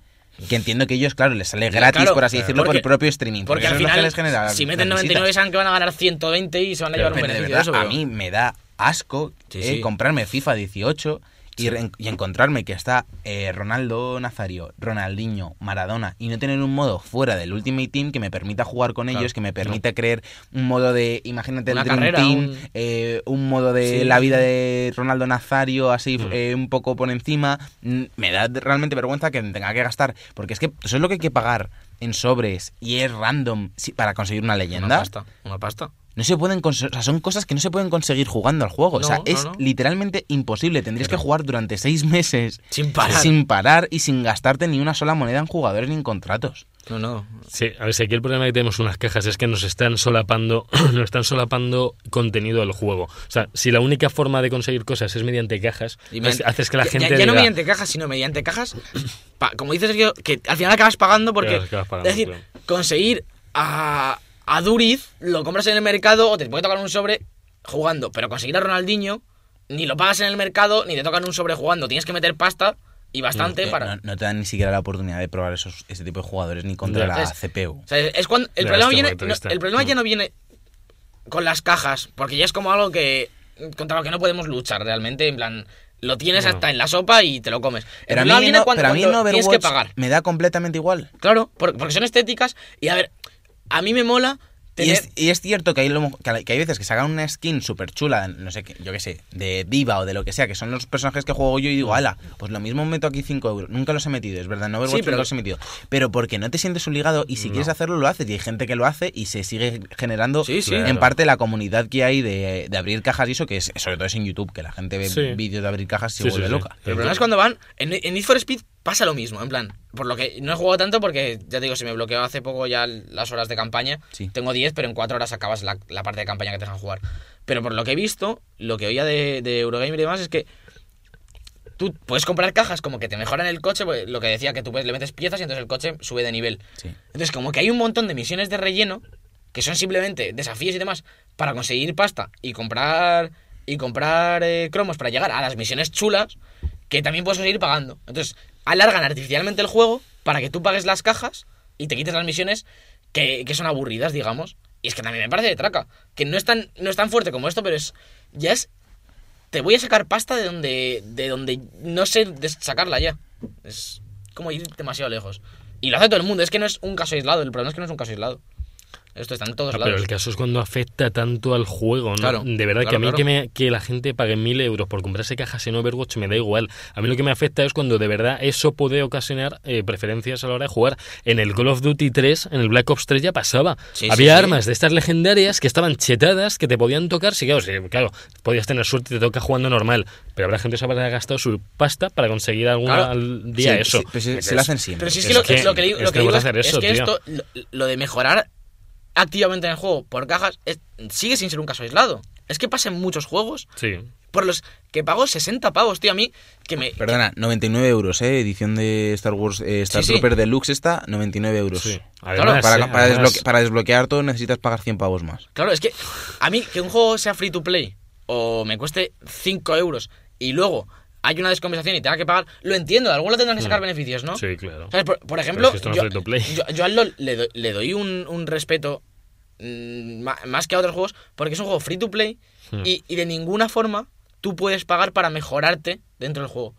Speaker 4: Que entiendo que ellos, claro, les sale
Speaker 3: Sí,
Speaker 4: gratis,
Speaker 3: claro,
Speaker 4: por así decirlo, por
Speaker 3: porque-
Speaker 4: el propio streaming.
Speaker 3: porque al
Speaker 4: eso es lo que
Speaker 3: final,
Speaker 4: les genera
Speaker 3: si
Speaker 4: las
Speaker 3: meten 99
Speaker 4: visitas.
Speaker 3: saben que van a ganar 120 y se van a llevar
Speaker 2: Claro,
Speaker 3: un
Speaker 4: Pero de
Speaker 3: beneficio.
Speaker 4: verdad,
Speaker 3: de eso,
Speaker 4: a
Speaker 3: pero-
Speaker 4: mí me da asco
Speaker 3: Sí,
Speaker 4: eh,
Speaker 3: sí.
Speaker 4: comprarme FIFA 18 y, re- y encontrarme que está eh, Ronaldo Nazario, Ronaldinho, Maradona y no tener un modo fuera del Ultimate Team que me permita jugar con
Speaker 2: Claro,
Speaker 4: ellos, que me permita creer un modo de, imagínate,
Speaker 3: Una
Speaker 4: el Dream
Speaker 3: carrera,
Speaker 4: Team,
Speaker 3: un-
Speaker 4: eh, un modo de
Speaker 3: Sí. Mm.
Speaker 4: la vida de Ronaldo Nazario así eh, un poco por encima. Mm, Me da realmente vergüenza que me tenga que gastar, porque es que eso es lo que hay que pagar en sobres y es random sí, para conseguir una
Speaker 3: Una
Speaker 4: leyenda.
Speaker 3: pasta, una pasta.
Speaker 4: No se pueden conse- o sea, son cosas que no se pueden conseguir jugando al juego. o sea,
Speaker 3: No, no,
Speaker 4: es
Speaker 3: no.
Speaker 4: literalmente imposible. Tendrías que jugar durante seis meses
Speaker 3: Sin parar.
Speaker 4: sin parar y sin gastarte ni una sola moneda en jugadores ni en contratos.
Speaker 3: No, no.
Speaker 2: Sí, a ver, si aquí el problema que tenemos con las cajas es que nos están solapando, nos están solapando contenido del juego. O sea, si la única forma de conseguir cosas es mediante cajas,
Speaker 3: Y
Speaker 2: pues
Speaker 3: mediante-
Speaker 2: haces que la
Speaker 3: ya-
Speaker 2: gente
Speaker 3: ya, ya no
Speaker 2: diga,
Speaker 3: mediante cajas, sino mediante cajas. pa- como dices, Sergio, que al final acabas pagando porque.
Speaker 2: Claro, acabas pagando,
Speaker 3: es decir,
Speaker 2: claro.
Speaker 3: conseguir a, a Duriz, lo compras en el mercado o te puede tocar un sobre jugando. Pero conseguir a Ronaldinho, ni lo pagas en el mercado ni te tocan un sobre jugando. Tienes que meter pasta y bastante
Speaker 4: Eh,
Speaker 3: para.
Speaker 4: No, no te dan ni siquiera la oportunidad de probar esos, ese tipo de jugadores ni contra
Speaker 2: Ya.
Speaker 4: la
Speaker 3: ¿Sabes?
Speaker 4: CPU.
Speaker 3: O sea, es cuando el
Speaker 2: Ya,
Speaker 3: problema
Speaker 2: esto
Speaker 3: viene,
Speaker 2: es muy
Speaker 3: no-
Speaker 2: triste.
Speaker 3: el problema ya
Speaker 2: Mm.
Speaker 3: no viene con las cajas, porque ya es como algo que contra lo que no podemos luchar realmente, en plan lo tienes
Speaker 2: No.
Speaker 3: hasta en la sopa y te lo comes. El
Speaker 4: Pero a mí,
Speaker 3: problema
Speaker 4: en
Speaker 3: viene
Speaker 4: o-
Speaker 3: cuando,
Speaker 4: pero a mí en
Speaker 3: cuando tienes que
Speaker 4: Overwatch
Speaker 3: pagar.
Speaker 4: me da completamente igual.
Speaker 3: Claro, por- porque son estéticas y a ver, a mí me mola
Speaker 4: Y
Speaker 3: tener
Speaker 4: es, y es cierto que hay, lo- que hay- que hay veces que sacan una skin súper chula, no sé, qué, yo qué sé, de diva o de lo que sea, que son los personajes que juego yo y digo, ala, pues lo mismo meto aquí 5 euros. Nunca los he metido, es verdad, no Overwatch
Speaker 3: Sí, pero-
Speaker 4: nunca los he metido. Pero porque no te sientes obligado y si quieres hacerlo, lo haces. Y hay gente que lo hace y se sigue generando
Speaker 3: Sí, sí.
Speaker 4: en
Speaker 2: Claro.
Speaker 4: parte la comunidad que hay de, de abrir cajas y eso, que es, sobre todo es en YouTube, que la gente ve
Speaker 2: Sí.
Speaker 4: vídeos de abrir cajas y se
Speaker 2: Sí, sí,
Speaker 4: vuelve
Speaker 2: sí.
Speaker 4: loca.
Speaker 3: El problema es cuando van. En, en Need for Speed pasa lo mismo, en plan. Por lo que no he jugado tanto porque, ya te digo, se me bloqueó hace poco ya las horas de campaña.
Speaker 4: Sí.
Speaker 3: Tengo 10, pero en 4 horas acabas la, la parte de campaña que te dejan jugar. Pero por lo que he visto, lo que oía de, de Eurogamer y demás es que. Tú puedes comprar cajas como que te mejoran el coche, pues, lo que decía, que tú puedes- le metes piezas y entonces el coche sube de nivel.
Speaker 4: Sí.
Speaker 3: Entonces, como que hay un montón de misiones de relleno que son simplemente desafíos y demás para conseguir pasta y comprar y comprar eh, cromos para llegar a las misiones chulas que también puedes conseguir pagando. Entonces, alargan artificialmente el juego para que tú pagues las cajas y te quites las misiones que, que son aburridas, digamos. Y es que también me parece de traca. Que no es tan, no es tan fuerte como esto, pero es. Ya es. Te voy a sacar pasta de donde. de donde no sé de sacarla ya. Es como ir demasiado lejos. Y lo hace todo el mundo. Es que no es un caso aislado. El problema es que no es un caso aislado. Esto está en todos
Speaker 2: Ah,
Speaker 3: lados.
Speaker 2: pero el caso es cuando afecta tanto al juego, ¿no?
Speaker 3: Claro,
Speaker 2: de verdad que
Speaker 3: claro,
Speaker 2: a mí
Speaker 3: claro.
Speaker 2: que, me- que la gente pague mil euros por comprarse cajas en Overwatch me da igual. A mí lo que me afecta es cuando de verdad eso puede ocasionar eh, preferencias a la hora de jugar. En el Call of Duty 3, en el Black Ops 3 ya pasaba.
Speaker 3: Sí, sí,
Speaker 2: Había
Speaker 3: sí.
Speaker 2: armas de estas legendarias que estaban chetadas, que te podían tocar. Sí, claro, sí, claro, podías tener suerte y te toca jugando normal. Pero habrá gente que se habrá gastado su pasta para conseguir alguna
Speaker 3: Claro.
Speaker 2: al día
Speaker 4: Sí,
Speaker 2: eso.
Speaker 4: sí, pero sí-
Speaker 2: Entonces,
Speaker 4: se lo hacen siempre.
Speaker 3: Pero si es
Speaker 2: Es
Speaker 3: que, lo,
Speaker 2: que-
Speaker 3: es lo que digo,
Speaker 2: es
Speaker 3: lo
Speaker 2: que
Speaker 3: que digo
Speaker 2: vas a
Speaker 3: es,
Speaker 2: hacer
Speaker 3: es
Speaker 2: eso,
Speaker 3: que
Speaker 2: tío.
Speaker 3: esto, lo, lo de mejorar activamente en el juego por cajas, es- sigue sin ser un caso aislado. Es que pasa en muchos juegos
Speaker 2: Sí.
Speaker 3: por los que pago 60 pavos, tío, a mí, que me...
Speaker 4: Perdona, 99 euros, ¿eh? Edición de Star Wars, eh, Star
Speaker 3: Sí, sí.
Speaker 4: Trooper Deluxe esta, 99 euros.
Speaker 2: Sí.
Speaker 4: Claro,
Speaker 2: Además,
Speaker 4: para,
Speaker 2: eh,
Speaker 4: para
Speaker 2: además-
Speaker 4: desbloque- para desbloquear todo necesitas pagar 100 pavos más.
Speaker 3: Claro, es que a mí que un juego sea free to play o me cueste 5 euros y luego hay una descompensación y tenga que pagar, lo entiendo, de alguno tendrán que sacar beneficios, ¿no?
Speaker 2: Mm. Sí, claro.
Speaker 3: ¿Sabes? Por, por
Speaker 2: Pero
Speaker 3: ejemplo,
Speaker 2: es que esto no es
Speaker 3: yo,
Speaker 2: free to play.
Speaker 3: yo- yo al LoL le doy, le doy un, un respeto mm, ma- más que a otros juegos porque es un juego free to play
Speaker 2: Hmm.
Speaker 3: y, y de ninguna forma tú puedes pagar para mejorarte dentro del juego.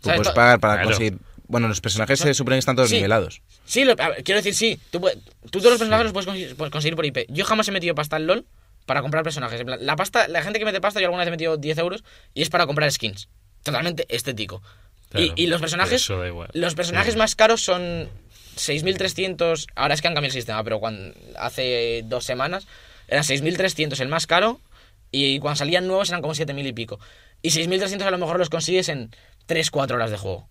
Speaker 4: Tú
Speaker 3: ¿Sabes?
Speaker 4: puedes
Speaker 3: No-
Speaker 4: pagar para
Speaker 2: Claro.
Speaker 4: conseguir... Bueno, los personajes se suponen que están todos
Speaker 3: Sí.
Speaker 4: nivelados.
Speaker 3: Sí, lo- a ver, quiero decir, sí. Tú, puedes- tú todos los personajes los puedes conseguir, puedes conseguir por IP. Yo jamás he metido pasta en LOL para comprar personajes. En plan, la pasta, la gente que mete pasta, yo alguna vez he metido 10 euros y es para comprar skins. Totalmente estético.
Speaker 2: Claro,
Speaker 3: y, y los
Speaker 2: pero
Speaker 3: personajes.
Speaker 2: eso da igual.
Speaker 3: Los personajes
Speaker 2: Sí.
Speaker 3: más caros son 6.300. Ahora es que han cambiado el sistema, pero cuando, hace dos semanas eran 6.300 el más caro. Y cuando salían nuevos eran como 7.000 y pico. Y 6.300 a lo mejor los consigues en 3-4 horas de juego.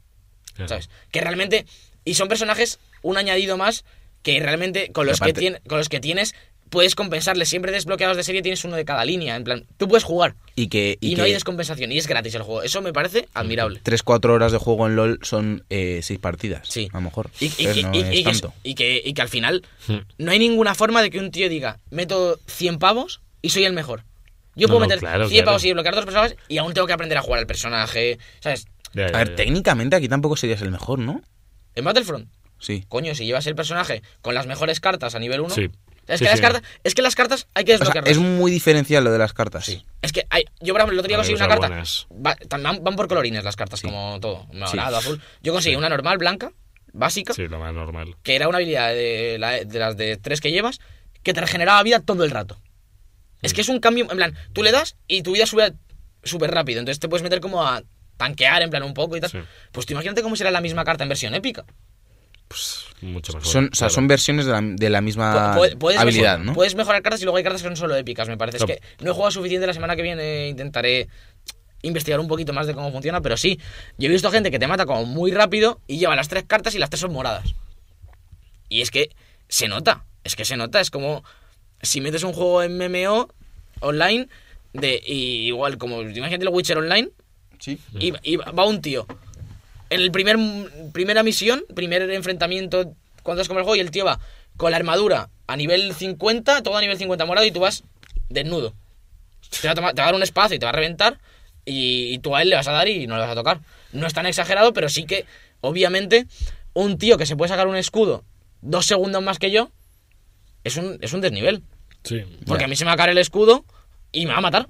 Speaker 2: Claro.
Speaker 3: ¿sabes? Que realmente. Y son personajes, un añadido más, que realmente con
Speaker 4: Y
Speaker 3: los, que,
Speaker 4: aparte-
Speaker 3: tien- con los que tienes puedes compensarles. Siempre desbloqueados de serie tienes uno de cada línea. En plan, tú puedes jugar
Speaker 4: Y que...
Speaker 3: y,
Speaker 4: Y
Speaker 3: no hay
Speaker 4: que
Speaker 3: descompensación y es gratis el juego. Eso me parece admirable.
Speaker 4: 3-4 horas de juego en LoL son 6 partidas.
Speaker 3: Sí.
Speaker 4: A lo mejor.
Speaker 3: Y, y-
Speaker 4: Entonces
Speaker 3: y-
Speaker 4: no
Speaker 3: y-
Speaker 4: es
Speaker 3: y que,
Speaker 4: tanto.
Speaker 3: y que- y que al final
Speaker 2: Hmm.
Speaker 3: no hay ninguna forma de que un tío diga, meto 100 pavos y soy el mejor. Yo
Speaker 2: No,
Speaker 3: puedo
Speaker 2: no,
Speaker 3: meter
Speaker 2: claro,
Speaker 3: 100
Speaker 2: claro.
Speaker 3: pavos y desbloquear dos personajes y aún tengo que aprender a jugar al personaje. ¿Sabes?
Speaker 2: Ya, ya,
Speaker 4: A ver,
Speaker 2: ya.
Speaker 4: técnicamente aquí tampoco serías el mejor, ¿no?
Speaker 3: En Battlefront,
Speaker 4: Sí.
Speaker 3: coño, si llevas el personaje con las mejores cartas a nivel 1.
Speaker 2: Sí.
Speaker 3: Es,
Speaker 2: Sí,
Speaker 3: que las
Speaker 2: sí.
Speaker 3: cartas, es que las cartas hay que
Speaker 4: O sea,
Speaker 3: desbloquearlas.
Speaker 4: es muy diferencial lo de las cartas.
Speaker 3: Sí. Es que hay, yo, por ejemplo, el otro día
Speaker 2: Hay
Speaker 3: conseguí una
Speaker 2: cosas
Speaker 3: carta.
Speaker 2: buenas.
Speaker 3: Va- tam- van, van por colorines las cartas, como todo. Morado, azul. Yo conseguí una normal, blanca, básica,
Speaker 2: Sí, lo más normal.
Speaker 3: que era una habilidad de, la- de las de tres que llevas, que te regeneraba vida todo el rato.
Speaker 2: Mm.
Speaker 3: Es que es un cambio. En plan, tú le das y tu vida sube súper rápido. Entonces te puedes meter como a tanquear, en plan, un poco y tal.
Speaker 2: Sí.
Speaker 3: Pues tú imagínate cómo será la misma carta en versión épica.
Speaker 2: Pues mucho mejor.
Speaker 4: Son, o sea,
Speaker 2: claro.
Speaker 4: son versiones de la, de la misma
Speaker 3: Pu- puedes
Speaker 4: habilidad,
Speaker 3: mejorar,
Speaker 4: ¿no?
Speaker 3: Puedes mejorar cartas y luego hay cartas que son solo épicas, me parece.
Speaker 2: Claro.
Speaker 3: Es que no he jugado suficiente la semana que viene, intentaré investigar un poquito más de cómo funciona, pero sí, yo he visto gente que te mata como muy rápido y lleva las tres cartas y las tres son moradas. Y es que se nota, es que se nota, es como si metes un juego en MMO online de y igual como imagínate el Witcher online
Speaker 4: Sí.
Speaker 3: y, y va un tío en el primer primera misión, primer enfrentamiento cuando es como el juego y el tío va con la armadura a nivel 50, todo a nivel 50 morado y tú vas desnudo. Te va a, tomar- te va a dar un espacio y te va a reventar y, y tú a él le vas a dar y no le vas a tocar. No es tan exagerado, pero sí que obviamente un tío que se puede sacar un escudo dos segundos más que yo es un, es un desnivel.
Speaker 2: Sí.
Speaker 3: Porque
Speaker 4: Ya.
Speaker 3: a mí se me va a caer el escudo y me va a matar.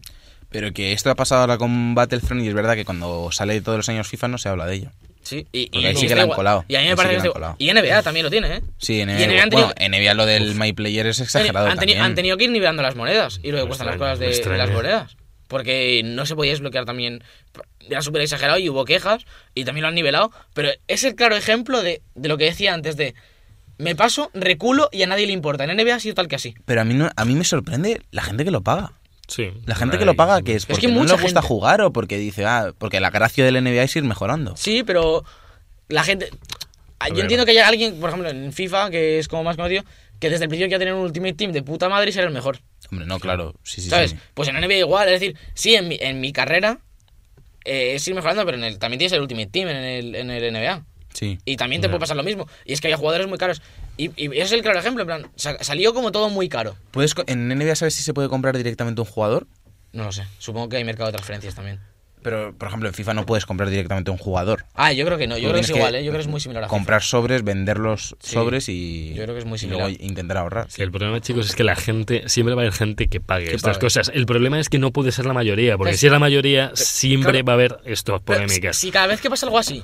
Speaker 4: Pero que esto ha pasado ahora con Battlefront y es verdad que cuando sale todos los años FIFA no se habla de ello.
Speaker 3: Sí, y,
Speaker 4: Porque ahí sí
Speaker 3: está
Speaker 4: que la han
Speaker 3: igual.
Speaker 4: colado.
Speaker 3: Y a mí me
Speaker 4: Ahí sí
Speaker 3: parece que
Speaker 4: que la han
Speaker 3: está igual.
Speaker 4: colado.
Speaker 3: Y NBA también lo tiene, ¿eh?
Speaker 4: Sí, en
Speaker 3: Y
Speaker 4: el,
Speaker 3: NBA han tenido-
Speaker 4: bueno, en NBA lo del My Player es exagerado
Speaker 3: han, teni-
Speaker 4: también.
Speaker 3: han tenido que ir nivelando las monedas y lo que
Speaker 2: Me
Speaker 3: cuestan las
Speaker 2: extraña,
Speaker 3: cosas
Speaker 2: me
Speaker 3: de
Speaker 2: extraña.
Speaker 3: las monedas. Porque no se podía desbloquear también. Era súper exagerado y hubo quejas y también lo han nivelado. Pero es el claro ejemplo de, de lo que decía antes de. Me paso, reculo y a nadie le importa. En NBA ha sido tal que así.
Speaker 4: Pero a mí, no, a mí me sorprende la gente que lo paga.
Speaker 2: Sí.
Speaker 4: La gente que lo paga que es
Speaker 3: que
Speaker 4: porque no
Speaker 3: mucha
Speaker 4: le gusta
Speaker 3: gente.
Speaker 4: jugar o porque dice, ah, porque la gracia del NBA es ir mejorando.
Speaker 3: Sí, pero la gente. Ah, Yo
Speaker 2: ver.
Speaker 3: entiendo que haya alguien, por ejemplo, en FIFA, que es como más conocido, que desde el principio quiere tener un Ultimate Team de puta madre y ser el mejor.
Speaker 4: Hombre, no, claro. Sí, sí,
Speaker 3: ¿Sabes?
Speaker 4: sí.
Speaker 3: Pues en NBA igual, es decir, sí, en mi, en mi carrera eh, es ir mejorando, pero en el, también tienes el Ultimate Team en el, en el NBA.
Speaker 4: Sí.
Speaker 3: Y también te
Speaker 2: Ya.
Speaker 3: puede pasar lo mismo. Y es que había jugadores muy caros. Y, y ese es el claro ejemplo, en plan, sa- salió como todo muy caro.
Speaker 4: ¿Puedes, co- en NBA sabes si se puede comprar directamente un jugador?
Speaker 3: No lo sé, supongo que hay mercado de transferencias también.
Speaker 4: Pero, por ejemplo, en FIFA no puedes comprar directamente un jugador.
Speaker 3: Ah, yo creo que no, yo
Speaker 4: Tú
Speaker 3: creo que es
Speaker 4: tienes
Speaker 3: igual, ¿eh? yo creo que es muy similar a FIFA.
Speaker 4: Comprar sobres, vender los
Speaker 3: Sí.
Speaker 4: sobres y.
Speaker 3: Yo creo que es muy
Speaker 4: y luego
Speaker 3: similar.
Speaker 4: intentar ahorrar.
Speaker 2: Sí, el problema, chicos, es que la gente, siempre va a haber gente que pague
Speaker 4: Que
Speaker 2: estas
Speaker 4: pague.
Speaker 2: cosas. El problema es que no puede ser la mayoría, porque
Speaker 3: Pues-
Speaker 2: si es la mayoría, siempre
Speaker 3: claro.
Speaker 2: va a haber estas
Speaker 3: Pero
Speaker 2: polémicas.
Speaker 3: Si, si cada vez que pasa algo así,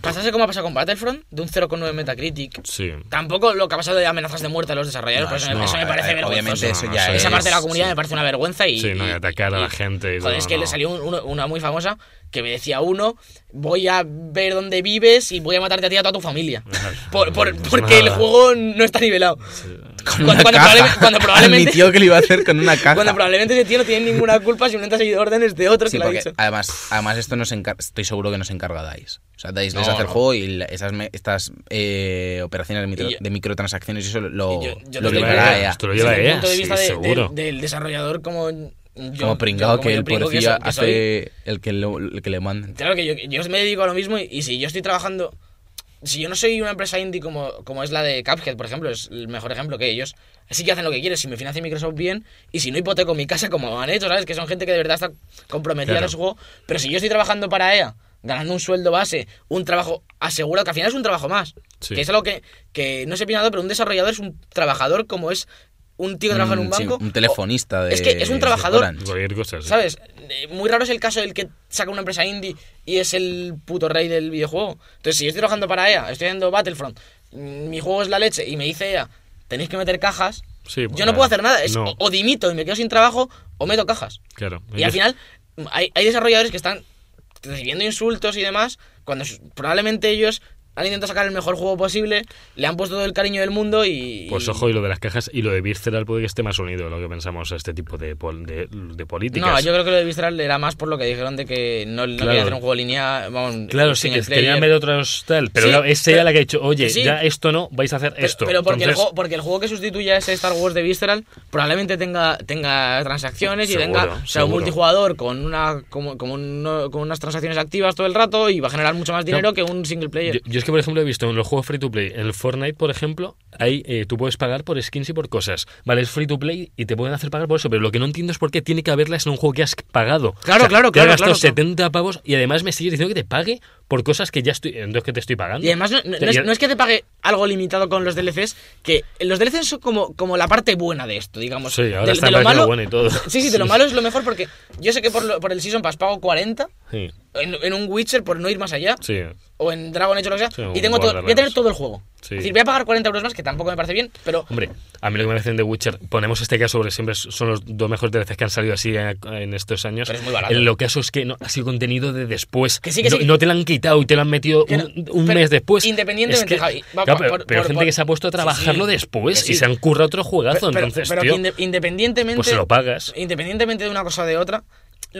Speaker 3: Pasase como ha pasado con Battlefront, de un 0,9 Metacritic.
Speaker 2: Sí.
Speaker 3: Tampoco lo que ha pasado de amenazas de muerte a los desarrolladores,
Speaker 4: No,
Speaker 3: por eso,
Speaker 2: eso
Speaker 3: me,
Speaker 2: no,
Speaker 3: eso me
Speaker 2: eh,
Speaker 3: parece
Speaker 4: eh,
Speaker 3: vergonzoso.
Speaker 4: obviamente eso ya
Speaker 3: Esa
Speaker 4: es-
Speaker 3: parte de la comunidad
Speaker 4: sí.
Speaker 3: me parece una vergüenza y...
Speaker 2: Sí, no, y atacar a la gente y
Speaker 3: Joder,
Speaker 2: todo,
Speaker 3: es que le
Speaker 2: no.
Speaker 3: salió un- uno- una muy famosa que me decía uno, voy a ver dónde vives y voy a matarte a ti y a toda tu familia. Por- por-
Speaker 2: Pues
Speaker 3: porque el
Speaker 2: nada.
Speaker 3: juego no está nivelado.
Speaker 4: Con
Speaker 3: Cuando-
Speaker 4: una
Speaker 3: cuando
Speaker 4: caja.
Speaker 3: probable- cuando probablemente-
Speaker 4: Admitió que lo iba a hacer con una caja.
Speaker 3: Cuando probablemente ese tío no tiene ninguna culpa, simplemente ha seguido órdenes de otro
Speaker 4: Sí,
Speaker 3: que lo ha
Speaker 4: porque
Speaker 3: dicho.
Speaker 4: además, además esto nos encar- estoy seguro que nos encarga DICE. O sea, DICE les
Speaker 3: No,
Speaker 4: hace el
Speaker 3: no.
Speaker 4: juego y la- esas me- estas eh, operaciones de, micro-
Speaker 3: Y yo-
Speaker 4: de microtransacciones y eso lo,
Speaker 3: Y yo- yo
Speaker 4: lo
Speaker 3: te digo
Speaker 4: liberará
Speaker 3: que
Speaker 4: ya.
Speaker 2: esto lo lleva
Speaker 3: Desde el
Speaker 2: ella,
Speaker 3: punto de
Speaker 2: sí,
Speaker 3: vista de-
Speaker 2: seguro.
Speaker 3: del- del desarrollador como yo-
Speaker 4: como pringado
Speaker 3: yo-
Speaker 4: que
Speaker 3: yo
Speaker 4: el
Speaker 3: pringo que
Speaker 4: pobrecillo
Speaker 3: so- que soy.
Speaker 4: hace el que, lo- el que le mandan.
Speaker 3: Claro que yo, yo me dedico a lo mismo y, y si yo estoy trabajando. Si yo no soy una empresa indie como, como es la de Cuphead, por ejemplo, es el mejor ejemplo que ellos sí que hacen lo que quieren, si me financia Microsoft bien y si no hipoteco mi casa como han hecho, ¿sabes? Que son gente que de verdad está comprometida
Speaker 2: Claro.
Speaker 3: en su juego, pero si yo estoy trabajando para EA, ganando un sueldo base, un trabajo asegurado, que al final es un trabajo más,
Speaker 2: Sí.
Speaker 3: que es algo que, que no se opina nada, pero un desarrollador es un trabajador como es un tío que trabaja en un
Speaker 4: Mm, sí,
Speaker 3: banco.
Speaker 4: un
Speaker 3: o-
Speaker 4: telefonista de
Speaker 3: Es que es un
Speaker 4: de
Speaker 3: trabajador
Speaker 4: Orange.
Speaker 2: Cualquier cosa. sí.
Speaker 3: ¿Sabes? Eh, Muy raro es el caso del que saca una empresa indie y es el puto rey del videojuego. Entonces, si yo estoy trabajando para EA, estoy haciendo Battlefront, mm, mi juego es la leche y me dice EA, tenéis que meter cajas,
Speaker 2: Sí,
Speaker 3: yo
Speaker 2: pues,
Speaker 3: no puedo hacer nada. Es
Speaker 2: no.
Speaker 3: o- o dimito y me quedo sin trabajo o meto cajas.
Speaker 2: Claro.
Speaker 3: Y al
Speaker 2: Ellos-
Speaker 3: final, mm, hay, hay desarrolladores que están recibiendo insultos y demás, cuando sus- probablemente ellos han intentado sacar el mejor juego posible, le han puesto todo el cariño del mundo y...
Speaker 2: Pues ojo, y lo de las cajas y lo de Visceral puede que esté más unido a lo que pensamos a este tipo de, pol- de, de políticas.
Speaker 3: No, yo creo que lo de Visceral era más por lo que dijeron de que no, no
Speaker 2: Claro.
Speaker 3: querían hacer un juego lineal. Vamos,
Speaker 2: Claro, sí, que
Speaker 3: single
Speaker 2: querían
Speaker 3: player.
Speaker 2: ver otros tal, pero
Speaker 3: Sí,
Speaker 2: claro, es ella
Speaker 3: pero-
Speaker 2: la que ha dicho, oye,
Speaker 3: sí.
Speaker 2: ya esto no, vais a hacer
Speaker 3: Pero,
Speaker 2: esto.
Speaker 3: pero porque, el
Speaker 2: Entonces,
Speaker 3: juego, porque el juego que sustituya a ese Star Wars de Visceral probablemente tenga, tenga transacciones y
Speaker 2: Seguro,
Speaker 3: tenga o sea,
Speaker 2: seguro.
Speaker 3: un multijugador con, una, como, como un- con unas transacciones activas todo el rato y va a generar mucho más dinero que un single player.
Speaker 2: yo, yo es que, por ejemplo, he visto en los juegos free to play, en el Fortnite, por ejemplo, ahí eh, tú puedes pagar por skins y por cosas. Vale, es free to play y te pueden hacer pagar por eso, pero lo que no entiendo es por qué tiene que haberlas en un juego que has pagado.
Speaker 3: Claro,
Speaker 2: O sea,
Speaker 3: claro,
Speaker 2: te has
Speaker 3: claro,
Speaker 2: gastado
Speaker 3: claro, claro.
Speaker 2: 70 pavos y además me sigues diciendo que te pague por cosas que ya estoy, entonces que te estoy pagando.
Speaker 3: Y además no, no- no es, no es que te pague algo limitado con los DLCs, que los DLCs son como, como la parte buena de esto, digamos.
Speaker 2: Sí, ahora
Speaker 3: De-
Speaker 2: está
Speaker 3: de lo
Speaker 2: pareciendo
Speaker 3: malo-
Speaker 2: bueno y todo.
Speaker 3: Sí, sí, de lo malo es lo mejor porque yo sé que por, lo- por el Season Pass pago 40
Speaker 2: Sí,
Speaker 3: en, en un Witcher por no ir más allá.
Speaker 2: sí.
Speaker 3: o en Dragon Age o lo que sea,
Speaker 2: Sí,
Speaker 3: y
Speaker 2: un
Speaker 3: tengo todo, voy a tener
Speaker 2: Borderlands.
Speaker 3: todo el juego.
Speaker 2: Sí.
Speaker 3: Es decir, voy a pagar 40 euros más, que tampoco me parece bien, pero
Speaker 2: Hombre, a mí lo que me parecen de Witcher, ponemos este caso porque siempre son los dos mejores DLCs que han salido así eh, en estos años.
Speaker 3: Pero es muy barato.
Speaker 2: En lo caso es que no, ha sido contenido de después.
Speaker 3: Que sí, que
Speaker 2: no,
Speaker 3: sí.
Speaker 2: no te lo han quitado y te lo han metido
Speaker 3: Que no,
Speaker 2: un, un
Speaker 3: pero
Speaker 2: mes después.
Speaker 3: independientemente,
Speaker 2: Es que-
Speaker 3: Javi, va
Speaker 2: claro,
Speaker 3: por-
Speaker 2: pero,
Speaker 3: por-
Speaker 2: pero
Speaker 3: por-
Speaker 2: gente
Speaker 3: por-
Speaker 2: que se ha puesto a
Speaker 3: sí,
Speaker 2: trabajarlo
Speaker 3: sí.
Speaker 2: después
Speaker 3: Que sí.
Speaker 2: y se han currado otro juegazo.
Speaker 3: pero- pero-
Speaker 2: entonces,
Speaker 3: pero
Speaker 2: tío,
Speaker 3: que inde- independientemente
Speaker 2: pues se lo pagas.
Speaker 3: independientemente de una cosa o de otra,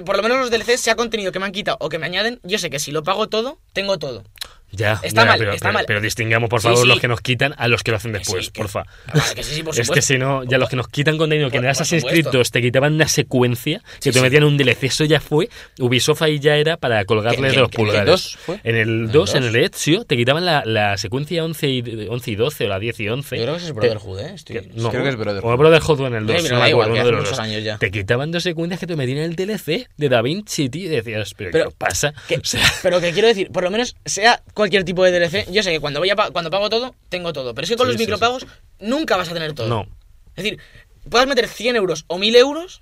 Speaker 3: por lo menos los DLCs sea contenido que me han quitado o que me añaden, yo sé que si lo pago todo, tengo todo.
Speaker 2: Ya,
Speaker 3: Está
Speaker 2: ya,
Speaker 3: mal,
Speaker 2: pero,
Speaker 3: está
Speaker 2: pero-
Speaker 3: mal.
Speaker 2: pero distingamos, por
Speaker 3: Sí,
Speaker 2: favor,
Speaker 3: sí.
Speaker 2: los que nos quitan a los que lo hacen después,
Speaker 3: sí, que-
Speaker 2: Pues, porfa.
Speaker 3: Ah, que sí, sí, por
Speaker 2: es que
Speaker 3: supuesto.
Speaker 2: si no, ya los que nos quitan contenido que
Speaker 3: Por-
Speaker 2: en
Speaker 3: por
Speaker 2: Assassin's Creed
Speaker 3: supuesto.
Speaker 2: 2 te quitaban una secuencia que
Speaker 3: Sí,
Speaker 2: te
Speaker 3: sí.
Speaker 2: metían un DLC, eso ya fue. Ubisoft ahí ya era para colgarles
Speaker 4: ¿En-
Speaker 2: de los
Speaker 4: en- en el
Speaker 2: pulgares.
Speaker 4: 2 fue?
Speaker 2: En el 2, en el Ezio, te quitaban la, la secuencia 11 y, 11 y 12 o la 10 y 11.
Speaker 3: que es
Speaker 2: Brotherhood,
Speaker 3: ¿eh?
Speaker 2: Que- no,
Speaker 4: Creo que es Brotherhood.
Speaker 2: O Brotherhood o en el 2.
Speaker 3: Eh, pero
Speaker 2: no
Speaker 3: da
Speaker 2: me
Speaker 3: igual,
Speaker 2: acuerdo,
Speaker 3: que
Speaker 2: uno de
Speaker 3: hace
Speaker 2: los
Speaker 3: muchos
Speaker 2: dos.
Speaker 3: años ya.
Speaker 2: Te quitaban dos secuencias que te metían en el DLC de Da Vinci, tío, y decías, pero,
Speaker 3: Pero-
Speaker 2: ¿qué pasa?
Speaker 3: Que-
Speaker 2: O sea,
Speaker 3: pero que quiero decir, por lo menos sea cualquier tipo de DLC, yo sé que cuando voy a pa- cuando pago todo, tengo todo. Pero es que con
Speaker 2: Sí,
Speaker 3: los
Speaker 2: sí,
Speaker 3: micropagos nunca vas a tener todo.
Speaker 2: No.
Speaker 3: Es decir, puedas meter 100 euros o 1000 euros.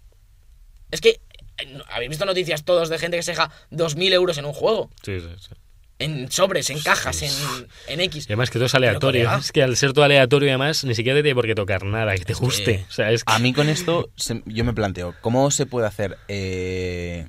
Speaker 3: Es que eh, no- habéis visto noticias todos de gente que se deja 2000 euros en un juego.
Speaker 2: sí, sí, sí.
Speaker 3: En sobres, en cajas, en, en X.
Speaker 2: Y además que todo es aleatorio.
Speaker 3: Pero, colega.
Speaker 2: Es que al ser todo aleatorio, además, ni siquiera te tiene por qué tocar nada que te guste. O sea, es que-
Speaker 4: A mí con esto se- yo me planteo, ¿cómo se puede hacer eh,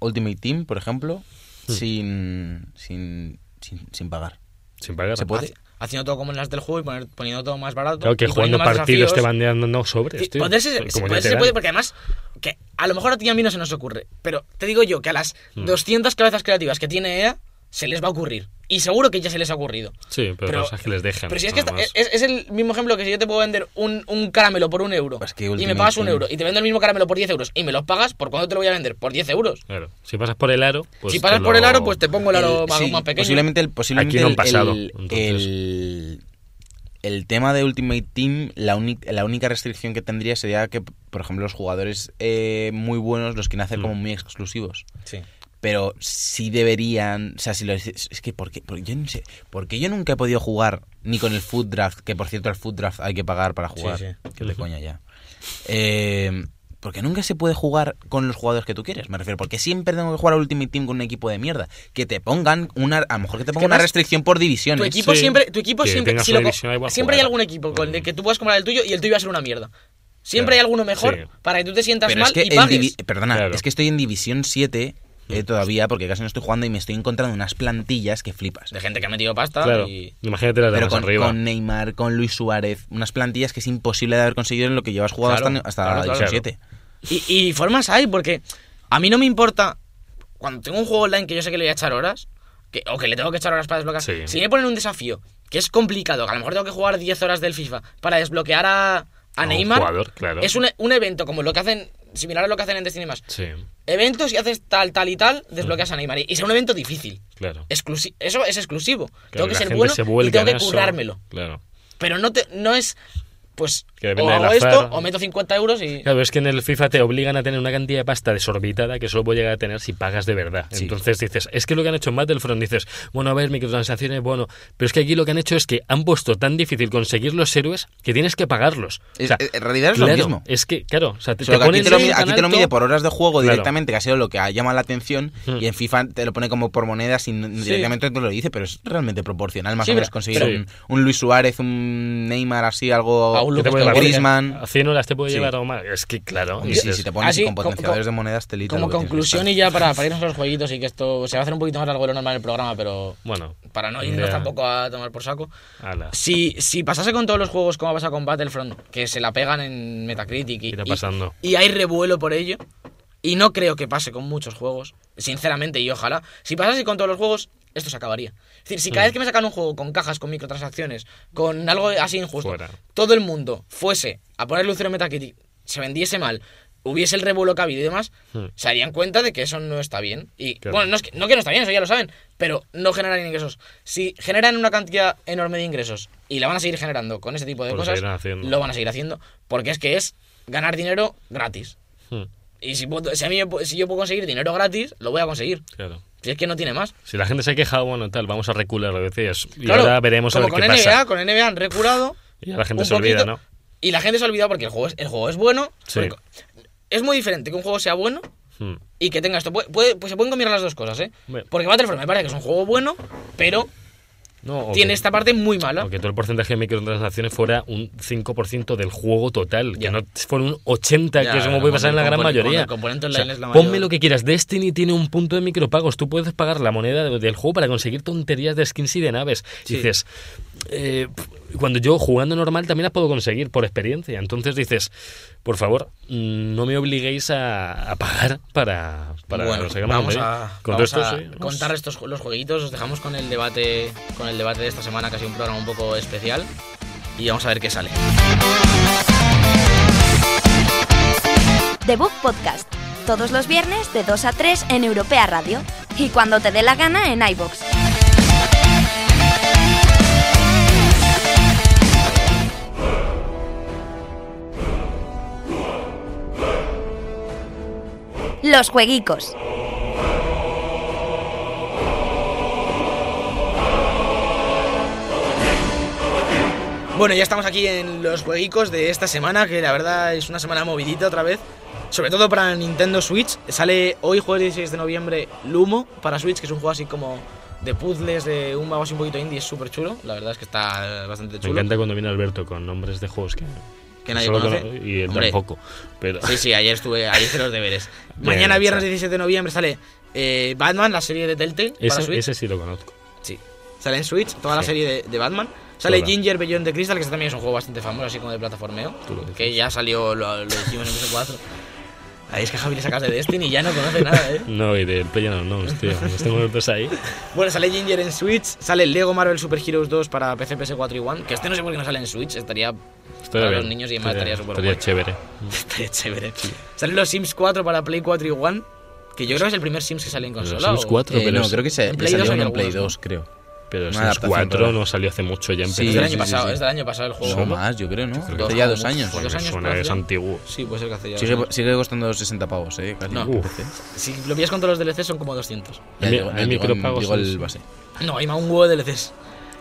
Speaker 4: Ultimate Team, por ejemplo, sin, sin, sin, sin pagar?
Speaker 2: Sin pagar.
Speaker 4: ¿Se puede?
Speaker 3: Haci- Haciendo todo como en las del juego y poner- poniendo todo más barato.
Speaker 2: Claro que
Speaker 3: y
Speaker 2: jugando
Speaker 3: poniendo más
Speaker 2: partidos te
Speaker 3: desafíos.
Speaker 2: van dando no
Speaker 3: Sí,
Speaker 2: sobres, tío.
Speaker 3: ponerse-
Speaker 2: Como ya
Speaker 3: sí, ponerse
Speaker 2: te
Speaker 3: se
Speaker 2: dan.
Speaker 3: puede, porque además, que a lo mejor a ti y a mí no se nos ocurre, pero te digo yo que a las
Speaker 2: Hmm.
Speaker 3: 200 cabezas creativas que tiene EA se les va a ocurrir. Y seguro que ya se les ha ocurrido.
Speaker 2: Sí, pero,
Speaker 3: Pero-
Speaker 2: cosas que les dejan.
Speaker 3: Pero si es que eh,
Speaker 2: nada
Speaker 3: esta-
Speaker 2: más.
Speaker 3: es, es el mismo ejemplo que si yo te puedo vender un, un caramelo por un euro
Speaker 4: Pues que
Speaker 3: y me
Speaker 4: Ultimate
Speaker 3: pagas un
Speaker 4: Team.
Speaker 3: euro y te vendo el mismo caramelo por 10 euros y me los pagas, ¿por cuánto te lo voy a vender? Por 10 euros.
Speaker 2: Claro. Si pasas por el aro, pues
Speaker 3: eh, si pasas
Speaker 2: te
Speaker 3: por el
Speaker 2: lo- Eh,
Speaker 3: aro, pues te pongo el aro
Speaker 4: El-
Speaker 3: más,
Speaker 4: sí,
Speaker 3: más pequeño.
Speaker 4: Posiblemente el, posiblemente
Speaker 2: Aquí no han
Speaker 4: el-
Speaker 2: pasado,
Speaker 4: el,
Speaker 2: entonces.
Speaker 4: el- el tema de Ultimate Team, la, uni- la única restricción que tendría sería que, por ejemplo, los jugadores eh, muy buenos los quieren
Speaker 2: Mm.
Speaker 4: hacer como muy exclusivos.
Speaker 3: Sí.
Speaker 4: Pero sí deberían, o sea, si lo dices- es que porque yo no sé, porque yo nunca he podido jugar ni con el Food Draft, que por cierto el Food Draft hay que pagar para jugar,
Speaker 3: sí.
Speaker 4: que de coña ya. Eh, Porque nunca se puede jugar con los jugadores que tú quieres, me refiero. Porque siempre tengo que jugar al Ultimate Team con un equipo de mierda. Que te pongan una. A lo mejor que te pongan una
Speaker 3: además,
Speaker 4: restricción por
Speaker 3: Tu
Speaker 4: divisiones.
Speaker 3: equipo
Speaker 2: Sí.
Speaker 3: siempre, tu equipo
Speaker 2: Que
Speaker 3: siempre,
Speaker 2: tengas
Speaker 3: si
Speaker 2: una
Speaker 3: lo co-
Speaker 2: división, ahí va a
Speaker 3: siempre hay
Speaker 2: jugar. Mm.
Speaker 3: algún equipo con el que tú puedas comprar el tuyo y el tuyo va a ser una mierda. Siempre
Speaker 2: Claro.
Speaker 3: hay alguno mejor
Speaker 2: Sí.
Speaker 3: para que tú te sientas
Speaker 4: Pero
Speaker 3: mal
Speaker 4: es que
Speaker 3: y
Speaker 4: en
Speaker 3: pagues.
Speaker 4: divi- Perdona,
Speaker 2: Claro.
Speaker 4: es que estoy en División 7 eh, todavía porque casi no estoy jugando y me estoy encontrando unas plantillas que flipas.
Speaker 3: De gente que ha metido pasta
Speaker 2: Claro.
Speaker 3: y...
Speaker 2: Imagínate las de
Speaker 4: Pero
Speaker 2: más
Speaker 4: con,
Speaker 2: arriba.
Speaker 4: con Neymar, con Luis Suárez, unas plantillas que es imposible de haber conseguido en lo que llevas jugado
Speaker 3: Claro,
Speaker 4: hasta, hasta
Speaker 3: claro, claro.
Speaker 4: División 7.
Speaker 3: Y, y formas hay, porque a mí no me importa. Cuando tengo un juego online que yo sé que le voy a echar horas, que, o que le tengo que echar horas para desbloquear,
Speaker 2: Sí.
Speaker 3: si me ponen un desafío que es complicado, que a lo mejor tengo que jugar 10 horas del FIFA para desbloquear a, a
Speaker 2: un
Speaker 3: Neymar,
Speaker 2: jugador, claro.
Speaker 3: es un, un evento como lo que hacen, similar a lo que hacen en Destiny más.
Speaker 2: Sí,
Speaker 3: Eventos y haces tal, tal y tal, desbloqueas a Neymar. Y, y sea un evento difícil.
Speaker 2: claro.
Speaker 3: Exclusi- eso es exclusivo. tengo
Speaker 2: Claro,
Speaker 3: que
Speaker 2: la
Speaker 3: ser
Speaker 2: gente
Speaker 3: bueno
Speaker 2: se vuelca
Speaker 3: y tengo que
Speaker 2: en eso.
Speaker 3: currármelo.
Speaker 2: Claro.
Speaker 3: Pero no, te, no es, pues,
Speaker 2: Que
Speaker 3: o
Speaker 2: depende del
Speaker 3: hago
Speaker 2: azar.
Speaker 3: esto o meto 50 euros y...
Speaker 2: Claro, es que en el FIFA te obligan a tener una cantidad de pasta desorbitada que solo puedes llegar a tener si pagas de verdad. Entonces dices, es que lo que han hecho en Battlefront, dices, bueno, a ver, microtransacciones, bueno, pero es que aquí lo que han hecho es que han puesto tan difícil conseguir los héroes que tienes que pagarlos. O sea,
Speaker 4: Es- Eh, en realidad es
Speaker 2: claro,
Speaker 4: lo mismo.
Speaker 2: Es que, claro, o sea, te,
Speaker 4: Solo
Speaker 2: te
Speaker 4: que aquí
Speaker 2: ponen
Speaker 4: te, lo,
Speaker 2: tan
Speaker 4: mide- aquí te lo
Speaker 2: alto-
Speaker 4: mide por horas de juego
Speaker 2: Claro.
Speaker 4: directamente, que ha sido lo que ha llamado la atención,
Speaker 2: Hmm.
Speaker 4: y en FIFA te lo pone como por monedas y n-
Speaker 3: Sí.
Speaker 4: directamente te lo dice, pero es realmente proporcional. Más
Speaker 3: Sí,
Speaker 4: o menos
Speaker 3: pero-
Speaker 4: conseguir
Speaker 2: pero-
Speaker 4: un, un Luis Suárez, un Neymar así, algo,
Speaker 3: A un
Speaker 2: que te
Speaker 3: Lucas
Speaker 2: puede llevar
Speaker 4: Griezmann.
Speaker 2: A 100 horas te puede
Speaker 4: Sí.
Speaker 2: llevar o más. Es que, claro.
Speaker 4: Hombre, sí,
Speaker 2: dices,
Speaker 4: si te pones
Speaker 3: así,
Speaker 4: con
Speaker 3: como-
Speaker 4: potenciadores
Speaker 3: como-
Speaker 4: de monedas, telita.
Speaker 3: Como
Speaker 4: lo tienes que
Speaker 3: conclusión
Speaker 4: estar.
Speaker 3: y ya para, para irnos a los jueguitos y que esto se va a hacer un poquito más largo de lo normal en el programa, pero
Speaker 2: Bueno,
Speaker 3: para no irnos
Speaker 2: ya.
Speaker 3: tampoco a tomar por saco.
Speaker 2: Ala.
Speaker 3: Si, si pasase con todos los juegos como ha pasado con Battlefront, que se la pegan en Metacritic y,
Speaker 2: Irá
Speaker 3: y-
Speaker 2: pasando.
Speaker 3: y hay revuelo por ello, y no creo que pase con muchos juegos, sinceramente, y ojalá, si pasase con todos los juegos, esto se acabaría. Es decir, si cada
Speaker 2: Mm.
Speaker 3: vez que me sacan un juego con cajas, con microtransacciones, con algo así injusto,
Speaker 2: Fuera.
Speaker 3: todo el mundo fuese a poner lucero en Metacritic, se vendiese mal, hubiese el revuelo que ha habido y demás,
Speaker 2: Hmm.
Speaker 3: se darían cuenta de que eso no está bien. Y
Speaker 2: Claro.
Speaker 3: bueno, no, es que, no que no está bien, eso ya lo saben, pero no generan ingresos. Si generan una cantidad enorme de ingresos y la van a seguir generando con ese tipo de
Speaker 2: Pues lo
Speaker 3: cosas,
Speaker 2: seguirán haciendo.
Speaker 3: lo van a seguir haciendo, porque es que es ganar dinero gratis.
Speaker 2: Hmm,
Speaker 3: Y si, puedo- si a mí me pu- si yo puedo conseguir dinero gratis, lo voy a conseguir.
Speaker 2: Claro.
Speaker 3: Si es que no tiene más.
Speaker 2: Si la gente se queja, bueno, tal, vamos a recular lo decías. Y
Speaker 3: Claro,
Speaker 2: ahora veremos a
Speaker 3: como
Speaker 2: ver qué
Speaker 3: con NBA,
Speaker 2: pasa.
Speaker 3: Con NBA han recurado.
Speaker 2: Y ya la gente
Speaker 3: un
Speaker 2: se olvida,
Speaker 3: poquito,
Speaker 2: ¿no?
Speaker 3: Y la gente se ha olvidado porque el juego es, el juego es bueno.
Speaker 2: Sí.
Speaker 3: porque- Es muy diferente que un juego sea bueno
Speaker 2: Hmm.
Speaker 3: y que tenga esto. Puede- puede- pues se pueden combinar las dos cosas, ¿eh?
Speaker 2: Bueno.
Speaker 3: Porque Battlefront me parece que es un juego bueno, pero
Speaker 2: No, o
Speaker 3: tiene
Speaker 2: que-
Speaker 3: esta parte muy mala.
Speaker 2: o que todo el porcentaje de microtransacciones fuera un 5% del juego total, que
Speaker 3: Ya.
Speaker 2: no fuera un 80%,
Speaker 3: Ya,
Speaker 2: que es como
Speaker 3: no,
Speaker 2: puede pasar
Speaker 3: con
Speaker 2: en la
Speaker 3: el
Speaker 2: gran
Speaker 3: componen-
Speaker 2: mayoría.
Speaker 3: con el componente online es la
Speaker 2: ponme
Speaker 3: mayor.
Speaker 2: lo que quieras. Destiny tiene un punto de micropagos. Tú puedes pagar la moneda de- del juego para conseguir tonterías de skins y de naves. Dices, eh, pf, cuando yo jugando normal también las puedo conseguir por experiencia. Entonces dices, por favor, mm, no me obliguéis a, a pagar para, para
Speaker 3: bueno,
Speaker 2: conseguir más
Speaker 3: vamos
Speaker 2: contenido.
Speaker 3: a,
Speaker 2: Con
Speaker 3: vamos
Speaker 2: todo esto,
Speaker 3: a
Speaker 2: sí, vamos.
Speaker 3: contar estos los jueguitos. Os dejamos con el debate con el debate de esta semana, que ha sido un programa un poco especial. Y vamos a ver qué sale.
Speaker 1: The Book Podcast. Todos los viernes de 2 a 3 en Europea Radio. Y cuando te dé la gana en iBox. Los jueguicos.
Speaker 3: Bueno, ya estamos aquí en los jueguicos de esta semana, que la verdad es una semana movidita otra vez. Sobre todo para Nintendo Switch. Sale hoy, jueves 16 de noviembre, Lumo para Switch, que es un juego así como de puzzles, de un mago así un poquito indie. Es súper chulo. La verdad es que está eh, bastante
Speaker 2: Me
Speaker 3: chulo.
Speaker 2: encanta cuando viene Alberto con nombres de juegos que,
Speaker 3: Que nadie
Speaker 2: solo
Speaker 3: conoce.
Speaker 2: cono- y él
Speaker 3: Hombre.
Speaker 2: tampoco. Pero
Speaker 3: Sí, sí, ayer estuve, ayer hice los deberes.
Speaker 2: Bien,
Speaker 3: Mañana viernes
Speaker 2: sí.
Speaker 3: 17 de noviembre sale eh, Batman, la serie de Telltale para
Speaker 2: ese,
Speaker 3: Switch.
Speaker 2: ese sí lo conozco.
Speaker 3: Sí. Sale en Switch, toda la
Speaker 2: Sí.
Speaker 3: serie de, de Batman. Sale
Speaker 2: Toda.
Speaker 3: Ginger Bellón de Crystal, que ese también es un juego bastante famoso, así como de plataformeo.
Speaker 2: Tú lo dices.
Speaker 3: Que ya salió, lo, lo dijimos en PS4. Ahí es que a Javi le sacas de Destiny y ya no conoce nada, ¿eh?
Speaker 2: No, y del PlayerUnknown's, tío. Los tengo los dos ahí.
Speaker 3: Bueno, sale Ginger en Switch, sale Lego Marvel Super Heroes 2 para PC, PS4 y One. Que este no sé por qué no sale en Switch, estaría,
Speaker 2: Estaría
Speaker 3: Para los
Speaker 2: bien.
Speaker 3: niños y demás estaría súper guay.
Speaker 2: chévere.
Speaker 3: estaría chévere. Sale los Sims 4 para Play 4 y One. Que yo creo que es el primer Sims que sale en
Speaker 2: Los
Speaker 3: consola.
Speaker 2: Sims
Speaker 3: o-
Speaker 2: 4,
Speaker 4: Eh,
Speaker 2: pero,
Speaker 4: no, creo que se,
Speaker 3: en
Speaker 4: que
Speaker 3: Play dos
Speaker 4: salieron
Speaker 3: hay
Speaker 4: en Play
Speaker 3: algunos, ¿no?
Speaker 4: 2, creo.
Speaker 2: pero
Speaker 4: una
Speaker 2: Sims
Speaker 4: adaptación
Speaker 2: 4
Speaker 4: rara.
Speaker 2: no salió hace mucho ya en
Speaker 4: Sí,
Speaker 2: PC.
Speaker 3: Es del año
Speaker 4: sí, sí,
Speaker 3: pasado,
Speaker 4: sí.
Speaker 3: es del año pasado el juego.
Speaker 4: No más, yo creo, ¿no?
Speaker 2: creo que
Speaker 4: Hace
Speaker 3: sí.
Speaker 4: ya dos años.
Speaker 3: Pues
Speaker 2: Me
Speaker 3: dos años
Speaker 2: suena,
Speaker 3: más,
Speaker 2: es
Speaker 3: ya.
Speaker 2: antiguo.
Speaker 3: Sí, puede ser que hace ya.
Speaker 4: Sigue, sigue costando 60 pavos, ¿eh? Casi.
Speaker 3: No.
Speaker 2: Uf.
Speaker 3: Si lo pillas con todos los DLC son como 200.
Speaker 4: Ya
Speaker 2: Hay-
Speaker 4: digo-
Speaker 2: hay
Speaker 4: ya digo-
Speaker 2: micropagos,
Speaker 4: digo
Speaker 2: sí,
Speaker 4: el
Speaker 2: sí.
Speaker 4: base.
Speaker 3: No, hay más un huevo de DLCs.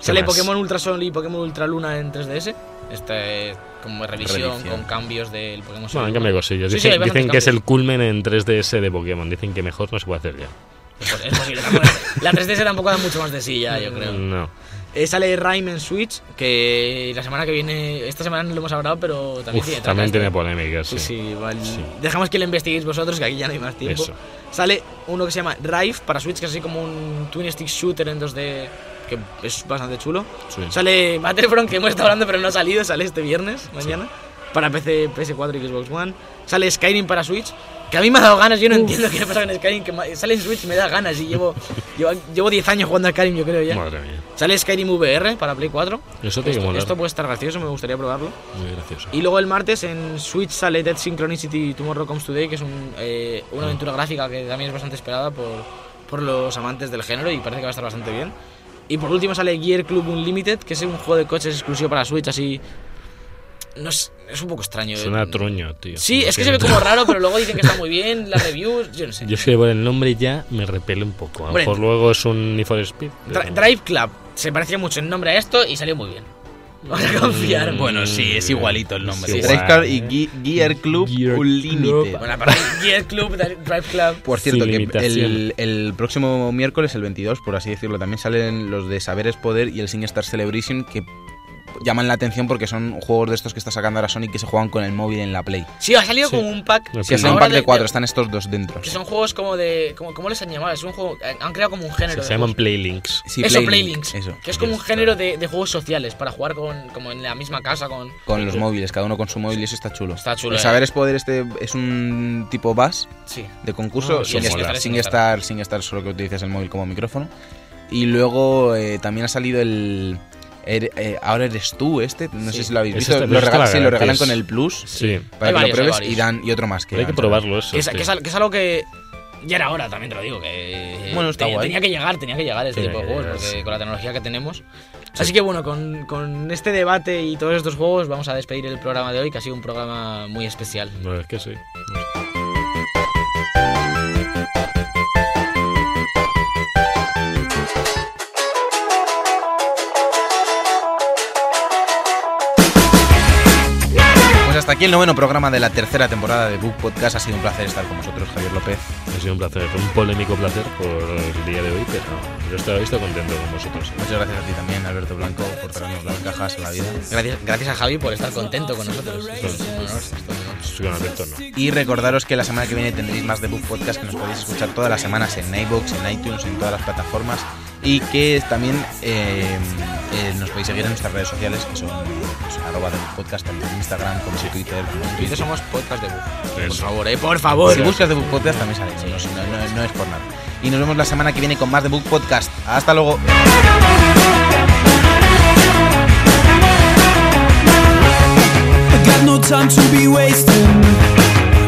Speaker 3: Sale
Speaker 2: más?
Speaker 3: Pokémon Ultra Sol y Pokémon Ultra Luna en 3DS. Esta es Este, como revisión,
Speaker 4: Revisión.
Speaker 3: con cambios del Pokémon Sol.
Speaker 2: Bueno, han cambiado cosillas.
Speaker 3: Sí, sí,
Speaker 2: Dicen,
Speaker 3: hay bastantes
Speaker 2: dicen que es el
Speaker 3: cambios.
Speaker 2: culmen en 3DS de Pokémon. Dicen que mejor no se puede hacer ya.
Speaker 3: Pues es posible, tampoco- La 3DS tampoco da mucho más de sí ya, yo
Speaker 2: Mm.
Speaker 3: creo.
Speaker 2: No.
Speaker 3: Eh, sale Rhyme en Switch, que la semana que viene. Esta semana no lo hemos hablado, pero también
Speaker 2: Uf,
Speaker 3: tiene traca
Speaker 2: también
Speaker 3: este.
Speaker 2: tiene polémicas.
Speaker 3: Sí, sí, vale.
Speaker 2: Sí.
Speaker 3: Dejamos que lo investiguéis vosotros, que aquí ya no hay más tiempo.
Speaker 2: Eso.
Speaker 3: Sale uno que se llama Rive para Switch, que es así como un twin stick shooter en 2D, que es bastante chulo.
Speaker 2: Sí.
Speaker 3: Sale Battlefront, que hemos estado hablando pero no ha salido, sale este viernes, mañana, para PC, PS4 y Xbox One. Sale Skyrim para Switch, que a mí me ha dado ganas, yo no entiendo qué pasa con Skyrim, que ma- sale en Switch y me da ganas, y llevo, llevo, llevo 10 años jugando a Skyrim, yo creo ya.
Speaker 2: Madre mía.
Speaker 3: Sale Skyrim VR para Play 4.
Speaker 2: Eso tiene que
Speaker 3: Esto,
Speaker 2: molar.
Speaker 3: esto puede estar gracioso, me gustaría probarlo.
Speaker 2: Muy gracioso.
Speaker 3: Y luego el martes en Switch sale Dead Synchronicity Tomorrow Comes Today, que es un, eh,
Speaker 2: Mm.
Speaker 3: una aventura gráfica que también es bastante esperada por, por los amantes del género y parece que va a estar bastante bien. Y por último sale Gear Club Unlimited, que es un juego de coches exclusivo para Switch, así... No es, es un poco extraño.
Speaker 2: Suena
Speaker 3: eh.
Speaker 2: truño, tío.
Speaker 3: Sí,
Speaker 2: Lo
Speaker 3: es que se ve
Speaker 2: siento.
Speaker 3: como raro, pero luego dicen que está muy bien, las reviews, yo no sé.
Speaker 2: Yo es que por el nombre ya me repele un poco. A lo
Speaker 3: Hombre,
Speaker 2: mejor luego es un Need for Speed.
Speaker 3: Dra-
Speaker 2: pero-
Speaker 3: Drive Club, se parecía mucho en nombre a esto y salió muy bien. Vamos a confiar.
Speaker 2: Mm,
Speaker 5: Bueno, sí, es igualito el nombre.
Speaker 2: sí,
Speaker 5: Drive
Speaker 2: guay,
Speaker 4: Drive Club
Speaker 2: ¿eh?
Speaker 4: y Ge- Gear Club
Speaker 2: Gear
Speaker 4: Unlimited.
Speaker 2: Club.
Speaker 3: Bueno, para mí, Gear Club, Drive Club...
Speaker 4: Por cierto,
Speaker 2: Sin
Speaker 4: que
Speaker 2: limitación.
Speaker 4: el, el próximo miércoles, el 22, por así decirlo, también salen los de Saberes Poder y el Sin Star Celebration que llaman la atención porque son juegos de estos que está sacando ahora Sony que se juegan con el móvil en la Play.
Speaker 3: Sí, ha salido
Speaker 2: Sí.
Speaker 3: como un pack.
Speaker 2: Sí,
Speaker 4: Si es
Speaker 2: Ahora
Speaker 4: un pack
Speaker 3: de-
Speaker 4: de cuatro,
Speaker 3: de-
Speaker 4: están estos dos dentro.
Speaker 3: Que son juegos como de. Como, ¿Cómo les han llamado? Es un juego. eh, Han creado como un género. de
Speaker 2: se llaman
Speaker 3: juegos.
Speaker 2: Playlinks.
Speaker 4: Sí,
Speaker 3: eso,
Speaker 4: Playlink,
Speaker 3: Playlinks.
Speaker 4: Eso.
Speaker 3: Que es como un
Speaker 2: Está.
Speaker 3: género de, de juegos sociales para jugar con, como en la misma casa. con
Speaker 4: Con los móviles, cada uno con su móvil y eso está chulo.
Speaker 3: Está chulo,
Speaker 4: El
Speaker 3: eh.
Speaker 4: Saberes Poder este es un tipo bus
Speaker 3: Sí.
Speaker 4: de concurso
Speaker 2: Ah,
Speaker 4: sin,
Speaker 2: eso
Speaker 4: estar,
Speaker 2: mola.
Speaker 4: sin estar sin estar solo que utilices el móvil como micrófono y luego eh, también ha salido el er- eh, ahora eres tú este no
Speaker 3: Sí.
Speaker 4: sé si lo habéis
Speaker 2: Ese
Speaker 4: visto
Speaker 2: está-
Speaker 4: lo
Speaker 2: ese está
Speaker 4: regalan, sí, lo
Speaker 2: gratis.
Speaker 4: regalan con el plus
Speaker 2: Sí.
Speaker 3: Hay
Speaker 4: para que
Speaker 3: varios,
Speaker 4: lo
Speaker 3: hay
Speaker 4: pruebes
Speaker 3: varios.
Speaker 4: y dan y otro más que
Speaker 2: Hay que
Speaker 4: dan,
Speaker 2: probarlo eso.
Speaker 3: Que es,
Speaker 2: sí.
Speaker 3: que es al- que es algo que. Ya era hora, también te lo digo. Que
Speaker 4: Bueno, está
Speaker 3: tenía,
Speaker 4: guay.
Speaker 3: tenía que llegar, tenía que llegar este
Speaker 2: Tenía
Speaker 3: tipo de
Speaker 2: que
Speaker 3: juegos.
Speaker 2: llegar,
Speaker 3: Porque
Speaker 2: sí.
Speaker 3: con la tecnología que tenemos. Así que bueno, con, con este debate y todos estos juegos, vamos a despedir el programa de hoy, que ha sido un programa muy especial.
Speaker 2: No, es que sí.
Speaker 4: Pues hasta aquí el noveno programa de la tercera temporada de Book Podcast ha sido un placer estar con vosotros Javier López
Speaker 2: Ha sido un placer, un polémico placer por el día de hoy, pero yo estoy, estoy contento con vosotros.
Speaker 4: muchas gracias a ti también Alberto Blanco por traernos las cajas a la vida
Speaker 3: Gracias, gracias a Javi por estar contento con nosotros. Esto es un honor, esto es un honor.
Speaker 2: Estoy contento, ¿no?
Speaker 4: Y recordaros que la semana que viene tendréis más de Book Podcast que nos podéis escuchar todas las semanas en iBox, en iTunes, en todas las plataformas. Y que también eh, eh, nos podéis seguir en nuestras redes sociales, que son pues, arroba de Book Podcast, tanto en Instagram como en Twitter. como en
Speaker 3: Twitter
Speaker 4: Twitter.
Speaker 3: somos podcast de buf. Por
Speaker 2: Eso.
Speaker 3: favor, eh, por favor.
Speaker 4: Si buscas de Book Podcast también sale, no, no- no- no es por nada. Y nos vemos la semana que viene con más de Book Podcast. Hasta luego.
Speaker 6: I got no time to be wasting.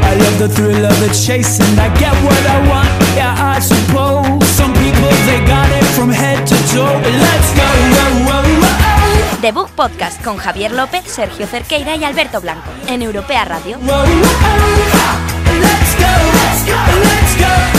Speaker 6: I love the thrill of the chase, and I get what I want. Yeah, I suppose some people they got it from head to toe. But let's go, whoa, whoa, whoa,
Speaker 1: The Book Podcast con Javier López, Sergio Cerqueira y Alberto Blanco en Europea Radio.
Speaker 6: whoa, whoa. Let's go, let's go, let's go.